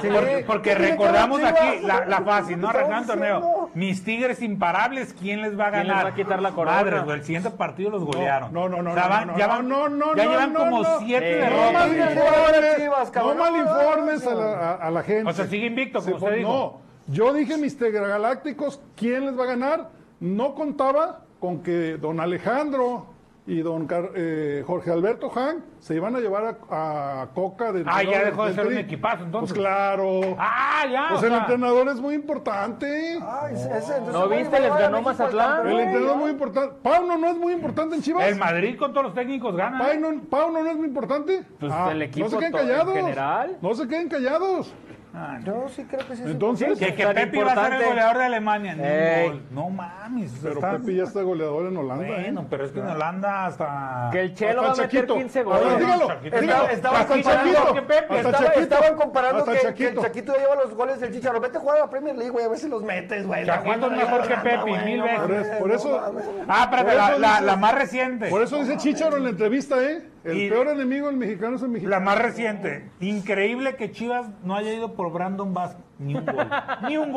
[SPEAKER 2] Sí.
[SPEAKER 3] Porque, porque
[SPEAKER 2] ¿Qué tiene que ver
[SPEAKER 3] recordamos
[SPEAKER 2] Chivas?
[SPEAKER 3] aquí la, la fácil, ¿no?
[SPEAKER 2] Estamos
[SPEAKER 3] Arrancando el torneo.
[SPEAKER 2] diciendo.
[SPEAKER 3] Mis tigres imparables, ¿quién les va a ganar?
[SPEAKER 4] ¿Quién les va a quitar la corona?
[SPEAKER 3] Madres, güey, el siguiente partido los golearon.
[SPEAKER 5] no, no, no,
[SPEAKER 3] O sea,
[SPEAKER 5] no,
[SPEAKER 3] van-
[SPEAKER 5] no,
[SPEAKER 3] ya
[SPEAKER 5] no,
[SPEAKER 3] van-
[SPEAKER 5] no, no,
[SPEAKER 3] Ya
[SPEAKER 5] no,
[SPEAKER 3] llevan
[SPEAKER 5] no,
[SPEAKER 3] como
[SPEAKER 5] no.
[SPEAKER 3] siete
[SPEAKER 4] Eh,
[SPEAKER 5] No
[SPEAKER 3] derrotas.
[SPEAKER 5] mal
[SPEAKER 2] Tigres,
[SPEAKER 5] informes,
[SPEAKER 2] Chivas,
[SPEAKER 5] no
[SPEAKER 2] cabrón.
[SPEAKER 5] mal informes a la, a- a la gente.
[SPEAKER 3] O sea, sigue invicto, como usted
[SPEAKER 5] pues,
[SPEAKER 3] dijo.
[SPEAKER 5] No, yo dije mis galácticos, ¿quién les va a ganar? No contaba con que don Alejandro y don Car- eh, Jorge Alberto Han se iban a llevar a, a Coca de
[SPEAKER 3] Ah, ya dejó de
[SPEAKER 5] del
[SPEAKER 3] ser un
[SPEAKER 5] Tri.
[SPEAKER 3] equipazo, entonces.
[SPEAKER 5] Pues claro.
[SPEAKER 3] Ah, ya.
[SPEAKER 5] pues
[SPEAKER 3] o
[SPEAKER 5] el
[SPEAKER 3] sea,
[SPEAKER 5] entrenador es muy importante.
[SPEAKER 2] Ay, ese- ese- entonces,
[SPEAKER 4] ¿No
[SPEAKER 2] güey,
[SPEAKER 4] viste? Les
[SPEAKER 2] va a
[SPEAKER 4] ganó
[SPEAKER 2] México al
[SPEAKER 4] Mazatlán,
[SPEAKER 5] el
[SPEAKER 2] campeón.
[SPEAKER 4] güey,
[SPEAKER 5] entrenador es muy importante. Pauno no es muy importante en Chivas.
[SPEAKER 3] el Madrid con todos los técnicos gana. ¿eh?
[SPEAKER 5] Pau no, Pau no no es muy importante. Ah,
[SPEAKER 4] Pues el equipo
[SPEAKER 5] no se queden
[SPEAKER 4] to- en
[SPEAKER 5] callados.
[SPEAKER 4] general.
[SPEAKER 5] No se queden callados.
[SPEAKER 2] Yo sí creo que sí. es
[SPEAKER 5] Entonces,
[SPEAKER 3] Que, que
[SPEAKER 4] Tan
[SPEAKER 3] Pepe iba a ser el
[SPEAKER 4] importante.
[SPEAKER 3] goleador de Alemania. ni un
[SPEAKER 4] Ey.
[SPEAKER 3] gol. No mames. o sea,
[SPEAKER 5] pero
[SPEAKER 3] Pues está-
[SPEAKER 5] Pepe ya está goleador en Holanda.
[SPEAKER 3] Bueno,
[SPEAKER 5] ¿eh?
[SPEAKER 3] pero es que en Holanda hasta...
[SPEAKER 4] Que el Chelo va a
[SPEAKER 5] Hasta
[SPEAKER 4] meter
[SPEAKER 5] Chaquito.
[SPEAKER 4] 15
[SPEAKER 5] A ver,
[SPEAKER 4] goles.
[SPEAKER 5] dígalo,
[SPEAKER 3] Chaquito.
[SPEAKER 5] dígalo.
[SPEAKER 2] Estaban
[SPEAKER 5] Hasta
[SPEAKER 2] comparando
[SPEAKER 5] Chaquito.
[SPEAKER 2] que
[SPEAKER 4] Pepe
[SPEAKER 5] Hasta
[SPEAKER 2] Estaba-
[SPEAKER 5] Chaquito.
[SPEAKER 2] estaban comparando
[SPEAKER 5] Hasta
[SPEAKER 2] que, que
[SPEAKER 5] Chaquito.
[SPEAKER 2] el Chaquito ya lleva los goles del Chicharro. Vete a jugar a la Premier League, güey, a ver si los metes, güey.
[SPEAKER 3] Chaquito es mejor que Pepe, mil
[SPEAKER 5] Por
[SPEAKER 3] veces.
[SPEAKER 5] es- por eso,
[SPEAKER 3] Ah, espérate,
[SPEAKER 5] Por
[SPEAKER 3] la,
[SPEAKER 5] eso
[SPEAKER 3] la-
[SPEAKER 5] dices-
[SPEAKER 3] la más reciente.
[SPEAKER 5] por eso dice Chicharo en la entrevista, ¿eh? El
[SPEAKER 3] Y-
[SPEAKER 5] peor enemigo del mexicano es el mexicano.
[SPEAKER 3] La más reciente. Increíble que Chivas no haya ido por Brandon Vázquez. Ni un gol. Ni un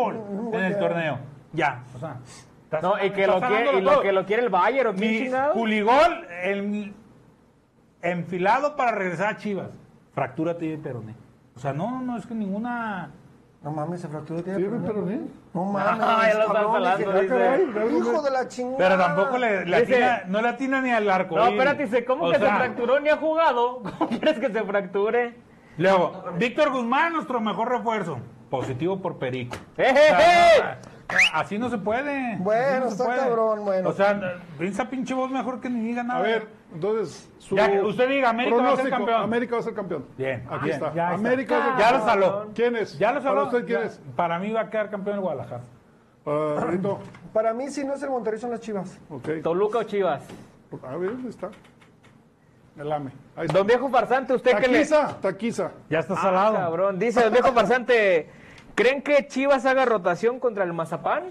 [SPEAKER 3] gol en el torneo. Ya. O sea, estás-
[SPEAKER 4] No, y que
[SPEAKER 3] estás
[SPEAKER 4] lo quiere,
[SPEAKER 3] ganándolo
[SPEAKER 4] y lo
[SPEAKER 3] todo.
[SPEAKER 4] que lo quiere el Bayern o
[SPEAKER 3] Mi
[SPEAKER 4] Michigan.
[SPEAKER 3] Culigol en- enfilado para regresar a Chivas. Fractura tibia y peroné. O sea, no, no es que ninguna.
[SPEAKER 2] No mames, se fracturó el
[SPEAKER 5] Sí, güey,
[SPEAKER 2] tío.
[SPEAKER 5] pero, ¿eh?
[SPEAKER 2] No mames.
[SPEAKER 4] Ah, ya lo estás
[SPEAKER 2] cabrón,
[SPEAKER 4] hablando,
[SPEAKER 2] dije,
[SPEAKER 4] dice.
[SPEAKER 2] ah, caray, Hijo de la chingada.
[SPEAKER 3] Pero tampoco le, le
[SPEAKER 4] Dice-
[SPEAKER 3] atina- no le atina ni al arco.
[SPEAKER 4] No,
[SPEAKER 3] iris.
[SPEAKER 4] espérate, dice, ¿cómo
[SPEAKER 3] O
[SPEAKER 4] que se
[SPEAKER 3] sea,
[SPEAKER 4] fracturó ni ha jugado? ¿Cómo quieres que se fracture?
[SPEAKER 3] Luego, Víctor Guzmán, nuestro mejor refuerzo. Positivo por Perico.
[SPEAKER 4] ¡Eh, eh, eh!
[SPEAKER 3] Así no se puede.
[SPEAKER 2] Bueno,
[SPEAKER 3] así no se
[SPEAKER 2] está
[SPEAKER 3] puede.
[SPEAKER 2] cabrón, bueno.
[SPEAKER 3] O sea, esa pinche voz mejor que ni diga nada.
[SPEAKER 5] A ver, entonces. Su
[SPEAKER 3] Ya que usted diga, América va a ser
[SPEAKER 5] pronóstico.
[SPEAKER 3] campeón.
[SPEAKER 5] América va a ser campeón.
[SPEAKER 3] Bien,
[SPEAKER 5] Aquí
[SPEAKER 3] bien,
[SPEAKER 5] está.
[SPEAKER 3] ya está.
[SPEAKER 5] América va a ser
[SPEAKER 3] Ya lo
[SPEAKER 5] campeón.
[SPEAKER 3] saló.
[SPEAKER 5] ¿Quién es?
[SPEAKER 3] Ya lo
[SPEAKER 5] ¿Para
[SPEAKER 3] sabemos.
[SPEAKER 5] usted quién
[SPEAKER 3] Ya,
[SPEAKER 5] es?
[SPEAKER 3] Para mí va a quedar campeón el Guadalajara.
[SPEAKER 5] Para Rito.
[SPEAKER 2] Para mí, si no es el Monterrey, son las chivas.
[SPEAKER 5] Ok.
[SPEAKER 4] Toluca o Chivas.
[SPEAKER 5] A ver, ahí está. El AME. Ahí está.
[SPEAKER 4] Don viejo farsante, usted que le.
[SPEAKER 5] Taquiza, taquiza.
[SPEAKER 3] Ya está
[SPEAKER 4] Ah,
[SPEAKER 3] salado.
[SPEAKER 4] cabrón. Dice don viejo farsante, ¿creen que Chivas haga rotación contra el Mazapán?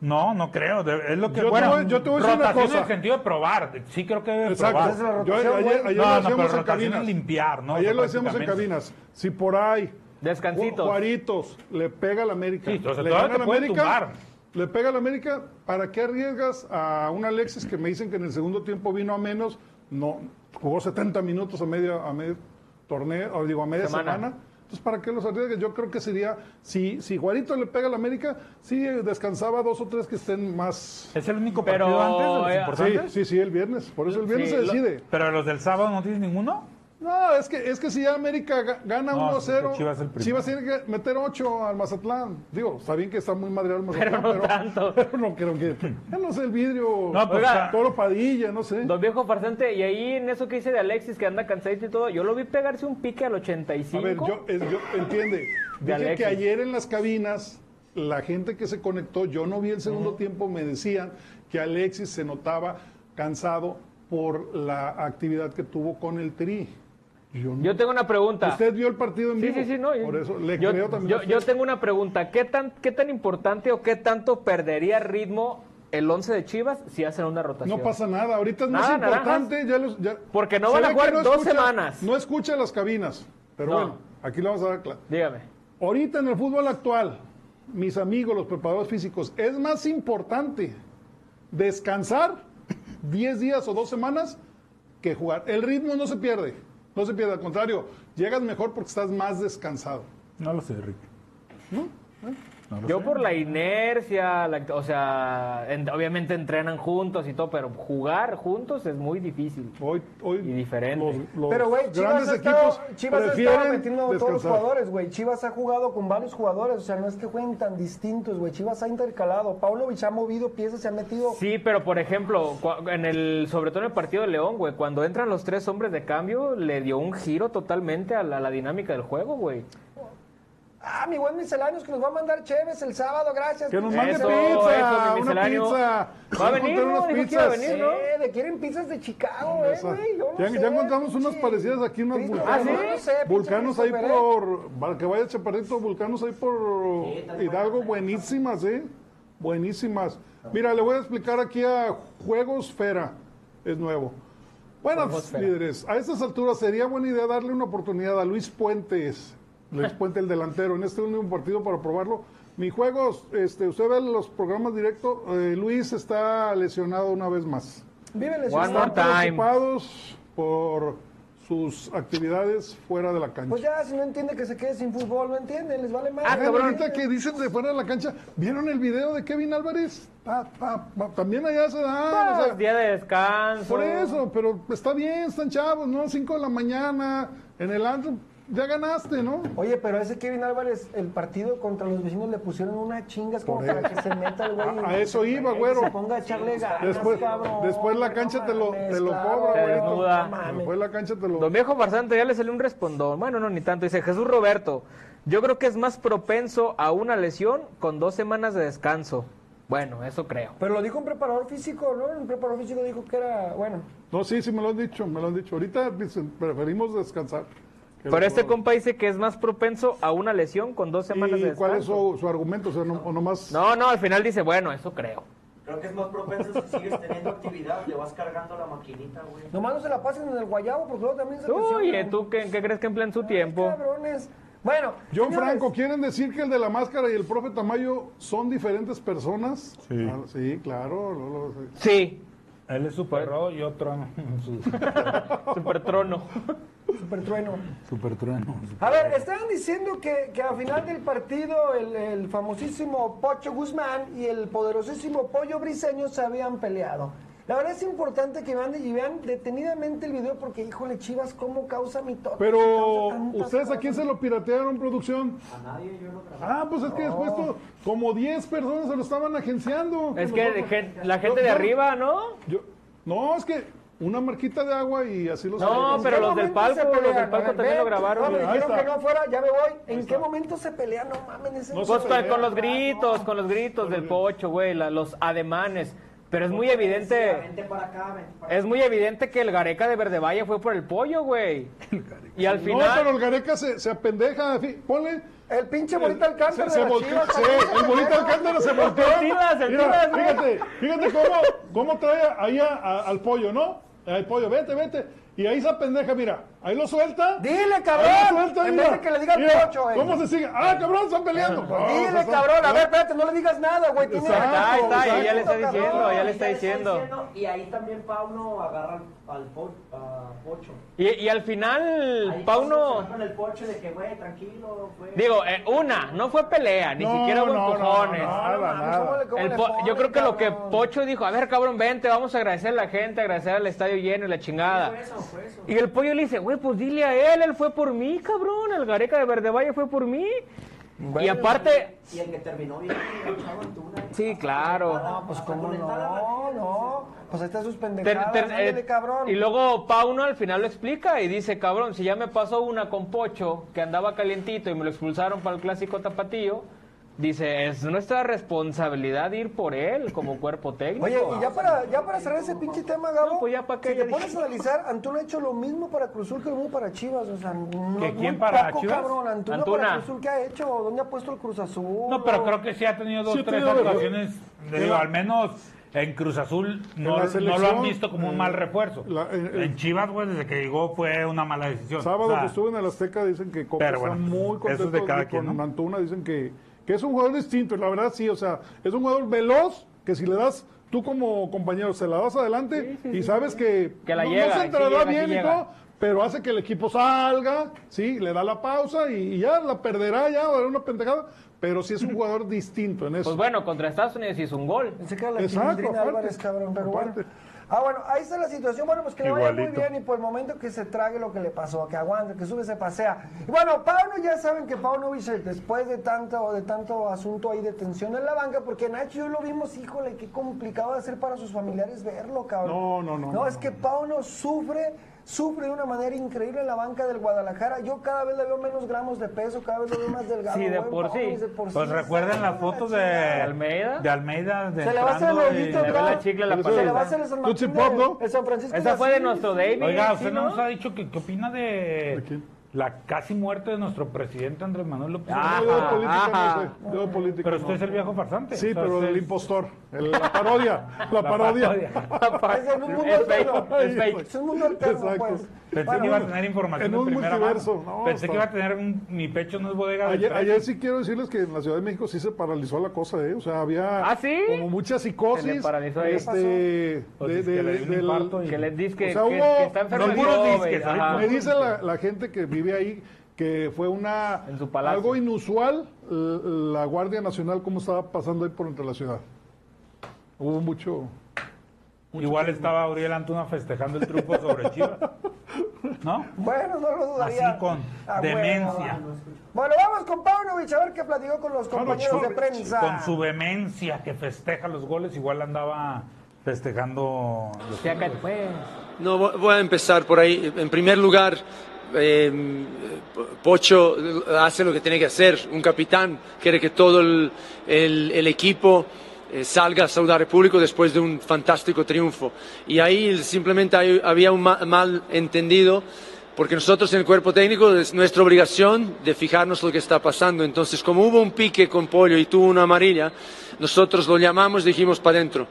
[SPEAKER 3] No, no creo. de- Es lo que
[SPEAKER 5] Yo te
[SPEAKER 3] bueno,
[SPEAKER 5] voy- yo te voy a decir una
[SPEAKER 3] rotación
[SPEAKER 5] cosa.
[SPEAKER 3] en el sentido de probar. de- Sí creo que debe probar.
[SPEAKER 5] Exacto.
[SPEAKER 2] es la
[SPEAKER 5] Yo-
[SPEAKER 2] rotación,
[SPEAKER 5] ayer-
[SPEAKER 2] güey.
[SPEAKER 5] ayer
[SPEAKER 3] No,
[SPEAKER 5] lo
[SPEAKER 3] no,
[SPEAKER 5] hacíamos
[SPEAKER 3] pero
[SPEAKER 5] en
[SPEAKER 3] rotación
[SPEAKER 5] cabinas.
[SPEAKER 3] es limpiar, ¿no?
[SPEAKER 5] Ayer lo hacíamos en
[SPEAKER 3] Prácticamente.
[SPEAKER 5] cabinas. Si por ahí
[SPEAKER 4] Descansitos.
[SPEAKER 5] Ju- Juaritos le pega al América,
[SPEAKER 3] Sí, o sea,
[SPEAKER 5] le
[SPEAKER 3] todavía
[SPEAKER 5] gana
[SPEAKER 3] te
[SPEAKER 5] al
[SPEAKER 3] pueden
[SPEAKER 5] América,
[SPEAKER 3] tumbar.
[SPEAKER 5] le pega al América, ¿para qué arriesgas a un Alexis que me dicen que en el segundo tiempo vino a menos? No, jugó 70 minutos a media a medio torneo, o digo a media
[SPEAKER 4] Semana.
[SPEAKER 5] semana. Entonces, ¿para qué los arriesgas? Yo creo que sería, si, si Juarito le pega al América, sí eh, descansaba dos o tres que estén más...
[SPEAKER 3] Es el único
[SPEAKER 4] Pero,
[SPEAKER 3] partido antes de los
[SPEAKER 4] eh,
[SPEAKER 5] Sí,
[SPEAKER 3] importantes.
[SPEAKER 5] sí, sí, el viernes. Por eso el viernes
[SPEAKER 4] Sí,
[SPEAKER 5] se
[SPEAKER 4] lo-
[SPEAKER 5] decide.
[SPEAKER 3] Pero los del sábado no tienes ninguno.
[SPEAKER 5] No, es que, es que si ya América ga- gana
[SPEAKER 3] No,
[SPEAKER 5] 1-0,
[SPEAKER 3] Chivas es el primero.
[SPEAKER 5] Chivas, tiene que meter 8 al Mazatlán. Digo, está bien que está muy madreado el Mazatlán,
[SPEAKER 4] no
[SPEAKER 5] pero,
[SPEAKER 4] tanto.
[SPEAKER 5] pero no creo que. Ya no sé, el vidrio.
[SPEAKER 3] No, pues,
[SPEAKER 4] Oiga.
[SPEAKER 5] Toro Padilla, no sé.
[SPEAKER 4] Don viejo farsante, y ahí en eso que dice de Alexis, que anda cansadito y todo, yo lo vi pegarse un pique al 85.
[SPEAKER 5] A ver, yo, es- yo- entiende.
[SPEAKER 4] De
[SPEAKER 5] Dije
[SPEAKER 4] Alexis.
[SPEAKER 5] que ayer en las cabinas, la gente que se conectó, yo no vi el segundo tiempo, me decían que Alexis se notaba cansado por la actividad que tuvo con el Tri. Yo no.
[SPEAKER 4] Yo tengo una pregunta.
[SPEAKER 5] Usted vio el partido en
[SPEAKER 4] Sí,
[SPEAKER 5] vivo.
[SPEAKER 4] sí, sí, no. yo-
[SPEAKER 5] Por eso le
[SPEAKER 4] yo,
[SPEAKER 5] creo también. a
[SPEAKER 4] Yo,
[SPEAKER 5] usted.
[SPEAKER 4] yo tengo una pregunta. ¿Qué tan, ¿Qué tan importante o qué tanto perdería ritmo el 11 de Chivas si hacen una rotación?
[SPEAKER 5] No pasa nada, ahorita es más
[SPEAKER 4] Nada,
[SPEAKER 5] importante. Ya los- ya-
[SPEAKER 4] Porque no
[SPEAKER 5] Se
[SPEAKER 4] van a
[SPEAKER 5] ve que
[SPEAKER 4] jugar dos
[SPEAKER 5] escucha-
[SPEAKER 4] semanas.
[SPEAKER 5] No escucha las cabinas, pero
[SPEAKER 4] No.
[SPEAKER 5] bueno, aquí lo vamos a dar claro.
[SPEAKER 4] Dígame.
[SPEAKER 5] Ahorita en el fútbol actual, mis amigos, los preparadores físicos, es más importante descansar 10 días o dos semanas que jugar. El ritmo no se pierde, no se pierde, al contrario, llegas mejor porque estás más descansado.
[SPEAKER 3] No lo sé, Rick.
[SPEAKER 4] Yo por la inercia, la- o sea, en- obviamente entrenan juntos y todo, pero jugar juntos es muy difícil.
[SPEAKER 5] Hoy, hoy
[SPEAKER 4] Y diferente.
[SPEAKER 5] los- los
[SPEAKER 2] Pero, güey, Chivas,
[SPEAKER 5] grandes
[SPEAKER 2] ha estado,
[SPEAKER 5] equipos
[SPEAKER 2] Chivas ha
[SPEAKER 5] prefieren
[SPEAKER 2] estado metiendo a todos los
[SPEAKER 5] descansar.
[SPEAKER 2] jugadores, güey. Chivas ha jugado con varios jugadores, o sea, no es que jueguen tan distintos, güey. Chivas ha intercalado. Paunovic ha movido piezas, se ha metido.
[SPEAKER 4] Sí, pero por ejemplo, cua- en el, sobre todo en el partido de León, güey, cuando entran los tres hombres de cambio, le dio un giro totalmente a la, a la dinámica del juego, güey.
[SPEAKER 2] Ah, mi buen misceláneos que nos va a mandar Chévez el sábado, gracias.
[SPEAKER 5] Pues Que nos mande
[SPEAKER 4] Eso,
[SPEAKER 5] pizza,
[SPEAKER 4] eso, mi
[SPEAKER 5] una
[SPEAKER 4] misceláneo.
[SPEAKER 5] pizza.
[SPEAKER 4] Va a
[SPEAKER 5] Yo
[SPEAKER 4] venir,
[SPEAKER 5] encontré
[SPEAKER 4] ¿no?
[SPEAKER 5] unas
[SPEAKER 4] Dijo que iba a
[SPEAKER 5] pizzas.
[SPEAKER 4] venir,
[SPEAKER 2] Sí,
[SPEAKER 4] ¿no?
[SPEAKER 2] de quieren pizzas de Chicago, eh,
[SPEAKER 5] Esa.
[SPEAKER 2] güey. yo no
[SPEAKER 5] ya,
[SPEAKER 2] sé.
[SPEAKER 5] ya encontramos unas
[SPEAKER 2] Sí.
[SPEAKER 5] parecidas aquí, unas
[SPEAKER 2] Cristo,
[SPEAKER 5] vulcanos.
[SPEAKER 4] ¿Ah, sí?
[SPEAKER 2] no sé, pinche
[SPEAKER 5] vulcanos ahí
[SPEAKER 2] Christopher, ¿eh?
[SPEAKER 5] por. Para que vaya chaparrito, vulcanos ahí por Hidalgo, buenísimas, ¿eh? Buenísimas. Mira, le voy a explicar aquí a Juegos Fera. Es nuevo. Buenas, líderes. A estas alturas sería buena idea darle una oportunidad a Luis Puentes. Luis Puente, el delantero, en este último partido para probarlo. Mi juegos, este, usted ve los programas directos. Luis está lesionado una vez más.
[SPEAKER 2] Vive
[SPEAKER 4] One
[SPEAKER 2] lesionado.
[SPEAKER 4] more
[SPEAKER 5] Están
[SPEAKER 4] time.
[SPEAKER 5] preocupados por sus actividades fuera de la cancha.
[SPEAKER 2] Pues ya, si no entiende que se quede sin fútbol, no entiende, les vale más.
[SPEAKER 5] Ah, cabrón, ahorita que dicen de fuera de la cancha, ¿vieron el video de Kevin Álvarez? Pa, pa, pa, también allá se dan.
[SPEAKER 2] Pues,
[SPEAKER 5] o sea,
[SPEAKER 4] día de descanso.
[SPEAKER 5] por eso, pero está bien, están chavos, ¿no? 5 de la mañana, en el antro, ya ganaste, ¿no?
[SPEAKER 2] Oye, pero a ese Kevin Álvarez, el partido contra los vecinos le pusieron unas chingas como
[SPEAKER 5] Por
[SPEAKER 2] para
[SPEAKER 5] eso.
[SPEAKER 2] que se meta el güey.
[SPEAKER 5] A- a eso iba,
[SPEAKER 2] Que
[SPEAKER 5] güero.
[SPEAKER 2] Se ponga a echarle ganas,
[SPEAKER 5] Después-
[SPEAKER 2] cabrón.
[SPEAKER 5] después la cancha te lo- te lo cobra,
[SPEAKER 2] güey.
[SPEAKER 4] güerito.
[SPEAKER 2] No
[SPEAKER 5] Pero
[SPEAKER 2] mames.
[SPEAKER 5] fue la cancha te lo.
[SPEAKER 4] Don Viejo Farsante ya le salió un respondón. Bueno, no, ni tanto. Dice Jesús Roberto, yo creo que es más propenso a una lesión con dos semanas de descanso. Bueno, eso creo.
[SPEAKER 2] Pero lo dijo un preparador físico, ¿no? Un preparador físico dijo que era, bueno,
[SPEAKER 5] No, sí, sí, me lo han dicho, me lo han dicho. Ahorita dicen, preferimos descansar. que
[SPEAKER 4] Pero este
[SPEAKER 5] jugadores.
[SPEAKER 4] compa dice que es más propenso a una lesión con dos semanas de
[SPEAKER 5] ¿Y cuál es
[SPEAKER 4] descanso.
[SPEAKER 5] su, su argumento? O sea, no, o nomás.
[SPEAKER 4] No, no, al final dice, bueno, eso creo.
[SPEAKER 6] Creo que es más propenso si sigues teniendo actividad, le vas cargando la maquinita, güey.
[SPEAKER 2] nomás no se la pasen en el guayabo porque luego también se
[SPEAKER 4] Oye,
[SPEAKER 2] lesionan.
[SPEAKER 4] ¿tú qué, qué crees que emplean su
[SPEAKER 2] Ay,
[SPEAKER 4] tiempo?
[SPEAKER 2] cabrones. Bueno,
[SPEAKER 5] John
[SPEAKER 2] señores,
[SPEAKER 5] Franco, ¿quieren decir que el de la máscara y el profe Tamayo son diferentes personas?
[SPEAKER 3] Sí.
[SPEAKER 5] Ah, sí, claro. lo- lo- sí.
[SPEAKER 4] Sí,
[SPEAKER 3] Él es super ro y otro
[SPEAKER 4] super trono.
[SPEAKER 2] Super trueno.
[SPEAKER 3] super trueno.
[SPEAKER 2] A ver, estaban diciendo que, que al final del partido el, el famosísimo Pocho Guzmán y el poderosísimo Pollo Briseño se habían peleado. La verdad es importante que vean y vean detenidamente el video porque, híjole, Chivas, ¿cómo causa mi toque?
[SPEAKER 5] Pero, ¿ustedes a quién se lo piratearon, producción?
[SPEAKER 6] A nadie yo lo grabé.
[SPEAKER 5] Ah, pues es que después to- como 10 personas se lo estaban agenciando.
[SPEAKER 4] Es que de
[SPEAKER 5] nosotros-
[SPEAKER 4] gen- la gente de
[SPEAKER 5] Yo- yo-
[SPEAKER 4] arriba, ¿no?
[SPEAKER 5] yo- no, es que una marquita de agua y así lo
[SPEAKER 4] No,
[SPEAKER 5] saben.
[SPEAKER 4] pero los del palco, los del palco también lo
[SPEAKER 2] No,
[SPEAKER 4] grabaron.
[SPEAKER 2] me
[SPEAKER 5] Ahí
[SPEAKER 2] dijeron
[SPEAKER 5] está.
[SPEAKER 2] que no fuera, ya me voy. ¿En qué momento se pelean? No mames, ese
[SPEAKER 5] No
[SPEAKER 4] Pues
[SPEAKER 5] se
[SPEAKER 4] con,
[SPEAKER 5] pelea.
[SPEAKER 4] con los gritos, con los gritos del pocho, güey, la- los ademanes. Pero es muy
[SPEAKER 6] Decía,
[SPEAKER 4] evidente,
[SPEAKER 6] Vente para acá, vente para acá.
[SPEAKER 4] es muy evidente que el Gareca de Verde Valle fue por el pollo, güey. Y al
[SPEAKER 5] No, pero el
[SPEAKER 4] final,
[SPEAKER 5] Gareca se, se apendeja. fi- Ponle.
[SPEAKER 2] El pinche bonito
[SPEAKER 5] Se,
[SPEAKER 2] alcántara.
[SPEAKER 5] se
[SPEAKER 2] de las
[SPEAKER 5] volteó.
[SPEAKER 2] Chivas, ¿eh?
[SPEAKER 5] sí,
[SPEAKER 2] ¿cómo se
[SPEAKER 5] el bonito
[SPEAKER 2] pelea?
[SPEAKER 5] Alcántara se volteó.
[SPEAKER 4] El Tibas, el
[SPEAKER 2] ¿eh?
[SPEAKER 4] Tibas, güey.
[SPEAKER 5] fíjate, fíjate cómo, cómo trae ahí a- a- al pollo, ¿no? Al pollo, vete, vete. Y ahí se apendeja, mira. Ahí lo suelta.
[SPEAKER 2] Dile,
[SPEAKER 5] Ahí
[SPEAKER 2] cabrón.
[SPEAKER 5] lo suelta,
[SPEAKER 2] en
[SPEAKER 5] mira.
[SPEAKER 2] vez de que le diga al
[SPEAKER 5] Mira,
[SPEAKER 2] pocho, güey.
[SPEAKER 5] ¿Cómo se sigue? Ah, cabrón, están peleando. No, o sea,
[SPEAKER 2] Dile,
[SPEAKER 5] son-
[SPEAKER 2] cabrón, a ver, espérate, no le digas nada, güey. tiene-
[SPEAKER 5] Exacto,
[SPEAKER 4] Ahí está, ahí está, ya le está
[SPEAKER 2] Cabrón,
[SPEAKER 4] diciendo, ya le
[SPEAKER 6] Ahí
[SPEAKER 4] está
[SPEAKER 6] le
[SPEAKER 4] diciendo.
[SPEAKER 6] Y ahí también Pauno agarra al, al po- a Pocho.
[SPEAKER 4] Y, y al final,
[SPEAKER 6] Ahí
[SPEAKER 4] Pauno,
[SPEAKER 6] está Con el Pocho de que, güey, tranquilo, güey.
[SPEAKER 4] digo, eh, una, no fue pelea, ni
[SPEAKER 5] No,
[SPEAKER 4] siquiera hubo
[SPEAKER 5] no, no,
[SPEAKER 4] empujones.
[SPEAKER 5] no,
[SPEAKER 2] No
[SPEAKER 5] Nada,
[SPEAKER 2] mames, ¿cómo
[SPEAKER 5] nada.
[SPEAKER 2] le- cómo
[SPEAKER 4] El
[SPEAKER 2] le
[SPEAKER 4] po-
[SPEAKER 2] ponen,
[SPEAKER 4] yo creo que lo que
[SPEAKER 2] cabrón?
[SPEAKER 4] Pocho dijo, a ver, cabrón, vente, vamos a agradecer a la gente, agradecer al estadio lleno y la chingada.
[SPEAKER 6] Fue eso, fue eso.
[SPEAKER 4] Y el pollo le dice, güey, pues dile a él, él fue por mí, cabrón, el Gareca de Verde Valle fue por mí. y aparte,
[SPEAKER 6] Y el que terminó bien, enganchado en Tuna. Ah,
[SPEAKER 4] sí, claro.
[SPEAKER 2] No, pues cómo no, no. Pues ahí está sus
[SPEAKER 4] Ter-
[SPEAKER 2] pendejadas.
[SPEAKER 4] ter-
[SPEAKER 2] ándale,
[SPEAKER 4] eh,
[SPEAKER 2] cabrón.
[SPEAKER 4] y luego Pauno al final lo explica y dice, cabrón, si ya me pasó una con Pocho, que andaba calientito y me lo expulsaron para el clásico tapatío, dice, es nuestra responsabilidad ir por él como cuerpo técnico.
[SPEAKER 2] Oye, y ya para, ya para cerrar ese pinche tema, Gabo,
[SPEAKER 4] No, pues ya pa' qué,
[SPEAKER 2] si
[SPEAKER 4] ya
[SPEAKER 2] te pones
[SPEAKER 4] dije.
[SPEAKER 2] a analizar, Antuna ha hecho lo mismo para Cruz Azul que lo mismo para Chivas, o sea, no,
[SPEAKER 3] ¿Que quién
[SPEAKER 2] muy
[SPEAKER 3] para
[SPEAKER 2] poco,
[SPEAKER 3] Chivas?
[SPEAKER 2] cabrón, Antuna,
[SPEAKER 4] Antuna.
[SPEAKER 2] para Cruz Azul, ¿qué ha hecho? ¿Dónde ha puesto el Cruz Azul?
[SPEAKER 3] No, pero creo que sí ha tenido dos,
[SPEAKER 5] Sí ha
[SPEAKER 3] tres
[SPEAKER 5] tenido-
[SPEAKER 3] actuaciones. Digo, al menos en Cruz Azul no, no
[SPEAKER 5] la
[SPEAKER 3] lo han
[SPEAKER 5] selección,
[SPEAKER 3] visto como un
[SPEAKER 5] eh,
[SPEAKER 3] mal refuerzo.
[SPEAKER 5] la- eh, eh.
[SPEAKER 3] en Chivas, güey, desde que llegó fue una mala decisión.
[SPEAKER 5] Sábado
[SPEAKER 3] O sea,
[SPEAKER 5] que estuve en el Azteca dicen que Coca
[SPEAKER 3] Pero
[SPEAKER 5] está
[SPEAKER 3] bueno,
[SPEAKER 5] muy
[SPEAKER 3] eso es de
[SPEAKER 5] contento
[SPEAKER 3] cada
[SPEAKER 5] con
[SPEAKER 3] quien, ¿no?
[SPEAKER 5] Antuna, dicen que, que es un jugador distinto, y la verdad sí, o sea, es un jugador veloz que si le das tú como compañero se la das adelante y sabes que,
[SPEAKER 4] Que la
[SPEAKER 5] no, no
[SPEAKER 4] llega, sí
[SPEAKER 5] se entrará
[SPEAKER 4] llega, sí
[SPEAKER 5] bien y
[SPEAKER 4] llega.
[SPEAKER 5] todo, pero hace que el equipo salga, sí, le da la pausa y, y ya la perderá ya, o era una pendejada, pero sí es un jugador distinto en eso.
[SPEAKER 4] Pues bueno, contra Estados Unidos hizo un gol.
[SPEAKER 2] Pensé que era la
[SPEAKER 5] Exacto,
[SPEAKER 2] Chilindrina
[SPEAKER 5] aparte,
[SPEAKER 2] Álvarez, cabrón, pero
[SPEAKER 5] aparte.
[SPEAKER 2] bueno. Ah, bueno, ahí está la situación. Bueno, pues que le vaya muy
[SPEAKER 3] Igualito.
[SPEAKER 2] bien y por el momento que se trague lo que le pasó, que aguante, que sube, se pasea. Y bueno, Pablo, ya saben que Pablo después de tanto, de tanto asunto ahí de tensión en la banca, porque Nacho y yo lo vimos, híjole, qué complicado de ser para sus familiares verlo, cabrón.
[SPEAKER 5] No, no, no,
[SPEAKER 2] No,
[SPEAKER 5] no,
[SPEAKER 2] es que Pauno sufre, sufre de una manera increíble en la banca del Guadalajara. Yo cada vez le veo menos gramos de peso, cada vez lo veo más delgado.
[SPEAKER 4] Sí, de
[SPEAKER 2] güey,
[SPEAKER 4] por sí.
[SPEAKER 2] Pauno, de por
[SPEAKER 3] Pues
[SPEAKER 2] sí,
[SPEAKER 3] recuerden
[SPEAKER 2] sabe
[SPEAKER 3] las fotos de,
[SPEAKER 2] chingada.
[SPEAKER 4] Almeida.
[SPEAKER 3] De Almeida. de
[SPEAKER 2] Se le va a hacer el
[SPEAKER 3] entrando y-
[SPEAKER 2] hoyito
[SPEAKER 4] le ve
[SPEAKER 2] acá.
[SPEAKER 4] la chicle a la
[SPEAKER 2] se
[SPEAKER 4] pared.
[SPEAKER 2] le va a hacer el San
[SPEAKER 5] Tutsi
[SPEAKER 2] Martín
[SPEAKER 5] Pop,
[SPEAKER 2] de-
[SPEAKER 5] ¿no?
[SPEAKER 2] el San Francisco.
[SPEAKER 4] Esa
[SPEAKER 2] de
[SPEAKER 4] fue de
[SPEAKER 2] Asís.
[SPEAKER 4] nuestro David.
[SPEAKER 3] Oiga,
[SPEAKER 4] ¿sí,
[SPEAKER 3] usted no
[SPEAKER 4] no?
[SPEAKER 3] nos ha dicho que, qué opina
[SPEAKER 5] ¿De
[SPEAKER 3] de
[SPEAKER 5] quién?
[SPEAKER 3] la casi muerte de nuestro presidente Andrés Manuel López
[SPEAKER 5] No,
[SPEAKER 4] Ah,
[SPEAKER 3] Obrador.
[SPEAKER 5] yo de
[SPEAKER 4] Ajá,
[SPEAKER 5] política no
[SPEAKER 4] ajá.
[SPEAKER 5] sé, yo de política
[SPEAKER 3] Pero
[SPEAKER 5] no.
[SPEAKER 3] usted es el viejo farsante.
[SPEAKER 5] Sí,
[SPEAKER 3] O sea,
[SPEAKER 5] pero
[SPEAKER 3] usted
[SPEAKER 5] el
[SPEAKER 3] es-
[SPEAKER 5] impostor, el- la parodia, la parodia.
[SPEAKER 3] parodia.
[SPEAKER 2] Es en un mundo
[SPEAKER 4] Es fake,
[SPEAKER 2] alterno.
[SPEAKER 4] es fake.
[SPEAKER 2] Es un mundo alterno,
[SPEAKER 5] Exacto.
[SPEAKER 2] pues.
[SPEAKER 3] Pensé
[SPEAKER 5] Bueno,
[SPEAKER 3] que iba a tener información
[SPEAKER 5] en
[SPEAKER 3] de
[SPEAKER 5] un
[SPEAKER 3] primera
[SPEAKER 5] multiverso,
[SPEAKER 3] mano.
[SPEAKER 5] no,
[SPEAKER 3] Pensé
[SPEAKER 5] está-
[SPEAKER 3] que iba a tener un- mi pecho no es bodega de
[SPEAKER 5] Ayer,
[SPEAKER 3] tres.
[SPEAKER 5] ayer sí quiero decirles que en la Ciudad de México sí se paralizó la cosa, ¿eh? O sea, había
[SPEAKER 4] ¿Ah, sí?
[SPEAKER 5] como mucha psicosis.
[SPEAKER 4] Se le paralizó ahí.
[SPEAKER 5] este, de,
[SPEAKER 3] Pues dice
[SPEAKER 5] de-
[SPEAKER 3] que le dio un
[SPEAKER 5] del-
[SPEAKER 3] infarto y-
[SPEAKER 4] Que les dices que,
[SPEAKER 5] O sea,
[SPEAKER 4] que-
[SPEAKER 5] hubo-
[SPEAKER 4] que está enfermo.
[SPEAKER 3] no,
[SPEAKER 4] de
[SPEAKER 3] puros
[SPEAKER 4] COVID,
[SPEAKER 3] disques,
[SPEAKER 4] ajá.
[SPEAKER 3] ¿no?
[SPEAKER 5] Me dice la, la gente que vive ahí que fue una
[SPEAKER 4] En su palacio.
[SPEAKER 5] algo inusual l- la Guardia Nacional cómo estaba pasando ahí por entre la ciudad. Hubo mucho
[SPEAKER 3] Igual estaba Uriel Antuna festejando el triunfo sobre Chivas. ¿No?
[SPEAKER 2] Bueno, no lo dudaría.
[SPEAKER 3] Así con
[SPEAKER 2] Ah, bueno.
[SPEAKER 3] demencia.
[SPEAKER 2] Bueno, vamos con Paunovic a ver qué platicó con los compañeros de
[SPEAKER 5] Paunovic,
[SPEAKER 2] prensa.
[SPEAKER 3] Con su vehemencia que festeja los goles, igual andaba festejando. los-
[SPEAKER 4] Ya cállate, pues.
[SPEAKER 7] No, vo- voy a empezar por ahí. En primer lugar, eh, Po- Pocho hace lo que tiene que hacer. Un capitán quiere que todo el, el- el equipo eh, salga a saludar al público después de un fantástico triunfo. Y ahí simplemente hay- había un ma- mal entendido. Porque nosotros en el cuerpo técnico es nuestra obligación de fijarnos lo que está pasando. Entonces, como hubo un pique con Pollo y tuvo una amarilla, nosotros lo llamamos y dijimos para adentro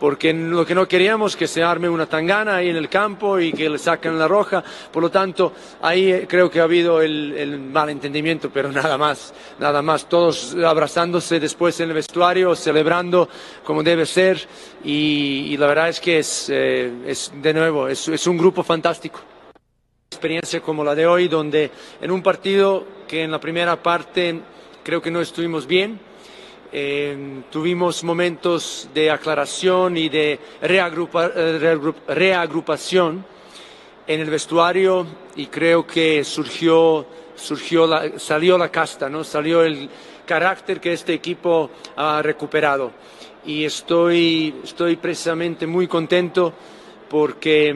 [SPEAKER 7] porque lo que no queríamos que se arme una tangana ahí en el campo y que le sacan la roja. Por lo tanto, ahí eh, creo que ha habido el, el malentendimiento, pero nada más, nada más. Todos abrazándose después en el vestuario, celebrando como debe ser y, y la verdad es que es, eh, es, de nuevo, es- es un grupo fantástico experiencia como la de hoy, donde en un partido que en la primera parte creo que no estuvimos bien, eh, tuvimos momentos de aclaración y de reagrupa- eh, reagru- reagrupación en el vestuario y creo que surgió, surgió la- salió la casta, ¿no? salió el carácter que este equipo ha recuperado. Y estoy, estoy precisamente muy contento porque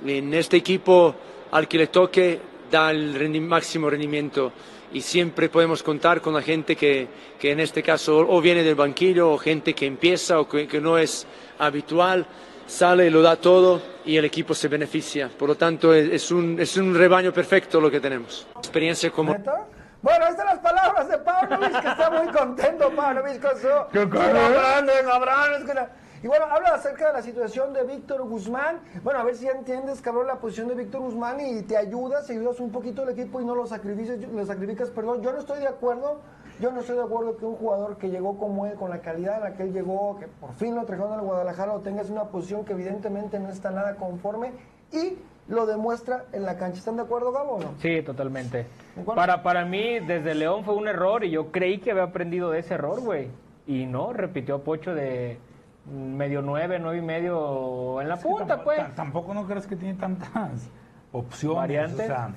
[SPEAKER 7] mm, en este equipo al que le toque da el rendi- máximo rendimiento y siempre podemos contar con la gente que, que en este caso o viene del banquillo o gente que empieza o que- que no es habitual sale y lo da todo y el equipo se beneficia. Por lo tanto, es, es un, es un rebaño perfecto lo que tenemos. Experiencia como...
[SPEAKER 2] ¿Neta? Bueno, estas son las palabras de Pavlovich, que está muy contento Pavlovich con su...
[SPEAKER 5] ¿Qué cosa?
[SPEAKER 2] Siga hablando, siga hablando, es que la- Y bueno, habla acerca de la situación de Víctor Guzmán. Bueno, a ver si ya entiendes, cabrón, la posición de Víctor Guzmán y te ayudas, ayudas un poquito al equipo y no lo sacrificas, lo sacrificas, perdón. Yo no estoy de acuerdo, yo no estoy de acuerdo que un jugador que llegó como él, con la calidad en la que él llegó, que por fin lo trajeron al Guadalajara, lo tengas en una posición que evidentemente no está nada conforme y lo demuestra en la cancha. ¿Están de acuerdo, Gabo, o no?
[SPEAKER 4] Sí, totalmente.
[SPEAKER 2] ¿De acuerdo?
[SPEAKER 4] Para, para mí, desde León fue un error y yo creí que había aprendido de ese error, güey. Y no, repitió Pocho de medio nueve, nueve y medio en la
[SPEAKER 3] Es que
[SPEAKER 4] punta,
[SPEAKER 3] tampoco-
[SPEAKER 4] pues.
[SPEAKER 3] ta- Tampoco no crees que tiene tantas opciones.
[SPEAKER 4] Variantes.
[SPEAKER 3] o sea,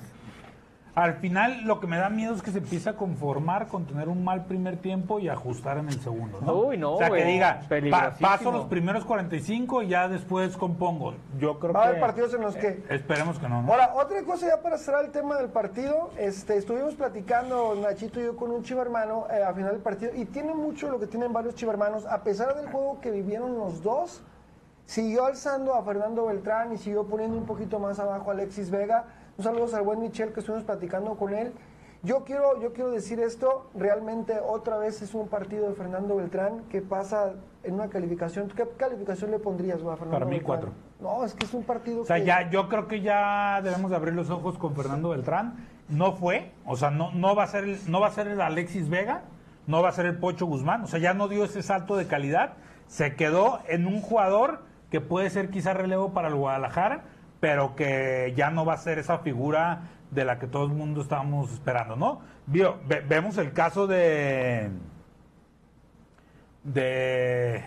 [SPEAKER 3] al final lo que me da miedo es que se empiece a conformar con tener un mal primer tiempo y ajustar en el segundo. ¿no?
[SPEAKER 4] Uy, no,
[SPEAKER 3] O sea, que
[SPEAKER 4] güey.
[SPEAKER 3] diga, pa-
[SPEAKER 4] Peligrosísimo.
[SPEAKER 3] paso los primeros 45 y ya después compongo. Yo creo
[SPEAKER 2] Va a
[SPEAKER 3] que...
[SPEAKER 2] haber partidos en los que
[SPEAKER 3] Esperemos que no. ¿no?
[SPEAKER 2] Ahora, otra cosa ya para cerrar el tema del partido, este, estuvimos platicando Nachito y yo con un chivo hermano eh, al final del partido y tiene mucho lo que tienen varios chivo hermanos, a pesar del juego que vivieron los dos, siguió alzando a Fernando Beltrán y siguió poniendo un poquito más abajo a Alexis Vega. Un saludo al buen Michel que estuvimos platicando con él. Yo quiero, yo quiero decir esto, realmente otra vez es un partido de Fernando Beltrán que pasa en una calificación. ¿Tú ¿Qué calificación le pondrías, güey, a Fernando
[SPEAKER 3] Para mí,
[SPEAKER 2] Beltrán?
[SPEAKER 3] cuatro.
[SPEAKER 2] No, es que es un partido
[SPEAKER 3] O sea,
[SPEAKER 2] que-
[SPEAKER 3] ya, yo creo que ya debemos de abrir los ojos con Fernando Beltrán. No fue, o sea, no, no va a ser el, no va a ser el Alexis Vega, no va a ser el Pocho Guzmán, o sea, ya no dio ese salto de calidad, se quedó en un jugador que puede ser quizá relevo para el Guadalajara, pero que ya no va a ser esa figura de la que todo el mundo estábamos esperando, ¿no? Vio- ve- vemos el caso de de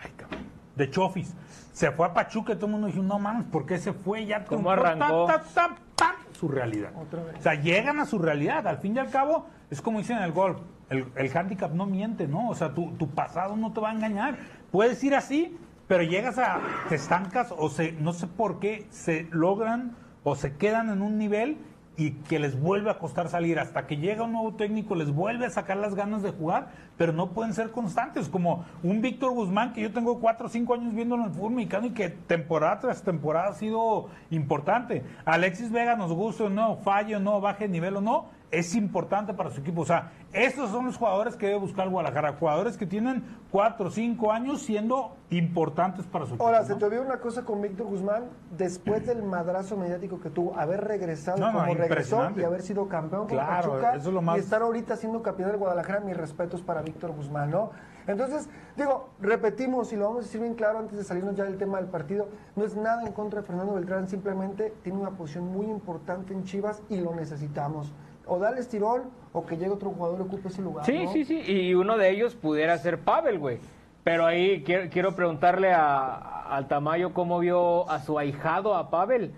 [SPEAKER 3] ay, cabrón, de Chofis. Se fue a Pachuca y todo el mundo dijo, no mames, ¿por qué se fue? Ya triunfó,
[SPEAKER 4] ¿Cómo arrancó?
[SPEAKER 3] ta, ta, ta, pam, su realidad. O sea, llegan a su realidad. Al fin y al cabo, es como dicen en el golf, el, el handicap no miente, ¿no? O sea, tu, tu pasado no te va a engañar. Puedes ir así, pero llegas a, te estancas o se, no sé por qué, se logran o se quedan en un nivel y que les vuelve a costar salir hasta que llega un nuevo técnico, les vuelve a sacar las ganas de jugar, pero no pueden ser constantes, como un Víctor Guzmán que yo tengo cuatro o cinco años viéndolo en el fútbol mexicano y que temporada tras temporada ha sido importante. Alexis Vega nos gusta o no, fallo o no, baje de nivel o no, es importante para su equipo. O sea, estos son los jugadores que debe buscar Guadalajara. Jugadores que tienen 4 o 5 años siendo importantes para su equipo.
[SPEAKER 2] Ahora,
[SPEAKER 3] ¿no?
[SPEAKER 2] se te olvidó una cosa con Víctor Guzmán, después del madrazo mediático que tuvo, haber regresado
[SPEAKER 3] No, no,
[SPEAKER 2] como regresó
[SPEAKER 3] impresionante.
[SPEAKER 2] y haber sido campeón con
[SPEAKER 3] Claro,
[SPEAKER 2] Pachuca
[SPEAKER 3] eso es lo más-
[SPEAKER 2] y estar ahorita siendo campeón del Guadalajara, mis respetos para Víctor Guzmán, ¿no? Entonces, digo, repetimos y lo vamos a decir bien claro antes de salirnos ya del tema del partido, no es nada en contra de Fernando Beltrán, simplemente tiene una posición muy importante en Chivas y lo necesitamos. O dale estirón o que llegue otro jugador y ocupe ese lugar.
[SPEAKER 4] Sí,
[SPEAKER 2] ¿no?
[SPEAKER 4] sí, sí. Y uno de ellos pudiera ser Pavel, güey. Pero ahí quiero, quiero preguntarle a, al Tamayo cómo vio a su ahijado, a Pavel.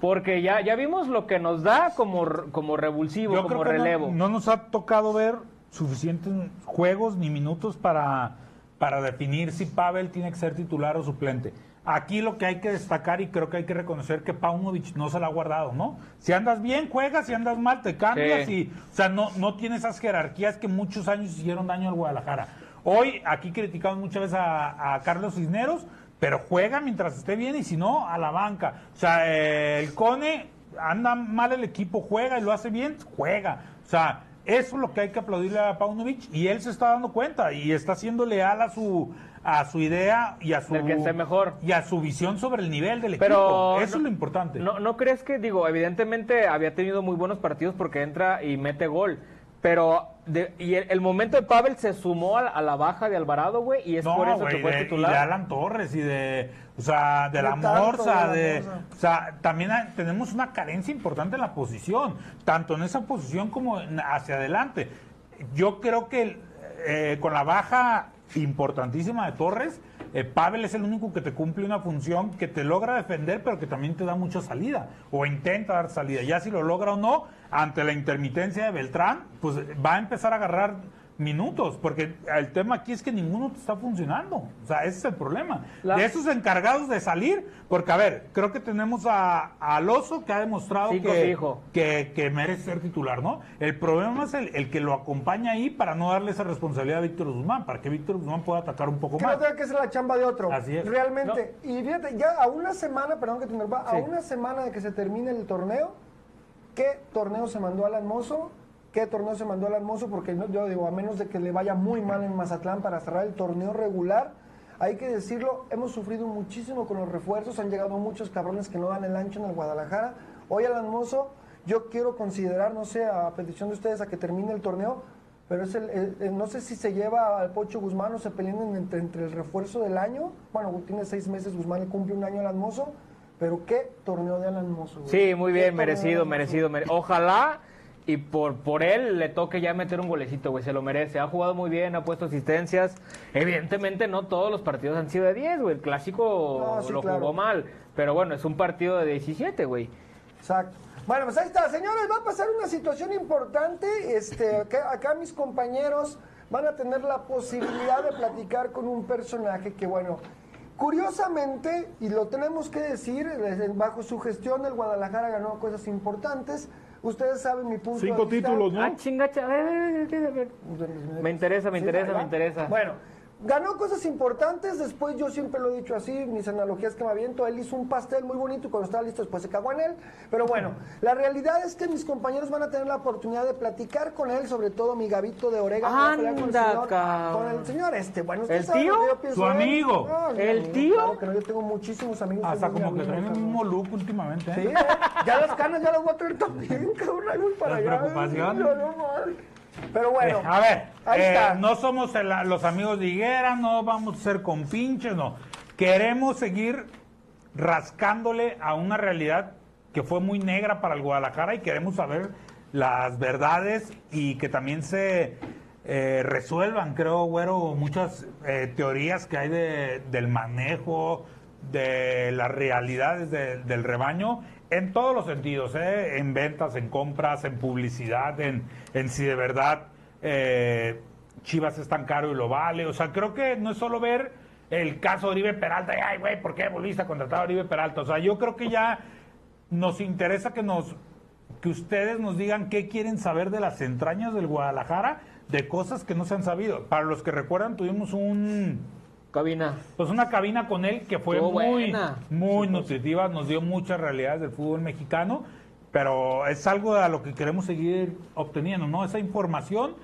[SPEAKER 4] Porque ya, ya vimos lo que nos da como, r- como revulsivo,
[SPEAKER 3] Yo
[SPEAKER 4] como
[SPEAKER 3] creo que no-
[SPEAKER 4] relevo.
[SPEAKER 3] No, nos ha tocado ver suficientes juegos ni minutos para, para definir si Pavel tiene que ser titular o suplente. Aquí lo que hay que destacar y creo que hay que reconocer que Paunovic no se la ha guardado, ¿no? Si andas bien, juegas, si andas mal, te cambias
[SPEAKER 4] Sí.
[SPEAKER 3] y o sea, no, no tiene esas jerarquías que muchos años hicieron daño al Guadalajara. Hoy aquí criticamos muchas veces a, a Carlos Cisneros, pero juega mientras esté bien y si no, a la banca. O sea, eh, el Cone anda mal el equipo, juega y lo hace bien, juega. O sea, eso es lo que hay que aplaudirle a Paunovic y él se está dando cuenta y está siendo leal a su a su idea y a su
[SPEAKER 4] Del que esté mejor.
[SPEAKER 3] y a su visión sobre el nivel del
[SPEAKER 4] Pero
[SPEAKER 3] equipo. Eso es
[SPEAKER 4] no-
[SPEAKER 3] lo importante.
[SPEAKER 4] No, ¿No crees que, digo, evidentemente había tenido muy buenos partidos porque entra y mete gol? Pero de- y el, el momento de Pavel se sumó a, la- a la baja de Alvarado, güey, y es por eso
[SPEAKER 3] güey,
[SPEAKER 4] que fue
[SPEAKER 3] de,
[SPEAKER 4] titular.
[SPEAKER 3] y de Alan Torres y de, o sea, de,
[SPEAKER 2] De
[SPEAKER 3] la
[SPEAKER 2] tanto, de la
[SPEAKER 3] Morsa, de,
[SPEAKER 2] Morsa.
[SPEAKER 3] o sea, también hay- tenemos una carencia importante en la posición, tanto en esa posición como en- hacia adelante. Yo creo que eh, con la baja importantísima de Torres, eh, Pavel es el único que te cumple una función que te logra defender, pero que también te da mucha salida o intenta dar salida. Ya si lo logra o no, ante la intermitencia de Beltrán, pues va a empezar a agarrar minutos, porque el tema aquí es que ninguno te está funcionando. O sea, ese es el problema.
[SPEAKER 4] La-
[SPEAKER 3] De esos encargados de salir, porque a ver, creo que tenemos a, a Alonso que ha demostrado
[SPEAKER 4] Cinco
[SPEAKER 3] que,
[SPEAKER 4] fijo.
[SPEAKER 3] que, que merece ser titular, ¿no? El problema es el, el que lo acompaña ahí para no darle esa responsabilidad a Víctor Guzmán, para que Víctor Guzmán pueda atacar un poco
[SPEAKER 2] Que
[SPEAKER 3] más.
[SPEAKER 2] no tenga que ser la chamba de otro.
[SPEAKER 3] Así es.
[SPEAKER 2] Realmente. Y fíjate, ya a una semana, perdón que te interrumpa, a
[SPEAKER 4] Sí.
[SPEAKER 2] una semana de que se termine el torneo, ¿qué torneo se mandó al almozo? ¿Qué torneo se mandó al almozo? Porque no- yo digo, a menos de que le vaya muy mal en Mazatlán para cerrar el torneo regular, hay que decirlo, hemos sufrido muchísimo con los refuerzos, han llegado muchos cabrones que no dan el ancho en el Guadalajara. Hoy al almozo, yo quiero considerar, no sé, a petición de ustedes, a que termine el torneo, pero es el, el- el- no sé si se lleva al Pocho Guzmán o se pelean entre, entre el refuerzo del año. Bueno, tiene seis meses, Guzmán le cumple un año al Mozo. Pero qué torneo de Alan Mozo. güey.
[SPEAKER 4] Sí, muy
[SPEAKER 2] Qué torneo
[SPEAKER 4] bien,
[SPEAKER 2] de
[SPEAKER 4] merecido,
[SPEAKER 2] Alan Mozo.
[SPEAKER 4] merecido, mere- Ojalá y por, por él le toque ya meter un golecito, güey, se lo merece. Ha jugado muy bien, ha puesto asistencias. Evidentemente no todos los partidos han sido de 10, güey. El clásico
[SPEAKER 2] No, sí,
[SPEAKER 4] lo
[SPEAKER 2] claro.
[SPEAKER 4] jugó mal, pero bueno, es un partido de 17, güey.
[SPEAKER 2] Exacto. Bueno, pues ahí está, señores, va a pasar una situación importante. Este, acá, acá mis compañeros van a tener la posibilidad de platicar con un personaje que, bueno, curiosamente, y lo tenemos que decir, desde- bajo su gestión el Guadalajara ganó cosas importantes. Ustedes saben mi punto
[SPEAKER 5] Cinco
[SPEAKER 2] de vista.
[SPEAKER 5] títulos, ¿no?
[SPEAKER 4] Ah, chingacha. Me interesa, me
[SPEAKER 2] Sí,
[SPEAKER 4] interesa,
[SPEAKER 2] ahí
[SPEAKER 4] me
[SPEAKER 2] va.
[SPEAKER 4] interesa.
[SPEAKER 2] Bueno, ganó cosas importantes, después yo siempre lo he dicho así, mis analogías que me aviento, él hizo un pastel muy bonito y cuando estaba listo después se cagó en él, pero bueno, la realidad es que mis compañeros van a tener la oportunidad de platicar con él, sobre todo mi gabito de orégano, va a pelear con el,
[SPEAKER 4] Anda,
[SPEAKER 2] señor,
[SPEAKER 4] cabrón.
[SPEAKER 2] con el señor este, bueno, usted
[SPEAKER 4] ¿El
[SPEAKER 2] sabe lo
[SPEAKER 4] tío?
[SPEAKER 2] que yo pienso
[SPEAKER 3] ¿Su
[SPEAKER 2] de él.
[SPEAKER 3] amigo?
[SPEAKER 2] mi
[SPEAKER 4] ¿El
[SPEAKER 2] amigo,
[SPEAKER 4] tío?
[SPEAKER 2] Claro que no, yo tengo muchísimos amigos.
[SPEAKER 3] Hasta
[SPEAKER 2] soy muy
[SPEAKER 3] como que
[SPEAKER 2] amigo,
[SPEAKER 3] traen el
[SPEAKER 2] cabrón.
[SPEAKER 3] mismo look últimamente. ¿eh?
[SPEAKER 2] Sí, ¿eh? ya las canas ya las voy a traer también, cabrón, ahí voy para
[SPEAKER 3] Las
[SPEAKER 2] allá.
[SPEAKER 3] preocupaciones.
[SPEAKER 2] No, no, madre. Pero bueno,
[SPEAKER 3] Eh, a ver,
[SPEAKER 2] ahí
[SPEAKER 3] eh,
[SPEAKER 2] está.
[SPEAKER 3] no somos el- los amigos de Higuera, no vamos a ser compinches, no. Queremos seguir rascándole a una realidad que fue muy negra para el Guadalajara y queremos saber las verdades y que también se eh, resuelvan, creo, güero, muchas eh, teorías que hay de- del manejo, de las realidades de- del rebaño en todos los sentidos, ¿eh? en ventas, en compras, en publicidad, en, en si de verdad eh, Chivas es tan caro y lo vale. O sea, creo que no es solo ver el caso de Oribe Peralta, y, ay, güey, ¿por qué volviste a contratar a Oribe Peralta? O sea, yo creo que ya nos interesa que nos que ustedes nos digan qué quieren saber de las entrañas del Guadalajara, de cosas que no se han sabido. Para los que recuerdan, tuvimos un
[SPEAKER 4] Cabina.
[SPEAKER 3] pues una cabina con él que fue
[SPEAKER 4] Estuvo
[SPEAKER 3] muy,
[SPEAKER 4] buena. pues,
[SPEAKER 3] muy nutritiva, nos dio muchas realidades del fútbol mexicano Pero es algo a lo que queremos seguir obteniendo, ¿no? Esa información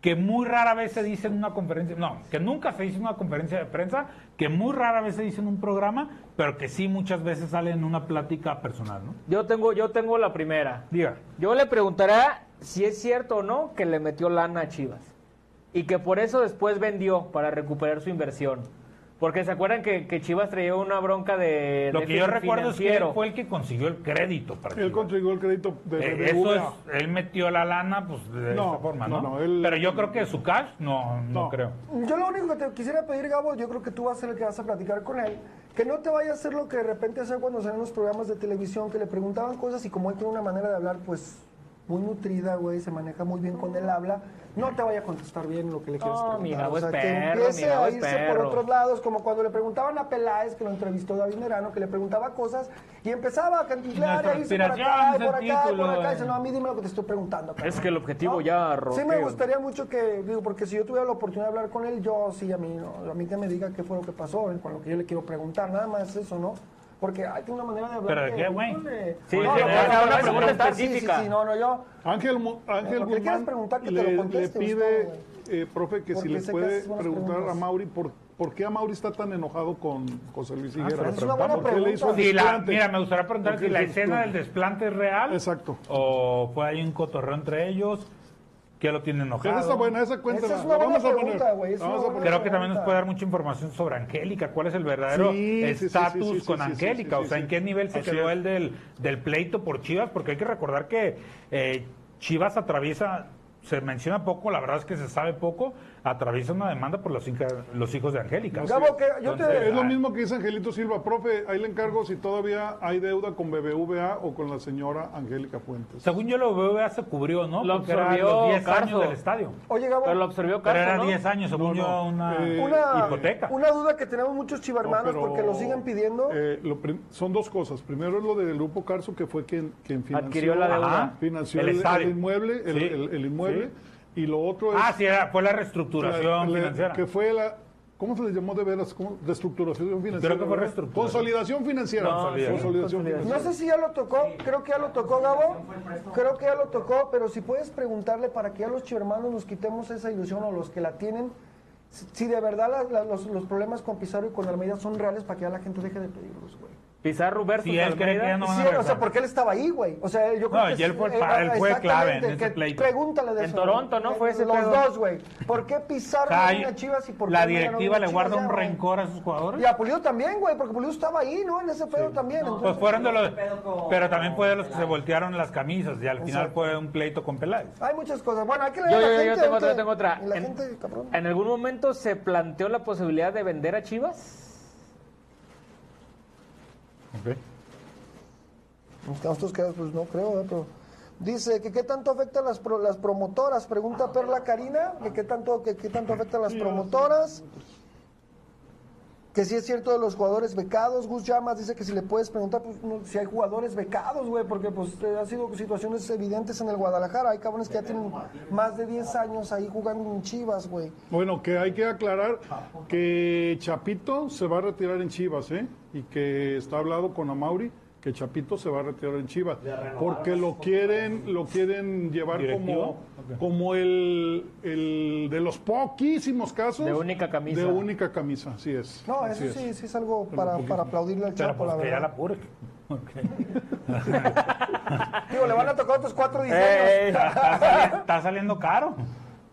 [SPEAKER 3] que muy rara vez se dice en una conferencia, no, que nunca se dice en una conferencia de prensa, que muy rara vez se dice en un programa, pero que sí muchas veces sale en una plática personal, ¿no?
[SPEAKER 4] Yo tengo, yo tengo la primera.
[SPEAKER 3] Diga.
[SPEAKER 4] Yo le preguntará si es cierto o no que le metió lana a Chivas. Y que por eso después vendió para recuperar su inversión. Porque se acuerdan que, que Chivas traía una bronca de.
[SPEAKER 3] Lo
[SPEAKER 4] de
[SPEAKER 3] que yo recuerdo es que él
[SPEAKER 4] financiero?
[SPEAKER 3] fue el que consiguió el crédito para
[SPEAKER 5] Él
[SPEAKER 3] Chivas.
[SPEAKER 5] contribuyó el crédito de,
[SPEAKER 3] Eh,
[SPEAKER 5] de
[SPEAKER 3] eso
[SPEAKER 5] BBVA.
[SPEAKER 3] es- él metió la lana pues de
[SPEAKER 5] No,
[SPEAKER 3] esa forma, ¿no?
[SPEAKER 5] no, no, él-
[SPEAKER 3] Pero yo creo que su cash no, no,
[SPEAKER 5] No.
[SPEAKER 3] creo.
[SPEAKER 2] Yo lo único que te quisiera pedir, Gabo, yo creo que tú vas a ser el que vas a platicar con él, que no te vaya a hacer lo que de repente hace cuando salen los programas de televisión, que le preguntaban cosas y como él tiene una manera de hablar, pues muy nutrida, güey, se maneja muy bien con el habla, no te vaya a contestar bien lo que le quieres
[SPEAKER 4] No,
[SPEAKER 2] preguntar.
[SPEAKER 4] mi Gabo es
[SPEAKER 2] que
[SPEAKER 4] perro,
[SPEAKER 2] empiece
[SPEAKER 4] mi Gabo
[SPEAKER 2] a
[SPEAKER 4] es
[SPEAKER 2] irse por
[SPEAKER 4] perro.
[SPEAKER 2] otros lados, como cuando le preguntaban a Peláez, que lo entrevistó David Merano, que le preguntaba cosas y empezaba a cantilar y
[SPEAKER 3] Nuestra
[SPEAKER 2] a irse por acá, y
[SPEAKER 3] aspiración,
[SPEAKER 2] por acá, y por
[SPEAKER 3] título,
[SPEAKER 2] acá, y dice,
[SPEAKER 3] eh.
[SPEAKER 2] no, a mí dime lo que te estoy preguntando. cabrón".
[SPEAKER 4] Es que el objetivo
[SPEAKER 2] ¿no?
[SPEAKER 4] ya
[SPEAKER 2] Sí,
[SPEAKER 4] rompió.
[SPEAKER 2] me gustaría mucho que, digo, porque si yo tuviera la oportunidad de hablar con él, yo sí, a mí, no, a mí que me diga qué fue lo que pasó, eh, con lo que yo le quiero preguntar, nada más eso, ¿no? Porque ay, tiene una manera de hablar.
[SPEAKER 3] ¿Pero de
[SPEAKER 2] que,
[SPEAKER 3] qué, güey?
[SPEAKER 2] híjole.
[SPEAKER 4] Sí,
[SPEAKER 2] No,
[SPEAKER 4] en
[SPEAKER 2] lo que-
[SPEAKER 4] general, o sea, una
[SPEAKER 2] lo que-
[SPEAKER 4] pregunta
[SPEAKER 2] preguntar, sí, sí,
[SPEAKER 4] específica.
[SPEAKER 2] Sí, no, no, yo.
[SPEAKER 5] Ángel, Mo-
[SPEAKER 2] Lo
[SPEAKER 5] Ángel
[SPEAKER 2] que quieras
[SPEAKER 5] Guzmán
[SPEAKER 2] preguntar, que te
[SPEAKER 5] le,
[SPEAKER 2] lo conteste,
[SPEAKER 5] le
[SPEAKER 2] Gustavo,
[SPEAKER 5] pide, eh, profe, que
[SPEAKER 2] Porque
[SPEAKER 5] si le
[SPEAKER 2] sé que
[SPEAKER 5] puede
[SPEAKER 2] haces buenas
[SPEAKER 5] preguntar
[SPEAKER 2] preguntas.
[SPEAKER 5] a Mauri por, por qué a Mauri está tan enojado con José Luis Higuera.
[SPEAKER 2] Ah, es una buena
[SPEAKER 5] ¿Por qué le hizo
[SPEAKER 2] pregunta.
[SPEAKER 5] el
[SPEAKER 3] Sí, la,
[SPEAKER 5] desplante?
[SPEAKER 3] mira, me gustaría preguntar
[SPEAKER 5] ¿Por
[SPEAKER 3] si
[SPEAKER 5] qué
[SPEAKER 3] la
[SPEAKER 5] le hizo el
[SPEAKER 3] escena del
[SPEAKER 5] desplante?
[SPEAKER 3] desplante es real.
[SPEAKER 5] Exacto.
[SPEAKER 3] O fue ahí un cotorreo entre ellos. que lo tiene enojado?
[SPEAKER 5] Esa está buena, esa cuenta.
[SPEAKER 2] Esa es
[SPEAKER 5] la
[SPEAKER 2] una buena
[SPEAKER 5] vamos a
[SPEAKER 2] pregunta,
[SPEAKER 5] poner.
[SPEAKER 2] güey, es
[SPEAKER 5] La
[SPEAKER 2] una
[SPEAKER 5] vamos a
[SPEAKER 2] buena
[SPEAKER 5] poner.
[SPEAKER 3] Creo que también nos
[SPEAKER 2] pregunta.
[SPEAKER 3] puede dar mucha información sobre Angélica. ¿Cuál es el verdadero
[SPEAKER 5] Sí, sí, sí,
[SPEAKER 3] estatus
[SPEAKER 5] sí, sí, sí,
[SPEAKER 3] con
[SPEAKER 5] sí, sí,
[SPEAKER 3] Angélica?
[SPEAKER 5] sí,
[SPEAKER 3] o sea,
[SPEAKER 5] sí.
[SPEAKER 3] ¿en qué nivel se
[SPEAKER 5] Así
[SPEAKER 3] quedó
[SPEAKER 5] es.
[SPEAKER 3] el del, del pleito por Chivas? Porque hay que recordar que eh, Chivas atraviesa, se menciona poco, la verdad es que se sabe poco, atraviesa una demanda por los, hinca- los hijos de Angélica.
[SPEAKER 2] Gabo, que yo te-
[SPEAKER 3] Entonces,
[SPEAKER 5] Es lo
[SPEAKER 3] ah,
[SPEAKER 5] mismo que dice Angelito Silva, profe, ahí le encargo si todavía hay deuda con BBVA o con la señora Angélica Fuentes.
[SPEAKER 3] ah, Según yo, lo veo, ya se cubrió, ¿no?
[SPEAKER 4] Lo
[SPEAKER 3] Porque eran
[SPEAKER 4] absorbió
[SPEAKER 3] los 10
[SPEAKER 4] Carso.
[SPEAKER 3] años del estadio.
[SPEAKER 2] Oye, Gabo.
[SPEAKER 4] Pero lo
[SPEAKER 3] Pero
[SPEAKER 4] absorbió Carso,
[SPEAKER 3] era
[SPEAKER 4] ¿no?
[SPEAKER 3] 10 años, según
[SPEAKER 5] No,
[SPEAKER 3] yo,
[SPEAKER 5] no.
[SPEAKER 3] una
[SPEAKER 5] Eh,
[SPEAKER 2] una,
[SPEAKER 3] hipoteca.
[SPEAKER 2] una duda que tenemos muchos
[SPEAKER 5] No,
[SPEAKER 2] chivarmanos
[SPEAKER 5] pero,
[SPEAKER 2] porque lo siguen pidiendo.
[SPEAKER 5] eh, lo prim- son dos cosas. Primero es lo del grupo Carso, que fue quien, quien financió,
[SPEAKER 4] Adquirió la deuda.
[SPEAKER 5] Ajá. financió
[SPEAKER 3] El
[SPEAKER 5] el, el
[SPEAKER 3] estadio.
[SPEAKER 5] inmueble. El,
[SPEAKER 3] Sí.
[SPEAKER 5] el- el inmueble. Y lo otro es.
[SPEAKER 3] Ah, sí, era- fue la
[SPEAKER 5] la-
[SPEAKER 3] reestructuración
[SPEAKER 5] la-
[SPEAKER 3] financiera.
[SPEAKER 5] Que fue la. ¿Cómo se le llamó de veras? ¿Cómo? Reestructuración financiera.
[SPEAKER 3] que fue
[SPEAKER 5] ¿verdad?
[SPEAKER 3] reestructuración.
[SPEAKER 5] Consolidación financiera.
[SPEAKER 3] No,
[SPEAKER 5] consolidación.
[SPEAKER 3] sí,
[SPEAKER 5] financiera.
[SPEAKER 2] No sé si ya lo tocó, creo que ya lo tocó Gabo, creo que ya lo tocó, pero si puedes preguntarle para que ya los chivermanos nos quitemos esa ilusión o los que la tienen, si si de verdad la- la- los, los problemas con Pizarro y con Almeida son reales para que ya la gente deje de pedirlos, güey.
[SPEAKER 4] Pizarro versus
[SPEAKER 3] Si él cree que ya
[SPEAKER 4] Almeida.
[SPEAKER 3] no van a
[SPEAKER 2] Sí, o sea,
[SPEAKER 3] regresar.
[SPEAKER 2] porque él estaba ahí, güey. O sea, yo creo
[SPEAKER 3] No,
[SPEAKER 2] que
[SPEAKER 3] y él
[SPEAKER 2] sí,
[SPEAKER 3] fue el
[SPEAKER 2] eh,
[SPEAKER 3] pa- él fue clave en
[SPEAKER 2] exactamente,
[SPEAKER 3] ese
[SPEAKER 2] que
[SPEAKER 3] pleito.
[SPEAKER 2] Pregúntale de
[SPEAKER 4] En
[SPEAKER 2] eso.
[SPEAKER 4] Toronto, ¿no?
[SPEAKER 2] Eh,
[SPEAKER 4] Fue ese
[SPEAKER 2] Los
[SPEAKER 4] pedo.
[SPEAKER 2] dos, güey. ¿Por qué Pizarro
[SPEAKER 3] O sea,
[SPEAKER 2] no vino a Chivas y por qué
[SPEAKER 3] la
[SPEAKER 2] Almeida no vino
[SPEAKER 3] directiva
[SPEAKER 2] a
[SPEAKER 3] le
[SPEAKER 2] Chivas
[SPEAKER 3] guarda
[SPEAKER 2] ya,
[SPEAKER 3] un
[SPEAKER 2] güey?
[SPEAKER 3] rencor a sus
[SPEAKER 2] Y
[SPEAKER 3] jugadores.
[SPEAKER 2] a Pulido también, güey, porque Pulido estaba ahí, ¿no? En ese pedo también.
[SPEAKER 3] Pues
[SPEAKER 2] entonces-
[SPEAKER 3] fueron de los,
[SPEAKER 6] Pero con-
[SPEAKER 3] pero también fue de los que se
[SPEAKER 6] Peláez.
[SPEAKER 3] voltearon las camisas y al final
[SPEAKER 2] Exacto.
[SPEAKER 3] fue un pleito con Peláez.
[SPEAKER 2] Hay muchas cosas. Bueno, hay que leer
[SPEAKER 4] Yo,
[SPEAKER 2] a la
[SPEAKER 4] yo, yo,
[SPEAKER 2] gente.
[SPEAKER 4] tengo
[SPEAKER 2] hay
[SPEAKER 4] otra,
[SPEAKER 2] que-
[SPEAKER 4] tengo otra.
[SPEAKER 2] La
[SPEAKER 4] En-
[SPEAKER 2] gente, cabrón.
[SPEAKER 4] ¿En algún momento se planteó la posibilidad de vender a Chivas?
[SPEAKER 2] Nosotros quedamos, pues no creo, ¿eh? pero... Dice que qué tanto afecta a las, pro- las promotoras. Pregunta Perla Karina, que qué tanto, que qué tanto afecta a las promotoras. Que si es cierto de los jugadores becados. Gus Llamas dice que si le puedes preguntar pues, no, si hay jugadores becados, güey, porque pues eh, ha sido situaciones evidentes en el Guadalajara. Hay cabrones que ya tienen más de 10 años ahí jugando en Chivas, güey.
[SPEAKER 5] Bueno, que hay que aclarar que Chapito se va a retirar en Chivas, ¿eh? Y que está hablado con Amauri que Chapito se va a retirar en Chivas, porque lo quieren, lo quieren llevar
[SPEAKER 3] ¿Directivo?
[SPEAKER 5] como, como el, el de los poquísimos casos
[SPEAKER 4] De única camisa.
[SPEAKER 5] de única camisa, así es.
[SPEAKER 2] No, eh.
[SPEAKER 5] así
[SPEAKER 2] eso
[SPEAKER 5] es.
[SPEAKER 2] sí, sí es algo para,
[SPEAKER 5] poquito.
[SPEAKER 2] para aplaudirle al
[SPEAKER 3] Pero
[SPEAKER 2] Chapo,
[SPEAKER 3] pues
[SPEAKER 2] la
[SPEAKER 3] que ya
[SPEAKER 2] verdad.
[SPEAKER 3] la apure. Ok.
[SPEAKER 2] Digo, le van a tocar otros cuatro diseños.
[SPEAKER 3] Ey, Eh,
[SPEAKER 4] Eh.
[SPEAKER 3] está, está sali- está saliendo caro.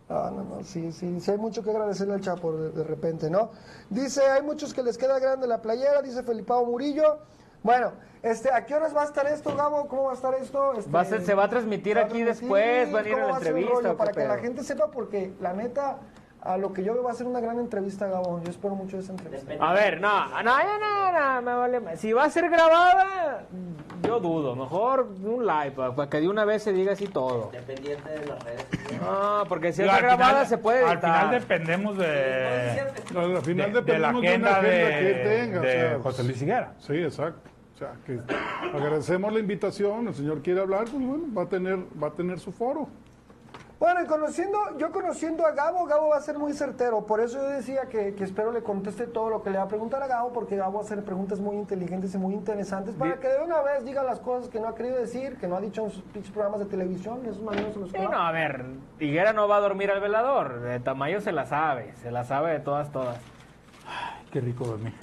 [SPEAKER 2] Ah, no, no, sí, sí, sí, hay mucho que agradecerle al Chapo de, de repente, ¿no? Dice, hay muchos que les queda grande la playera, dice Felipao Murillo. Bueno, este, ¿a qué horas va a estar esto, Gabo? ¿Cómo va a estar esto? Este,
[SPEAKER 4] Va a ser- se va a transmitir
[SPEAKER 2] ¿va a
[SPEAKER 4] aquí después, van a ir
[SPEAKER 2] ¿Cómo
[SPEAKER 4] a la
[SPEAKER 2] ser el
[SPEAKER 4] entrevista,
[SPEAKER 2] rollo?
[SPEAKER 4] ¿o qué
[SPEAKER 2] Para que la
[SPEAKER 4] pedo?
[SPEAKER 2] gente sepa, porque la neta, a lo que yo veo va a ser una gran entrevista, Gabo. Yo espero mucho de esa entrevista.
[SPEAKER 4] A ver, no, no, no, no, no, me vale. ma- Si va a ser grabada, yo dudo. Mejor un live, para, que de una vez se diga así todo.
[SPEAKER 6] Dependiente de las redes.
[SPEAKER 4] No, porque si
[SPEAKER 3] Digo,
[SPEAKER 4] está
[SPEAKER 3] al
[SPEAKER 4] grabada
[SPEAKER 3] final-
[SPEAKER 4] se puede
[SPEAKER 3] Al
[SPEAKER 4] editar.
[SPEAKER 3] final dependemos de,
[SPEAKER 5] Al final
[SPEAKER 3] de- de la
[SPEAKER 5] dependemos de una
[SPEAKER 3] agenda de,
[SPEAKER 5] agenda que tenga, o
[SPEAKER 3] de
[SPEAKER 5] sea,
[SPEAKER 3] José Luis Higuera.
[SPEAKER 5] Sí, exacto. O sea, que agradecemos la invitación, el señor quiere hablar, pues bueno, va a tener, va a tener su foro.
[SPEAKER 2] Bueno, y conociendo, yo conociendo a Gabo, Gabo va a ser muy certero. Por eso yo decía que, que espero le conteste todo lo que le va a preguntar a Gabo, porque Gabo va a hacer preguntas muy inteligentes y muy interesantes para
[SPEAKER 3] Di-
[SPEAKER 2] que de una vez diga las cosas que no ha querido decir, que no ha dicho en sus pinches programas de televisión. Esos maneros se los
[SPEAKER 4] Sí, no, a ver, Higuera no va a dormir al velador. De Tamayo se la sabe, se la sabe de todas, todas.
[SPEAKER 3] Qué rico dormir.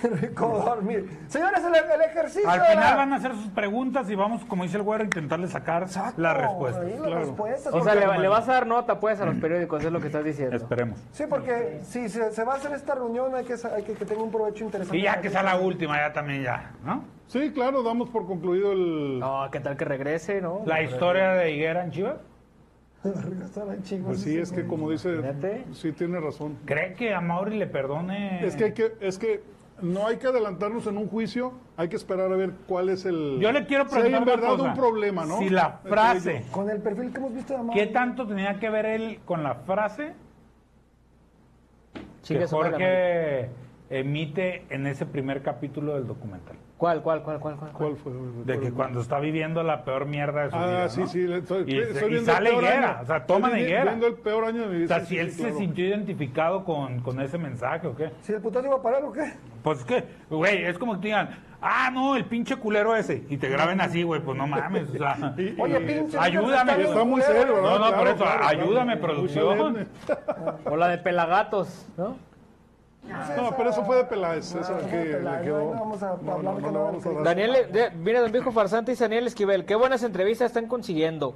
[SPEAKER 2] Qué rico dormir. Señores, el, el ejercicio.
[SPEAKER 3] Al
[SPEAKER 2] de la-
[SPEAKER 3] final van a hacer sus preguntas y vamos, como dice el güero, a intentarle sacar
[SPEAKER 2] Exacto,
[SPEAKER 3] las
[SPEAKER 2] ahí
[SPEAKER 3] respuestas.
[SPEAKER 2] las respuestas,
[SPEAKER 4] O sea,
[SPEAKER 2] porque-
[SPEAKER 4] le, va- le vas a dar nota, pues, a
[SPEAKER 3] Mm.
[SPEAKER 4] los periódicos, es lo que estás diciendo.
[SPEAKER 3] Esperemos.
[SPEAKER 2] Sí, porque si se, se va a hacer esta reunión, hay que, sa- hay que, que tenga un provecho interesante.
[SPEAKER 3] Y ya que sea la última, ya también ya, ¿no?
[SPEAKER 5] Sí, claro, damos por concluido el.
[SPEAKER 4] No, ¿qué tal que regrese, no?
[SPEAKER 3] La historia de Higuera en Chivas.
[SPEAKER 2] Regresar a Chivas,
[SPEAKER 5] Pues sí, es que como dice.
[SPEAKER 4] Imagínate.
[SPEAKER 5] Sí, tiene razón.
[SPEAKER 3] ¿Cree que a Mauri le
[SPEAKER 2] Eh.
[SPEAKER 3] perdone?
[SPEAKER 5] Es que, hay que, es que no hay que adelantarnos en un juicio, hay que esperar a ver cuál es el.
[SPEAKER 3] Yo le quiero
[SPEAKER 5] si hay
[SPEAKER 3] preguntar
[SPEAKER 5] en
[SPEAKER 3] una
[SPEAKER 5] verdad
[SPEAKER 3] cosa.
[SPEAKER 5] un problema, ¿no?
[SPEAKER 3] Si
[SPEAKER 5] Eh,
[SPEAKER 3] la
[SPEAKER 5] Entre
[SPEAKER 3] frase,
[SPEAKER 5] ellos.
[SPEAKER 2] Con el perfil que hemos visto de Amado.
[SPEAKER 3] ¿qué tanto tenía que ver él con la frase
[SPEAKER 4] Chingue
[SPEAKER 3] que
[SPEAKER 4] su madre,
[SPEAKER 3] Jorge emite en ese primer capítulo del documental?
[SPEAKER 4] ¿Cuál, cuál, cuál, cuál, cuál?
[SPEAKER 5] ¿Cuál fue?
[SPEAKER 3] De que cuando está viviendo la peor mierda de su vida,
[SPEAKER 5] Ah,
[SPEAKER 3] ¿no?
[SPEAKER 5] sí, sí. le- Estoy,
[SPEAKER 3] Y,
[SPEAKER 5] estoy
[SPEAKER 3] se- y
[SPEAKER 5] viendo el
[SPEAKER 3] sale
[SPEAKER 5] peor
[SPEAKER 3] Higuera,
[SPEAKER 5] año.
[SPEAKER 3] o sea, toman
[SPEAKER 5] Estoy vi-
[SPEAKER 3] Higuera.
[SPEAKER 5] viendo el peor año de mi vida.
[SPEAKER 3] O sea,
[SPEAKER 5] sí,
[SPEAKER 3] si
[SPEAKER 5] sí,
[SPEAKER 3] él
[SPEAKER 5] sí,
[SPEAKER 3] se
[SPEAKER 5] claro.
[SPEAKER 3] sintió identificado con, con ese mensaje o qué.
[SPEAKER 2] Si el putazo iba a parar o qué.
[SPEAKER 3] Pues es que, güey, es como que te digan, ah, no, el pinche culero ese. Y te graben así, güey, pues no mames. O sea,
[SPEAKER 5] Y-
[SPEAKER 2] Oye,
[SPEAKER 5] y-
[SPEAKER 2] pinche.
[SPEAKER 3] ayúdame,
[SPEAKER 2] bien
[SPEAKER 5] Está muy
[SPEAKER 2] culero,
[SPEAKER 5] serio,
[SPEAKER 2] ¿no?
[SPEAKER 5] ¿verdad?
[SPEAKER 3] No, no, por eso, ayúdame,
[SPEAKER 5] Muy
[SPEAKER 3] producción.
[SPEAKER 5] solemne.
[SPEAKER 4] O la de Pelagatos, ¿no?
[SPEAKER 5] No, pero eso fue de Peláez, esa
[SPEAKER 2] Ah, fue de
[SPEAKER 5] que
[SPEAKER 2] Peláez,
[SPEAKER 5] le quedó.
[SPEAKER 2] no, no vamos a
[SPEAKER 5] No,
[SPEAKER 2] hablar
[SPEAKER 5] no,
[SPEAKER 2] que
[SPEAKER 5] no
[SPEAKER 2] no
[SPEAKER 5] le vamos a
[SPEAKER 2] vale.
[SPEAKER 5] dar.
[SPEAKER 4] Daniel, de- mira, Don Viejo Farsante y Daniel Esquivel, qué buenas entrevistas están consiguiendo.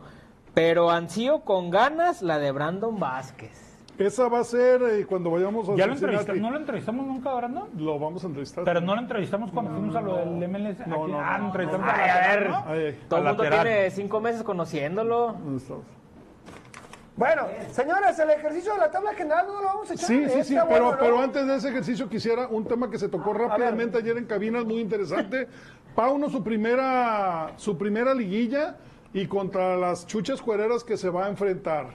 [SPEAKER 4] Pero ansío con ganas la de Brandon Vázquez.
[SPEAKER 5] Esa va a ser eh, cuando vayamos a
[SPEAKER 3] ya lo
[SPEAKER 5] Cincinnati.
[SPEAKER 3] entrevistamos, no lo entrevistamos nunca, ahora no.
[SPEAKER 5] Lo vamos a entrevistar.
[SPEAKER 3] Pero no lo entrevistamos cuando fuimos a lo del MLS. Aquí-
[SPEAKER 5] No, no,
[SPEAKER 3] ah,
[SPEAKER 5] no,
[SPEAKER 3] entrevistamos
[SPEAKER 4] Ay, a ver,
[SPEAKER 5] Ahí, ahí.
[SPEAKER 4] todo el
[SPEAKER 3] Al
[SPEAKER 4] mundo
[SPEAKER 3] lateral.
[SPEAKER 4] tiene cinco meses conociéndolo.
[SPEAKER 5] ¿Dónde estamos?
[SPEAKER 2] Bueno, señores, el ejercicio de la tabla general no lo vamos a echar.
[SPEAKER 5] Sí,
[SPEAKER 2] en
[SPEAKER 5] sí,
[SPEAKER 2] esta,
[SPEAKER 5] sí,
[SPEAKER 2] bueno,
[SPEAKER 5] pero,
[SPEAKER 2] ¿no?
[SPEAKER 5] pero antes de ese ejercicio quisiera un tema que se tocó rápidamente ayer en cabina, muy interesante. Pauno su primera, su primera liguilla y contra las chuchas cuereras que se va a enfrentar.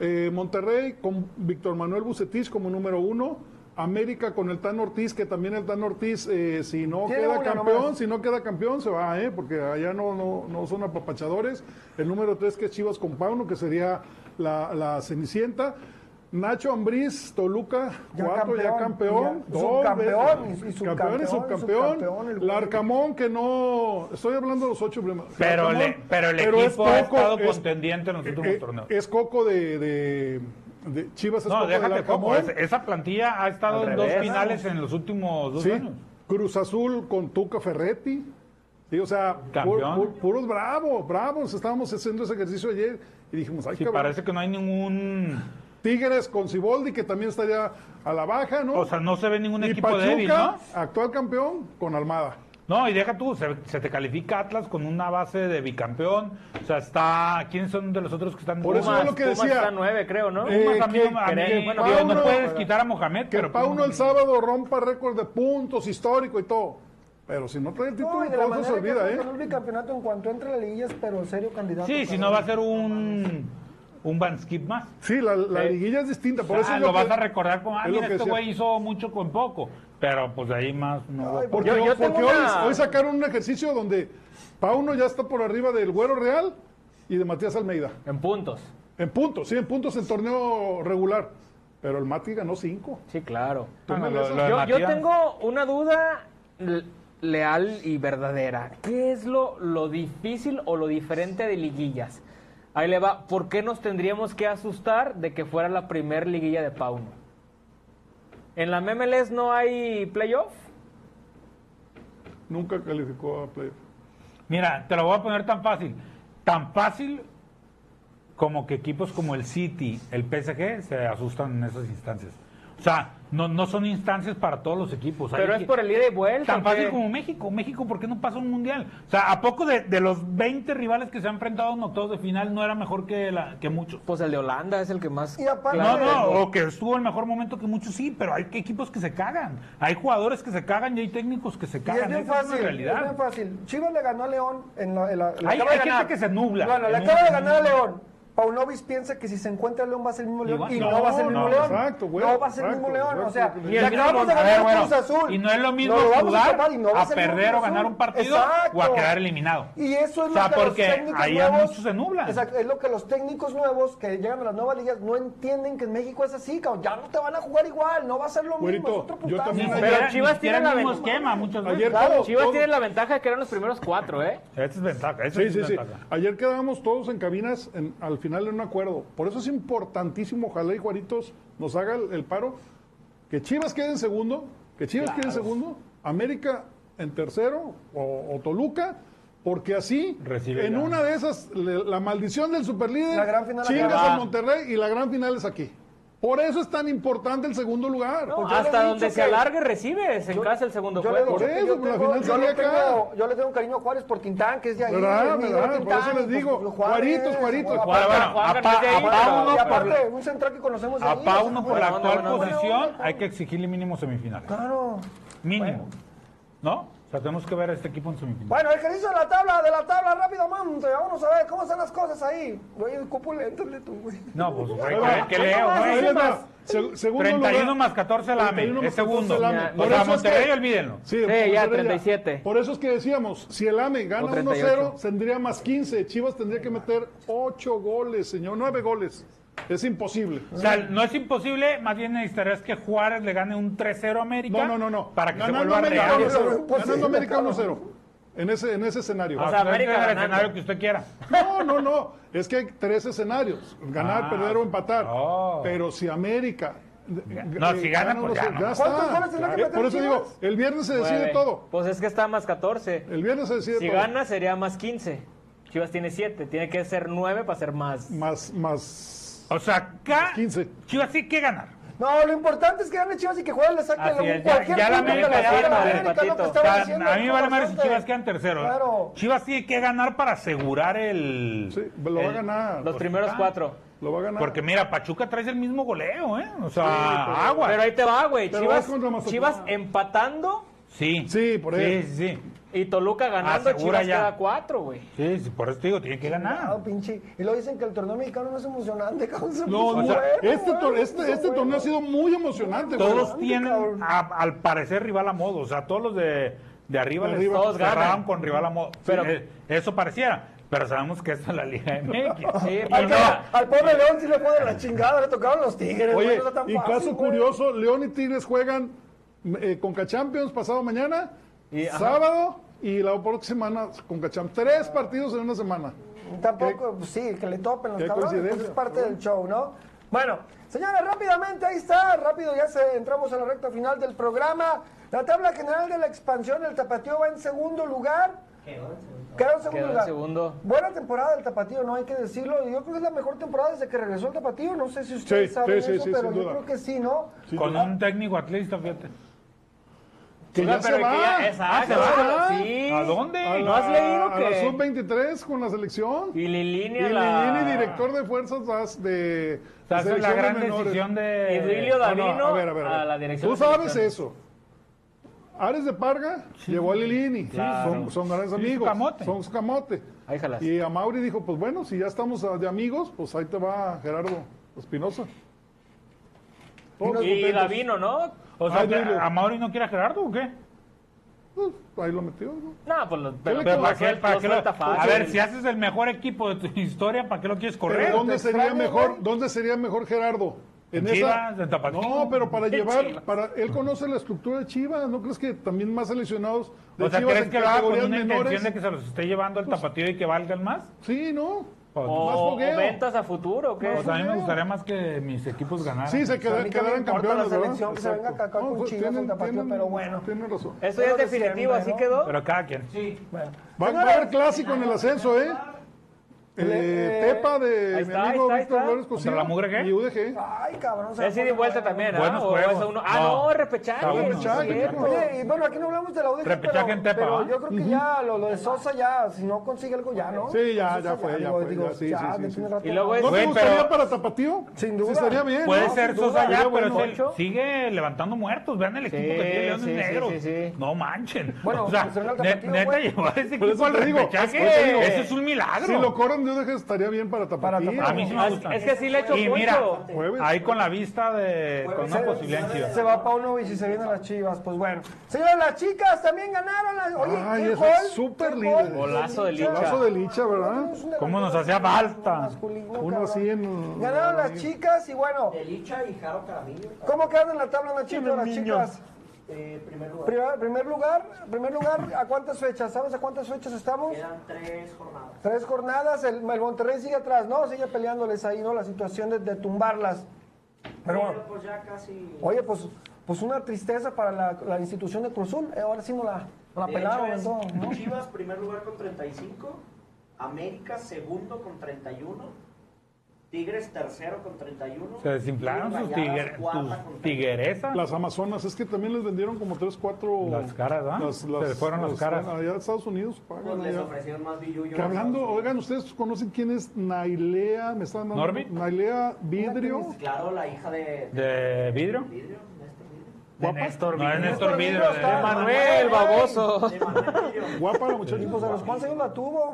[SPEAKER 5] Eh, Monterrey con Víctor Manuel Bucetich como número uno. América con el Tan Ortiz, que también el Tan Ortiz, eh, si no
[SPEAKER 2] Tiene
[SPEAKER 5] queda
[SPEAKER 2] una
[SPEAKER 5] campeón,
[SPEAKER 2] nomás.
[SPEAKER 5] si no queda campeón, se va, ¿eh? porque allá no, no, no son apapachadores. El número 3 que es Chivas con Pauno, que sería la, la Cenicienta. Nacho Ambriz, Toluca,
[SPEAKER 2] Ya
[SPEAKER 5] cuatro, ya
[SPEAKER 2] campeón,
[SPEAKER 5] campeón.
[SPEAKER 2] ya
[SPEAKER 5] dos
[SPEAKER 2] subcampeón y-
[SPEAKER 5] veces.
[SPEAKER 2] y
[SPEAKER 5] Campeón
[SPEAKER 2] subcampeón,
[SPEAKER 5] y
[SPEAKER 2] subcampeón, el
[SPEAKER 5] subcampeón.
[SPEAKER 2] güey.
[SPEAKER 5] Larcamón, que no. Estoy hablando de los ocho primeros.
[SPEAKER 3] Pero,
[SPEAKER 5] Larcamón,
[SPEAKER 3] le- pero el
[SPEAKER 5] pero es
[SPEAKER 3] equipo ha
[SPEAKER 5] poco,
[SPEAKER 3] estado
[SPEAKER 5] es-
[SPEAKER 3] contendiente en los últimos
[SPEAKER 5] eh,
[SPEAKER 3] torneos.
[SPEAKER 5] Es coco de. de- de Chivas es
[SPEAKER 3] no,
[SPEAKER 5] coco de ¿eh?
[SPEAKER 3] déjate poco.
[SPEAKER 5] Larcamón.
[SPEAKER 3] es- esa plantilla ha estado
[SPEAKER 4] Al
[SPEAKER 3] en dos
[SPEAKER 4] revés.
[SPEAKER 3] finales en los últimos dos
[SPEAKER 5] Sí,
[SPEAKER 3] años.
[SPEAKER 5] Cruz Azul con Tuca Ferretti. Sí, o sea, pu-
[SPEAKER 3] Campeón.
[SPEAKER 5] pu- puros bravos, bravos. Estábamos haciendo ese ejercicio ayer y dijimos, ay,
[SPEAKER 3] Sí,
[SPEAKER 5] cabrón.
[SPEAKER 3] parece que no hay ningún.
[SPEAKER 5] Tigres con Ciboldi, que también estaría a la baja, ¿no?
[SPEAKER 3] O sea, no se ve ningún
[SPEAKER 5] y
[SPEAKER 3] equipo
[SPEAKER 5] Pachuca,
[SPEAKER 3] débil, ¿no?
[SPEAKER 5] actual campeón, con Almada.
[SPEAKER 3] No, y deja tú, se, se te califica Atlas con una base de bicampeón. O sea, está. ¿Quiénes son de los otros que están
[SPEAKER 5] Por eso
[SPEAKER 4] Pumas,
[SPEAKER 5] es lo que
[SPEAKER 4] Pumas
[SPEAKER 5] decía.
[SPEAKER 4] está nueve, creo, ¿no?
[SPEAKER 5] Eh,
[SPEAKER 3] Pumas a mí
[SPEAKER 5] que-
[SPEAKER 3] no- a mí-
[SPEAKER 4] que
[SPEAKER 3] bueno, digo,
[SPEAKER 5] Pauno-
[SPEAKER 3] no puedes quitar a Mohamed,
[SPEAKER 5] Que
[SPEAKER 3] pero. pues
[SPEAKER 5] Pauno
[SPEAKER 3] Pumas-
[SPEAKER 5] el sábado rompa récord de puntos histórico y todo. Pero si no trae el título,
[SPEAKER 2] No, y de la
[SPEAKER 5] todo eso
[SPEAKER 2] manera
[SPEAKER 5] se
[SPEAKER 2] que
[SPEAKER 5] olvida,
[SPEAKER 2] entra
[SPEAKER 5] ¿eh?
[SPEAKER 2] con el bicampeonato en cuanto entre la liguilla, es pero serio candidato.
[SPEAKER 3] Sí, si no va a ser un. Un band skip más.
[SPEAKER 5] Sí, la, la
[SPEAKER 3] Eh,
[SPEAKER 5] liguilla es distinta. Por
[SPEAKER 3] Ah,
[SPEAKER 5] eso es
[SPEAKER 3] lo
[SPEAKER 5] que-
[SPEAKER 3] vas a recordar como, ah,
[SPEAKER 5] es lo
[SPEAKER 3] mira,
[SPEAKER 5] que
[SPEAKER 3] este
[SPEAKER 5] decía.
[SPEAKER 3] güey hizo mucho con poco. Pero pues de ahí más no. hubo.
[SPEAKER 5] Porque,
[SPEAKER 4] Yo- yo
[SPEAKER 5] porque
[SPEAKER 4] tengo
[SPEAKER 5] hoy,
[SPEAKER 4] una-
[SPEAKER 5] hoy sacaron un ejercicio donde Pauno ya está por arriba del Güero Real y de Matías Almeida.
[SPEAKER 4] En puntos.
[SPEAKER 5] En puntos, sí, en puntos en torneo regular. Pero el Mati ganó cinco.
[SPEAKER 4] Sí, claro.
[SPEAKER 5] Tú
[SPEAKER 3] Ah,
[SPEAKER 5] me
[SPEAKER 3] no,
[SPEAKER 5] lees
[SPEAKER 3] lo-
[SPEAKER 5] el-
[SPEAKER 3] lo de
[SPEAKER 4] Yo, yo
[SPEAKER 3] Matías.
[SPEAKER 4] tengo una duda l- leal y verdadera. ¿Qué es lo, lo difícil o lo diferente de liguillas? Ahí le va. ¿Por qué nos tendríamos que asustar de que fuera la primer liguilla de Pauno? ¿En la MLS no hay playoff?
[SPEAKER 5] Nunca calificó a playoff.
[SPEAKER 3] Mira, te lo voy a poner tan fácil. Tan fácil como que equipos como el City, el PSG, se asustan en esas instancias. O sea, no, no son instancias para todos los equipos. Hay
[SPEAKER 4] Pero es
[SPEAKER 3] que-
[SPEAKER 4] por el ida y vuelta.
[SPEAKER 3] Pues Tan
[SPEAKER 4] ¿o qué?
[SPEAKER 3] fácil como México. México, ¿por qué no pasa un mundial? O sea, ¿a poco de, de los 20 rivales que se han enfrentado en octavos de final no era mejor que, la, que muchos?
[SPEAKER 4] Pues el de Holanda es el que más.
[SPEAKER 2] Y aparte-
[SPEAKER 3] No,
[SPEAKER 4] claro
[SPEAKER 3] no,
[SPEAKER 4] tengo.
[SPEAKER 3] o que estuvo el mejor momento que muchos sí, pero hay equipos que se cagan. Hay jugadores que se cagan y hay técnicos que se
[SPEAKER 2] Y es
[SPEAKER 3] cagan.
[SPEAKER 2] bien
[SPEAKER 3] Esa es una
[SPEAKER 2] fácil,
[SPEAKER 3] realidad.
[SPEAKER 2] es bien fácil. Chivas le ganó a León en la... en la- le acaba
[SPEAKER 3] Hay-
[SPEAKER 2] de
[SPEAKER 3] hay gente
[SPEAKER 2] ganar.
[SPEAKER 3] que se nubla.
[SPEAKER 2] Bueno, le
[SPEAKER 3] En
[SPEAKER 2] acaba de
[SPEAKER 3] un-
[SPEAKER 2] ganar a León. Paunovic piensa que si se encuentra el León va a ser el mismo León
[SPEAKER 3] Igual.
[SPEAKER 2] y
[SPEAKER 3] No,
[SPEAKER 2] no, va a ser el mismo
[SPEAKER 5] no,
[SPEAKER 2] León.
[SPEAKER 5] exacto, güey,
[SPEAKER 2] no va a ser el mismo
[SPEAKER 5] exacto,
[SPEAKER 2] León. O sea,
[SPEAKER 5] exacto.
[SPEAKER 2] le
[SPEAKER 5] Ni el
[SPEAKER 2] acabamos de
[SPEAKER 3] pues, A
[SPEAKER 2] ganar
[SPEAKER 3] ver,
[SPEAKER 2] al
[SPEAKER 3] bueno,
[SPEAKER 2] Cruz Azul.
[SPEAKER 3] Y no es lo mismo
[SPEAKER 2] No lo vamos
[SPEAKER 3] jugar
[SPEAKER 2] ganar y no va
[SPEAKER 3] a,
[SPEAKER 2] ser el
[SPEAKER 3] perder o
[SPEAKER 2] Cruz
[SPEAKER 3] ganar
[SPEAKER 2] Azul.
[SPEAKER 3] un partido
[SPEAKER 2] Exacto.
[SPEAKER 3] o a quedar eliminado.
[SPEAKER 2] Y eso es
[SPEAKER 3] O sea,
[SPEAKER 2] lo que
[SPEAKER 3] porque
[SPEAKER 2] los técnicos
[SPEAKER 3] ahí a
[SPEAKER 2] nuevos,
[SPEAKER 3] muchos se nublan.
[SPEAKER 2] Exacto, es lo que los técnicos nuevos que llegan a las nuevas ligas no entienden que en México es así, cabrón. Ya no te van a jugar igual, no va a ser lo
[SPEAKER 5] Güerito,
[SPEAKER 2] mismo, es otro
[SPEAKER 5] yo
[SPEAKER 2] putazo.
[SPEAKER 5] también
[SPEAKER 3] Ni
[SPEAKER 5] ayer-
[SPEAKER 3] siquiera-
[SPEAKER 4] Pero
[SPEAKER 3] ni
[SPEAKER 4] Chivas
[SPEAKER 3] siquiera
[SPEAKER 4] tiene
[SPEAKER 3] el
[SPEAKER 4] la
[SPEAKER 3] mismo
[SPEAKER 4] ventaja.
[SPEAKER 3] esquema muchas veces.
[SPEAKER 5] Ayer
[SPEAKER 2] Claro,
[SPEAKER 5] todo-
[SPEAKER 4] Chivas
[SPEAKER 5] todo-
[SPEAKER 4] tiene la ventaja de que eran los primeros cuatro, ¿eh?
[SPEAKER 3] Esa es ventaja. Esa
[SPEAKER 5] Sí,
[SPEAKER 3] es
[SPEAKER 5] sí, sí.
[SPEAKER 3] ventaja.
[SPEAKER 5] Ayer quedábamos todos en cabinas en- al final en un acuerdo. Por eso es importantísimo, ojalá y Juaritos nos haga el, el paro, que Chivas quede en segundo, que Chivas quede en segundo, América en tercero o, o Toluca, porque así,
[SPEAKER 3] Recibe
[SPEAKER 5] en
[SPEAKER 3] ya.
[SPEAKER 5] una de esas, le- la maldición del superlíder,
[SPEAKER 2] La gran final
[SPEAKER 5] chingas
[SPEAKER 2] acaba.
[SPEAKER 5] al Monterrey y la gran final es aquí. Por eso es tan importante el segundo lugar.
[SPEAKER 2] Pues yo le he
[SPEAKER 4] Hasta
[SPEAKER 2] dicho
[SPEAKER 4] donde se
[SPEAKER 2] que-
[SPEAKER 4] alargue recibes en casa el segundo
[SPEAKER 2] Yo le,
[SPEAKER 4] juego.
[SPEAKER 5] Por
[SPEAKER 2] digo que
[SPEAKER 5] eso,
[SPEAKER 2] yo,
[SPEAKER 5] pues, la
[SPEAKER 2] tengo,
[SPEAKER 5] final
[SPEAKER 2] yo, le
[SPEAKER 5] sería acá.
[SPEAKER 2] tengo, yo le tengo cariño a Juárez por Tintán, que es de ahí.
[SPEAKER 5] ¿Verdad?
[SPEAKER 2] es mío,
[SPEAKER 5] ¿verdad?
[SPEAKER 2] Tintán,
[SPEAKER 5] Por eso les
[SPEAKER 2] y pues,
[SPEAKER 5] digo,
[SPEAKER 2] pues,
[SPEAKER 5] Juaritos, Juaritos.
[SPEAKER 2] aparte-
[SPEAKER 3] Ahora, bueno,
[SPEAKER 4] Juan
[SPEAKER 3] a,
[SPEAKER 4] Carlos
[SPEAKER 3] Pa-
[SPEAKER 4] de ahí,
[SPEAKER 3] a Pa
[SPEAKER 4] pero-
[SPEAKER 3] uno
[SPEAKER 2] y
[SPEAKER 4] ya
[SPEAKER 3] por,
[SPEAKER 2] aparte, un central que conocemos de
[SPEAKER 3] a
[SPEAKER 2] ahí,
[SPEAKER 3] Pa
[SPEAKER 2] es
[SPEAKER 3] uno por
[SPEAKER 2] buena
[SPEAKER 3] la
[SPEAKER 2] onda,
[SPEAKER 3] actual
[SPEAKER 2] buena onda.
[SPEAKER 3] posición hay que exigirle mínimo semifinales.
[SPEAKER 2] Claro.
[SPEAKER 3] Mínimo. ¿No? O sea, tenemos que ver a este equipo en semifinales.
[SPEAKER 2] Bueno, ejercicio de la tabla, de la tabla rápidamente. Vamos a ver cómo están las cosas ahí. Güey, cupuléntale tú, güey.
[SPEAKER 3] No, pues, güey,
[SPEAKER 5] Ahí va.
[SPEAKER 3] que- que leo,
[SPEAKER 5] Ahí
[SPEAKER 3] güey.
[SPEAKER 5] les va. Se- segundo
[SPEAKER 3] 31
[SPEAKER 5] lugar.
[SPEAKER 3] más 14 la AME,
[SPEAKER 5] 31 más
[SPEAKER 3] es segundo.
[SPEAKER 5] 14
[SPEAKER 4] Ya,
[SPEAKER 5] Por
[SPEAKER 4] o sea,
[SPEAKER 5] eso es que-
[SPEAKER 3] Monterrey, olvídenlo.
[SPEAKER 5] Sí,
[SPEAKER 4] Sí,
[SPEAKER 5] Monterrey
[SPEAKER 4] ya, 37.
[SPEAKER 5] Por eso es que decíamos, si el AME gana
[SPEAKER 4] O 38.
[SPEAKER 5] 1-0, tendría más 15. Chivas tendría que meter 8 goles, señor, 9 goles. Es imposible.
[SPEAKER 3] O sea, no es imposible, más bien necesitarías que Juárez le gane un 3-0 a América.
[SPEAKER 5] No, no, no, no.
[SPEAKER 3] Para que se
[SPEAKER 5] Ganando
[SPEAKER 3] vuelva
[SPEAKER 5] América
[SPEAKER 3] real. Pues
[SPEAKER 5] 1-0,
[SPEAKER 2] Imposible,
[SPEAKER 5] Ganando América
[SPEAKER 2] cabrón.
[SPEAKER 5] 1-0. En ese, en ese escenario.
[SPEAKER 3] O sea, América el escenario que usted quiera.
[SPEAKER 5] No, no, no. Es que hay tres escenarios: ganar,
[SPEAKER 3] Ah,
[SPEAKER 5] perder o empatar.
[SPEAKER 3] no.
[SPEAKER 5] Pero si América. eh,
[SPEAKER 3] No, si gana, pues ya,
[SPEAKER 5] uno,
[SPEAKER 3] no.
[SPEAKER 5] ya está.
[SPEAKER 2] ¿Cuántos goles tendrá que
[SPEAKER 5] Eh,
[SPEAKER 2] meter
[SPEAKER 5] Por eso
[SPEAKER 2] Chivas?
[SPEAKER 5] digo, el viernes se decide
[SPEAKER 4] Nueve.
[SPEAKER 5] todo.
[SPEAKER 4] Pues es que está más 14.
[SPEAKER 5] El viernes se decide
[SPEAKER 4] Si
[SPEAKER 5] todo.
[SPEAKER 4] gana sería más 15. Chivas tiene 7. Tiene que ser 9 para ser más.
[SPEAKER 5] Más, más.
[SPEAKER 3] O sea, acá
[SPEAKER 5] 15.
[SPEAKER 3] Chivas sí que ganar.
[SPEAKER 2] No, lo importante es que gane Chivas y que juegue le saque
[SPEAKER 4] Así
[SPEAKER 2] la-
[SPEAKER 4] es, ya-
[SPEAKER 2] cualquier
[SPEAKER 3] ya la
[SPEAKER 2] punto que
[SPEAKER 3] América
[SPEAKER 2] le saque
[SPEAKER 3] ya
[SPEAKER 2] a la
[SPEAKER 3] tiene el
[SPEAKER 2] América, es lo que
[SPEAKER 4] empatito.
[SPEAKER 3] O
[SPEAKER 2] estaba
[SPEAKER 3] sea,
[SPEAKER 2] diciendo,
[SPEAKER 3] a mí me vale
[SPEAKER 2] como
[SPEAKER 3] madre si
[SPEAKER 2] siempre.
[SPEAKER 3] Chivas quedan tercero. ¿eh?
[SPEAKER 2] Claro.
[SPEAKER 3] Chivas tiene que ganar para asegurar el.
[SPEAKER 5] Sí, lo va a
[SPEAKER 3] el-
[SPEAKER 5] ganar.
[SPEAKER 4] Eh, Los primeros 4.
[SPEAKER 5] Lo va a ganar.
[SPEAKER 3] Porque mira, Pachuca trae el mismo goleo, ¿eh? O sea,
[SPEAKER 5] pero-
[SPEAKER 3] agua.
[SPEAKER 4] Pero ahí te va, güey.
[SPEAKER 5] Pero vas
[SPEAKER 4] Chivas,
[SPEAKER 5] contra Mazatlán.
[SPEAKER 4] Chivas empatando
[SPEAKER 3] Sí.
[SPEAKER 5] Sí, por
[SPEAKER 3] Sí,
[SPEAKER 5] ahí.
[SPEAKER 3] sí, sí.
[SPEAKER 4] y Toluca ganando.
[SPEAKER 3] Asegura
[SPEAKER 4] Chivas
[SPEAKER 3] ya.
[SPEAKER 4] queda 4, güey.
[SPEAKER 3] Sí, sí, por eso te digo, tiene que ganar.
[SPEAKER 2] Ah, pinche. Y lo dicen que el torneo mexicano no es emocionante, cabrón. se
[SPEAKER 5] No,
[SPEAKER 2] puso
[SPEAKER 5] no,
[SPEAKER 2] bueno,
[SPEAKER 5] este,
[SPEAKER 2] bueno,
[SPEAKER 5] tor-
[SPEAKER 2] se
[SPEAKER 5] este,
[SPEAKER 2] puso
[SPEAKER 5] este
[SPEAKER 2] bueno.
[SPEAKER 5] torneo ha sido muy emocionante. güey.
[SPEAKER 3] Todos tienen,
[SPEAKER 2] cabrón.
[SPEAKER 3] a- al parecer, rival a modo. O sea, todos los de, de arriba,
[SPEAKER 5] De
[SPEAKER 3] les
[SPEAKER 5] arriba.
[SPEAKER 3] todos
[SPEAKER 4] Todos ganan.
[SPEAKER 3] cerraron con rival a modo.
[SPEAKER 4] Pero-
[SPEAKER 3] Sí, eh, eso pareciera. Pero sabemos que esto es la Liga MX.
[SPEAKER 4] Sí,
[SPEAKER 3] Y
[SPEAKER 2] Al,
[SPEAKER 3] no,
[SPEAKER 2] ca- al pobre León sí le fue de la chingada, le tocaron los tigres. güey,
[SPEAKER 5] Oye,
[SPEAKER 2] no está tan
[SPEAKER 5] y
[SPEAKER 2] fácil,
[SPEAKER 5] caso
[SPEAKER 2] güey.
[SPEAKER 5] curioso, León y Tigres juegan eh, Conca Champions pasado mañana,
[SPEAKER 4] Y, ajá.
[SPEAKER 5] sábado y la próxima semana Conca Champions. Tres partidos en una semana.
[SPEAKER 2] Tampoco, pues sí, que le topen los
[SPEAKER 5] qué
[SPEAKER 2] cabrones, pues es
[SPEAKER 5] coincidencia.
[SPEAKER 2] parte del show, ¿no? Bueno, señores, rápidamente, ahí está, rápido, ya se, entramos a la recta final del programa. La tabla general de la expansión, el Tapatío va en segundo lugar. Quedó en segundo
[SPEAKER 4] Quedó en
[SPEAKER 2] lugar.
[SPEAKER 4] segundo.
[SPEAKER 2] Buena temporada del Tapatío, no hay que decirlo. Yo creo que es la mejor temporada desde que regresó el Tapatío. No sé si ustedes
[SPEAKER 5] Sí,
[SPEAKER 2] saben
[SPEAKER 5] sí, sí,
[SPEAKER 2] eso,
[SPEAKER 5] sí,
[SPEAKER 2] pero
[SPEAKER 5] sin
[SPEAKER 2] yo
[SPEAKER 5] duda.
[SPEAKER 2] creo que sí, ¿no?
[SPEAKER 3] con un técnico atlista, fíjate.
[SPEAKER 5] Que
[SPEAKER 4] Oiga,
[SPEAKER 5] ya se
[SPEAKER 4] pero
[SPEAKER 5] va.
[SPEAKER 4] que ya- exacto,
[SPEAKER 5] Ah, se va.
[SPEAKER 4] sí.
[SPEAKER 3] ¿A dónde?
[SPEAKER 5] A
[SPEAKER 4] ¿No has
[SPEAKER 5] la-
[SPEAKER 4] leído
[SPEAKER 5] a
[SPEAKER 4] que-
[SPEAKER 5] la sub-23 con la selección.
[SPEAKER 4] Y Lilini
[SPEAKER 5] Y
[SPEAKER 4] a
[SPEAKER 5] Lilini,
[SPEAKER 4] la...
[SPEAKER 5] director de fuerzas as- de, de
[SPEAKER 3] O sea, esa es la
[SPEAKER 5] selección de
[SPEAKER 3] gran
[SPEAKER 5] menores.
[SPEAKER 3] decisión
[SPEAKER 4] Y
[SPEAKER 3] de.
[SPEAKER 5] No,
[SPEAKER 4] Duilio
[SPEAKER 5] no,
[SPEAKER 4] Davino
[SPEAKER 5] a ver, a ver, a ver.
[SPEAKER 4] la dirección.
[SPEAKER 5] Tú
[SPEAKER 4] de
[SPEAKER 5] sabes
[SPEAKER 4] selecciones.
[SPEAKER 5] eso. Ares de Parga llevó a Lilini.
[SPEAKER 3] Claro.
[SPEAKER 5] Son, son grandes
[SPEAKER 3] Sí, su
[SPEAKER 5] amigos.
[SPEAKER 3] camote.
[SPEAKER 5] Son su camote.
[SPEAKER 4] Ahí jalas.
[SPEAKER 5] Y a Mauri dijo, pues bueno, si ya estamos ah, de amigos, pues ahí te va Gerardo Espinosa. Todos
[SPEAKER 4] Y
[SPEAKER 5] contentos.
[SPEAKER 4] Davino, ¿no?
[SPEAKER 3] O sea,
[SPEAKER 5] Ay, Duilio.
[SPEAKER 3] ¿a Mauri no quiere a Gerardo o qué?
[SPEAKER 5] Pues, ahí lo metió. ¿no?
[SPEAKER 4] No, pues los
[SPEAKER 5] le
[SPEAKER 3] Pero ¿para
[SPEAKER 5] Lo
[SPEAKER 3] qué-
[SPEAKER 4] suelta-
[SPEAKER 3] para
[SPEAKER 4] lo
[SPEAKER 3] qué lo-
[SPEAKER 4] suelta
[SPEAKER 3] a
[SPEAKER 4] fácil.
[SPEAKER 3] ver, si haces el mejor equipo de tu historia, ¿para qué lo quieres correr?
[SPEAKER 5] Pero ¿dónde
[SPEAKER 2] te
[SPEAKER 5] sería
[SPEAKER 2] extraño,
[SPEAKER 5] mejor,
[SPEAKER 2] güey.
[SPEAKER 5] dónde sería mejor Gerardo?
[SPEAKER 3] ¿En Chivas? ¿En Tapatío?
[SPEAKER 5] No, pero para
[SPEAKER 3] ¿En
[SPEAKER 5] llevar,
[SPEAKER 3] Chivas?
[SPEAKER 5] para él conoce la estructura de Chivas, ¿no crees que también más seleccionados de
[SPEAKER 3] O sea,
[SPEAKER 5] Chivas
[SPEAKER 3] ¿crees
[SPEAKER 5] en
[SPEAKER 3] que lo haga con
[SPEAKER 5] categorías
[SPEAKER 3] una
[SPEAKER 5] menores? Pues
[SPEAKER 3] intención de que se los esté llevando el tapatío y que valgan más?
[SPEAKER 5] Sí, ¿no. Más
[SPEAKER 4] O, o
[SPEAKER 5] fogueo.
[SPEAKER 4] ventas a futuro, ¿o ¿qué?
[SPEAKER 3] O sea, a mí me gustaría más que mis equipos ganaran.
[SPEAKER 5] Pues Sí, se
[SPEAKER 2] A
[SPEAKER 5] quedaran,
[SPEAKER 2] mí que me
[SPEAKER 5] quedaran
[SPEAKER 2] importa la
[SPEAKER 5] campeones, ¿verdad?
[SPEAKER 2] selección que se venga acá con
[SPEAKER 5] pues,
[SPEAKER 2] cuchillos en
[SPEAKER 5] tienen-
[SPEAKER 2] Tapatío,
[SPEAKER 5] tienen-
[SPEAKER 2] pero bueno.
[SPEAKER 5] Tienen razón.
[SPEAKER 4] Esto ya es
[SPEAKER 2] Pero de
[SPEAKER 4] definitivo,
[SPEAKER 2] siempre,
[SPEAKER 4] así
[SPEAKER 2] ¿no?
[SPEAKER 4] quedó.
[SPEAKER 3] Pero cada quien.
[SPEAKER 2] Bueno,
[SPEAKER 5] Va va a haber clásico en el ascenso, ¿eh? Eh,
[SPEAKER 2] Eh,
[SPEAKER 5] Tepa de
[SPEAKER 4] ahí
[SPEAKER 5] mi
[SPEAKER 4] está, ahí
[SPEAKER 5] amigo
[SPEAKER 4] está,
[SPEAKER 5] Víctor
[SPEAKER 4] ahí está.
[SPEAKER 5] Flores
[SPEAKER 3] ¿Contra la mugre qué?
[SPEAKER 5] Y UDG.
[SPEAKER 2] Ay, cabrón. se
[SPEAKER 4] Es
[SPEAKER 2] la
[SPEAKER 4] ida y
[SPEAKER 2] pone
[SPEAKER 4] vuelta
[SPEAKER 2] buena.
[SPEAKER 4] también, ¿ah?
[SPEAKER 3] Buenos
[SPEAKER 4] O
[SPEAKER 3] juegos.
[SPEAKER 4] es a uno- Ah,
[SPEAKER 3] No.
[SPEAKER 4] no, repechaje.
[SPEAKER 3] Está bueno,
[SPEAKER 4] sí,
[SPEAKER 5] repechaje,
[SPEAKER 4] cierto.
[SPEAKER 5] claro.
[SPEAKER 2] Oye, y bueno, aquí no hablamos de la UDG,
[SPEAKER 3] Repechaje
[SPEAKER 2] pero,
[SPEAKER 3] en Tepa,
[SPEAKER 2] pero
[SPEAKER 3] ¿va?
[SPEAKER 2] yo creo que ya lo, lo de Sosa ya, si no consigue algo ya, ¿no?
[SPEAKER 5] Sí, ya,
[SPEAKER 2] Sosa
[SPEAKER 5] ya fue, ya fue, ya, sí, sí, sí,
[SPEAKER 2] de
[SPEAKER 5] sí.
[SPEAKER 2] tiene rato
[SPEAKER 4] Y luego
[SPEAKER 2] no.
[SPEAKER 4] es-
[SPEAKER 5] ¿No te
[SPEAKER 3] Güey,
[SPEAKER 5] gustaría
[SPEAKER 3] pero-
[SPEAKER 5] para Tapatío?
[SPEAKER 2] Sin duda.
[SPEAKER 5] Sí, estaría bien.
[SPEAKER 3] Puede
[SPEAKER 5] ¿no?
[SPEAKER 3] ser
[SPEAKER 5] Sin duda.
[SPEAKER 3] Sosa ya,
[SPEAKER 5] Sería
[SPEAKER 3] pero
[SPEAKER 5] bueno.
[SPEAKER 3] es el- sigue levantando muertos. Vean el equipo que tiene Leones
[SPEAKER 4] sí, sí,
[SPEAKER 3] Negros.
[SPEAKER 4] sí, sí.
[SPEAKER 3] No manchen.
[SPEAKER 2] Bueno,
[SPEAKER 3] o sea,
[SPEAKER 2] pues, era el
[SPEAKER 3] ne-
[SPEAKER 2] tapatío,
[SPEAKER 3] neta
[SPEAKER 2] güey.
[SPEAKER 3] llevó a ese
[SPEAKER 5] Por
[SPEAKER 3] equipo
[SPEAKER 5] eso
[SPEAKER 3] al
[SPEAKER 5] te digo,
[SPEAKER 3] repechaje.
[SPEAKER 5] por eso te digo,
[SPEAKER 3] Eso es un milagro.
[SPEAKER 5] Si lo corren Antonio Dejes estaría bien para tapar.
[SPEAKER 2] Tapatía.
[SPEAKER 3] A mí sí me
[SPEAKER 4] Es-
[SPEAKER 3] gusta.
[SPEAKER 4] es que sí le he hecho
[SPEAKER 3] Y
[SPEAKER 4] mucho.
[SPEAKER 3] mira,
[SPEAKER 5] Jueves.
[SPEAKER 3] ahí con la vista de con una
[SPEAKER 2] Se-
[SPEAKER 3] posibilidad en Chivas.
[SPEAKER 2] Se va Paunovic y se vienen las chivas. Pues bueno. Señores, las chicas también ganaron. las- Oye,
[SPEAKER 5] Ay,
[SPEAKER 2] qué
[SPEAKER 5] eso
[SPEAKER 2] gol.
[SPEAKER 5] es súper líder.
[SPEAKER 4] Golazo de Licha.
[SPEAKER 5] Golazo de Licha, ¿verdad?
[SPEAKER 3] ¿Cómo nos hacía falta?
[SPEAKER 5] Uno así en-
[SPEAKER 2] Ganaron las chicas y bueno.
[SPEAKER 6] Elicha y Jaro Caramillo.
[SPEAKER 2] ¿Cómo quedan en la tabla, Nachito, las chicas?
[SPEAKER 6] Eh, primer lugar.
[SPEAKER 2] Primer, primer lugar, primer lugar, ¿a cuántas fechas? ¿Sabes a cuántas fechas estamos?
[SPEAKER 6] Quedan tres jornadas.
[SPEAKER 2] Tres jornadas, el, el Monterrey sigue atrás, ¿no? Sigue peleándoles ahí, ¿no? La situación de, de tumbarlas. Pero bueno,
[SPEAKER 6] pues ya casi.
[SPEAKER 2] oye, pues, pues una tristeza para la, la institución de Cruzul. Eh, ahora sí no la, no la
[SPEAKER 6] De
[SPEAKER 2] pelaron,
[SPEAKER 6] hecho, es
[SPEAKER 2] entonces, ¿no?
[SPEAKER 6] Chivas, primer lugar con 35. América, segundo con 31. Tigres, tercero con 31.
[SPEAKER 3] Se desinflaron sus, tigre,
[SPEAKER 6] tigres.
[SPEAKER 3] tus tigueresas.
[SPEAKER 5] Las Amazonas, es que también les vendieron como tres, cuatro.
[SPEAKER 3] Las caras, ¿ah? Se les fueron las caras.
[SPEAKER 5] Allá en Estados Unidos pagan.
[SPEAKER 6] Pues les
[SPEAKER 5] allá.
[SPEAKER 6] ofrecieron más billullo.
[SPEAKER 5] Que hablando, oigan, ¿ustedes conocen quién es Nailea? ¿Me están dando?
[SPEAKER 3] ¿Norby?
[SPEAKER 5] Nailea Vidrio.
[SPEAKER 6] Claro, la hija de.
[SPEAKER 3] ¿De vidrio?
[SPEAKER 6] Vidrio, de este
[SPEAKER 3] De
[SPEAKER 6] vidrio.
[SPEAKER 3] Néstor Vidrio. No, es
[SPEAKER 2] Néstor
[SPEAKER 3] Néstor Vidrio.
[SPEAKER 2] Vidrio
[SPEAKER 3] de-
[SPEAKER 2] está-
[SPEAKER 4] Manuel, baboso.
[SPEAKER 6] De Manuel Vidrio.
[SPEAKER 5] Guapa la
[SPEAKER 2] Y
[SPEAKER 5] muchacha.
[SPEAKER 2] pues a los 11 años la tuvo.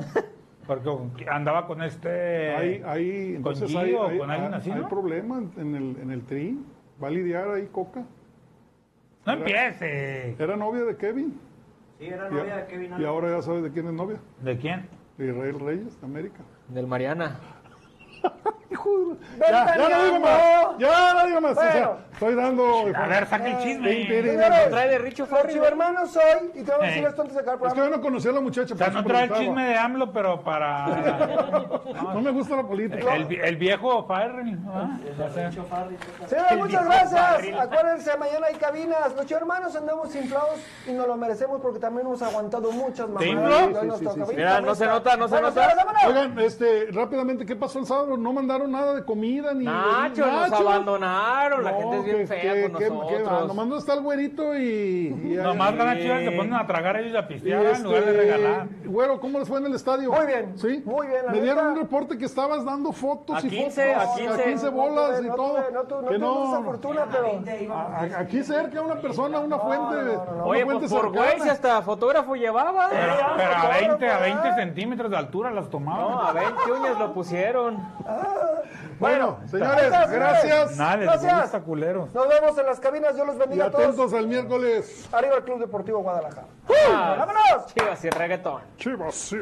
[SPEAKER 3] Porque andaba con este...
[SPEAKER 5] Ahí, ahí, entonces
[SPEAKER 3] Gio,
[SPEAKER 5] hay, hay- ah,
[SPEAKER 3] con alguien así,
[SPEAKER 5] hay
[SPEAKER 3] ¿no?
[SPEAKER 5] problema en- en el, en el tri. Va a lidiar ahí Coca.
[SPEAKER 3] No empiece.
[SPEAKER 5] Era novia de Kevin.
[SPEAKER 6] Sí, era
[SPEAKER 5] Y,
[SPEAKER 6] novia de Kevin
[SPEAKER 5] y
[SPEAKER 6] Allen.
[SPEAKER 5] ahora ya sabes de quién es novia.
[SPEAKER 3] ¿De quién?
[SPEAKER 5] De Israel Reyes, de América.
[SPEAKER 4] Del Mariana.
[SPEAKER 5] Hijo de-
[SPEAKER 2] Vete
[SPEAKER 5] Ya, ya no digo más. Ya no digo más. O
[SPEAKER 2] Bueno.
[SPEAKER 5] sea, estoy dando.
[SPEAKER 3] A ver, saque el
[SPEAKER 5] Inter-
[SPEAKER 3] chisme.
[SPEAKER 2] Señores,
[SPEAKER 4] Trae de Richo
[SPEAKER 2] los
[SPEAKER 4] Farri.
[SPEAKER 2] chivermanos hoy, y te voy a decir
[SPEAKER 3] Eh.
[SPEAKER 2] esto antes de acabar el
[SPEAKER 5] Es que yo
[SPEAKER 2] programa.
[SPEAKER 5] no conocía a la muchacha.
[SPEAKER 3] O sea,
[SPEAKER 5] por eso
[SPEAKER 3] no trae el
[SPEAKER 5] preguntaba.
[SPEAKER 3] chisme de AMLO, pero para...
[SPEAKER 5] No me gusta la política.
[SPEAKER 3] El, el viejo Farrell. ¿no? O sea,
[SPEAKER 6] Richo Farri, Coca.
[SPEAKER 2] Señores, muchas gracias. Acuérdense, mañana hay cabinas. Los hermanos andamos inflados y nos lo merecemos porque también hemos aguantado muchas mamadas.
[SPEAKER 3] infló?
[SPEAKER 2] Y hoy nos
[SPEAKER 5] Sí, sí,
[SPEAKER 2] toca.
[SPEAKER 5] sí, sí.
[SPEAKER 4] Mira, no se nota, no se
[SPEAKER 2] Bueno,
[SPEAKER 4] nota.
[SPEAKER 2] señores, vámonos.
[SPEAKER 5] Oigan, este, rápidamente, ¿qué pasó el sábado? No mandaron nada de comida ni.
[SPEAKER 4] Nacho, nos
[SPEAKER 5] Nacho.
[SPEAKER 4] abandonaron. La
[SPEAKER 5] No,
[SPEAKER 4] gente es bien
[SPEAKER 5] que-
[SPEAKER 4] fea
[SPEAKER 5] que-
[SPEAKER 4] con
[SPEAKER 5] que- que- ah,
[SPEAKER 4] nosotros.
[SPEAKER 5] nomás no está el güerito y. y-
[SPEAKER 3] Nomás
[SPEAKER 5] y-
[SPEAKER 3] ganan chivas, se ponen a tragar ellos y a
[SPEAKER 5] y
[SPEAKER 3] pistear en lugar de
[SPEAKER 5] este,
[SPEAKER 3] regalar.
[SPEAKER 5] Güero, ¿cómo les fue en el estadio?
[SPEAKER 2] Muy bien,
[SPEAKER 5] ¿Sí?
[SPEAKER 2] muy bien, la
[SPEAKER 5] Me dieron
[SPEAKER 2] neta.
[SPEAKER 5] un reporte que estabas dando fotos
[SPEAKER 4] A
[SPEAKER 5] y
[SPEAKER 4] 15,
[SPEAKER 5] fotos.
[SPEAKER 4] a 15.
[SPEAKER 5] bolas
[SPEAKER 2] tuve-
[SPEAKER 5] y todo.
[SPEAKER 2] tuve- No, tu- no
[SPEAKER 5] que
[SPEAKER 2] tuvimos esa
[SPEAKER 5] no.
[SPEAKER 2] fortuna, pero.
[SPEAKER 5] A- a- Aquí cerca, una persona, una fuente. una
[SPEAKER 4] Oye,
[SPEAKER 5] fuente
[SPEAKER 4] pues por
[SPEAKER 5] cercana.
[SPEAKER 4] güey, si hasta fotógrafo llevaba.
[SPEAKER 3] Pero, pero a
[SPEAKER 2] fotógrafo,
[SPEAKER 3] 20, a 20
[SPEAKER 2] ¿verdad?
[SPEAKER 3] centímetros de altura las
[SPEAKER 4] No,
[SPEAKER 3] tomaban.
[SPEAKER 4] a 20 uñas lo pusieron.
[SPEAKER 5] Bueno, señores,
[SPEAKER 2] gracias,
[SPEAKER 5] gracias.
[SPEAKER 2] señores.
[SPEAKER 3] Nada, les
[SPEAKER 2] Gracias.
[SPEAKER 3] gusta, culeros.
[SPEAKER 2] Nos vemos en las cabinas. Dios los
[SPEAKER 5] Y
[SPEAKER 2] bendiga a todos.
[SPEAKER 5] atentos al miércoles.
[SPEAKER 2] Arriba el Club Deportivo Guadalajara.
[SPEAKER 4] Ah,
[SPEAKER 2] ¡Vámonos!
[SPEAKER 4] Chivas y reggaetón.
[SPEAKER 5] Chivas, sí,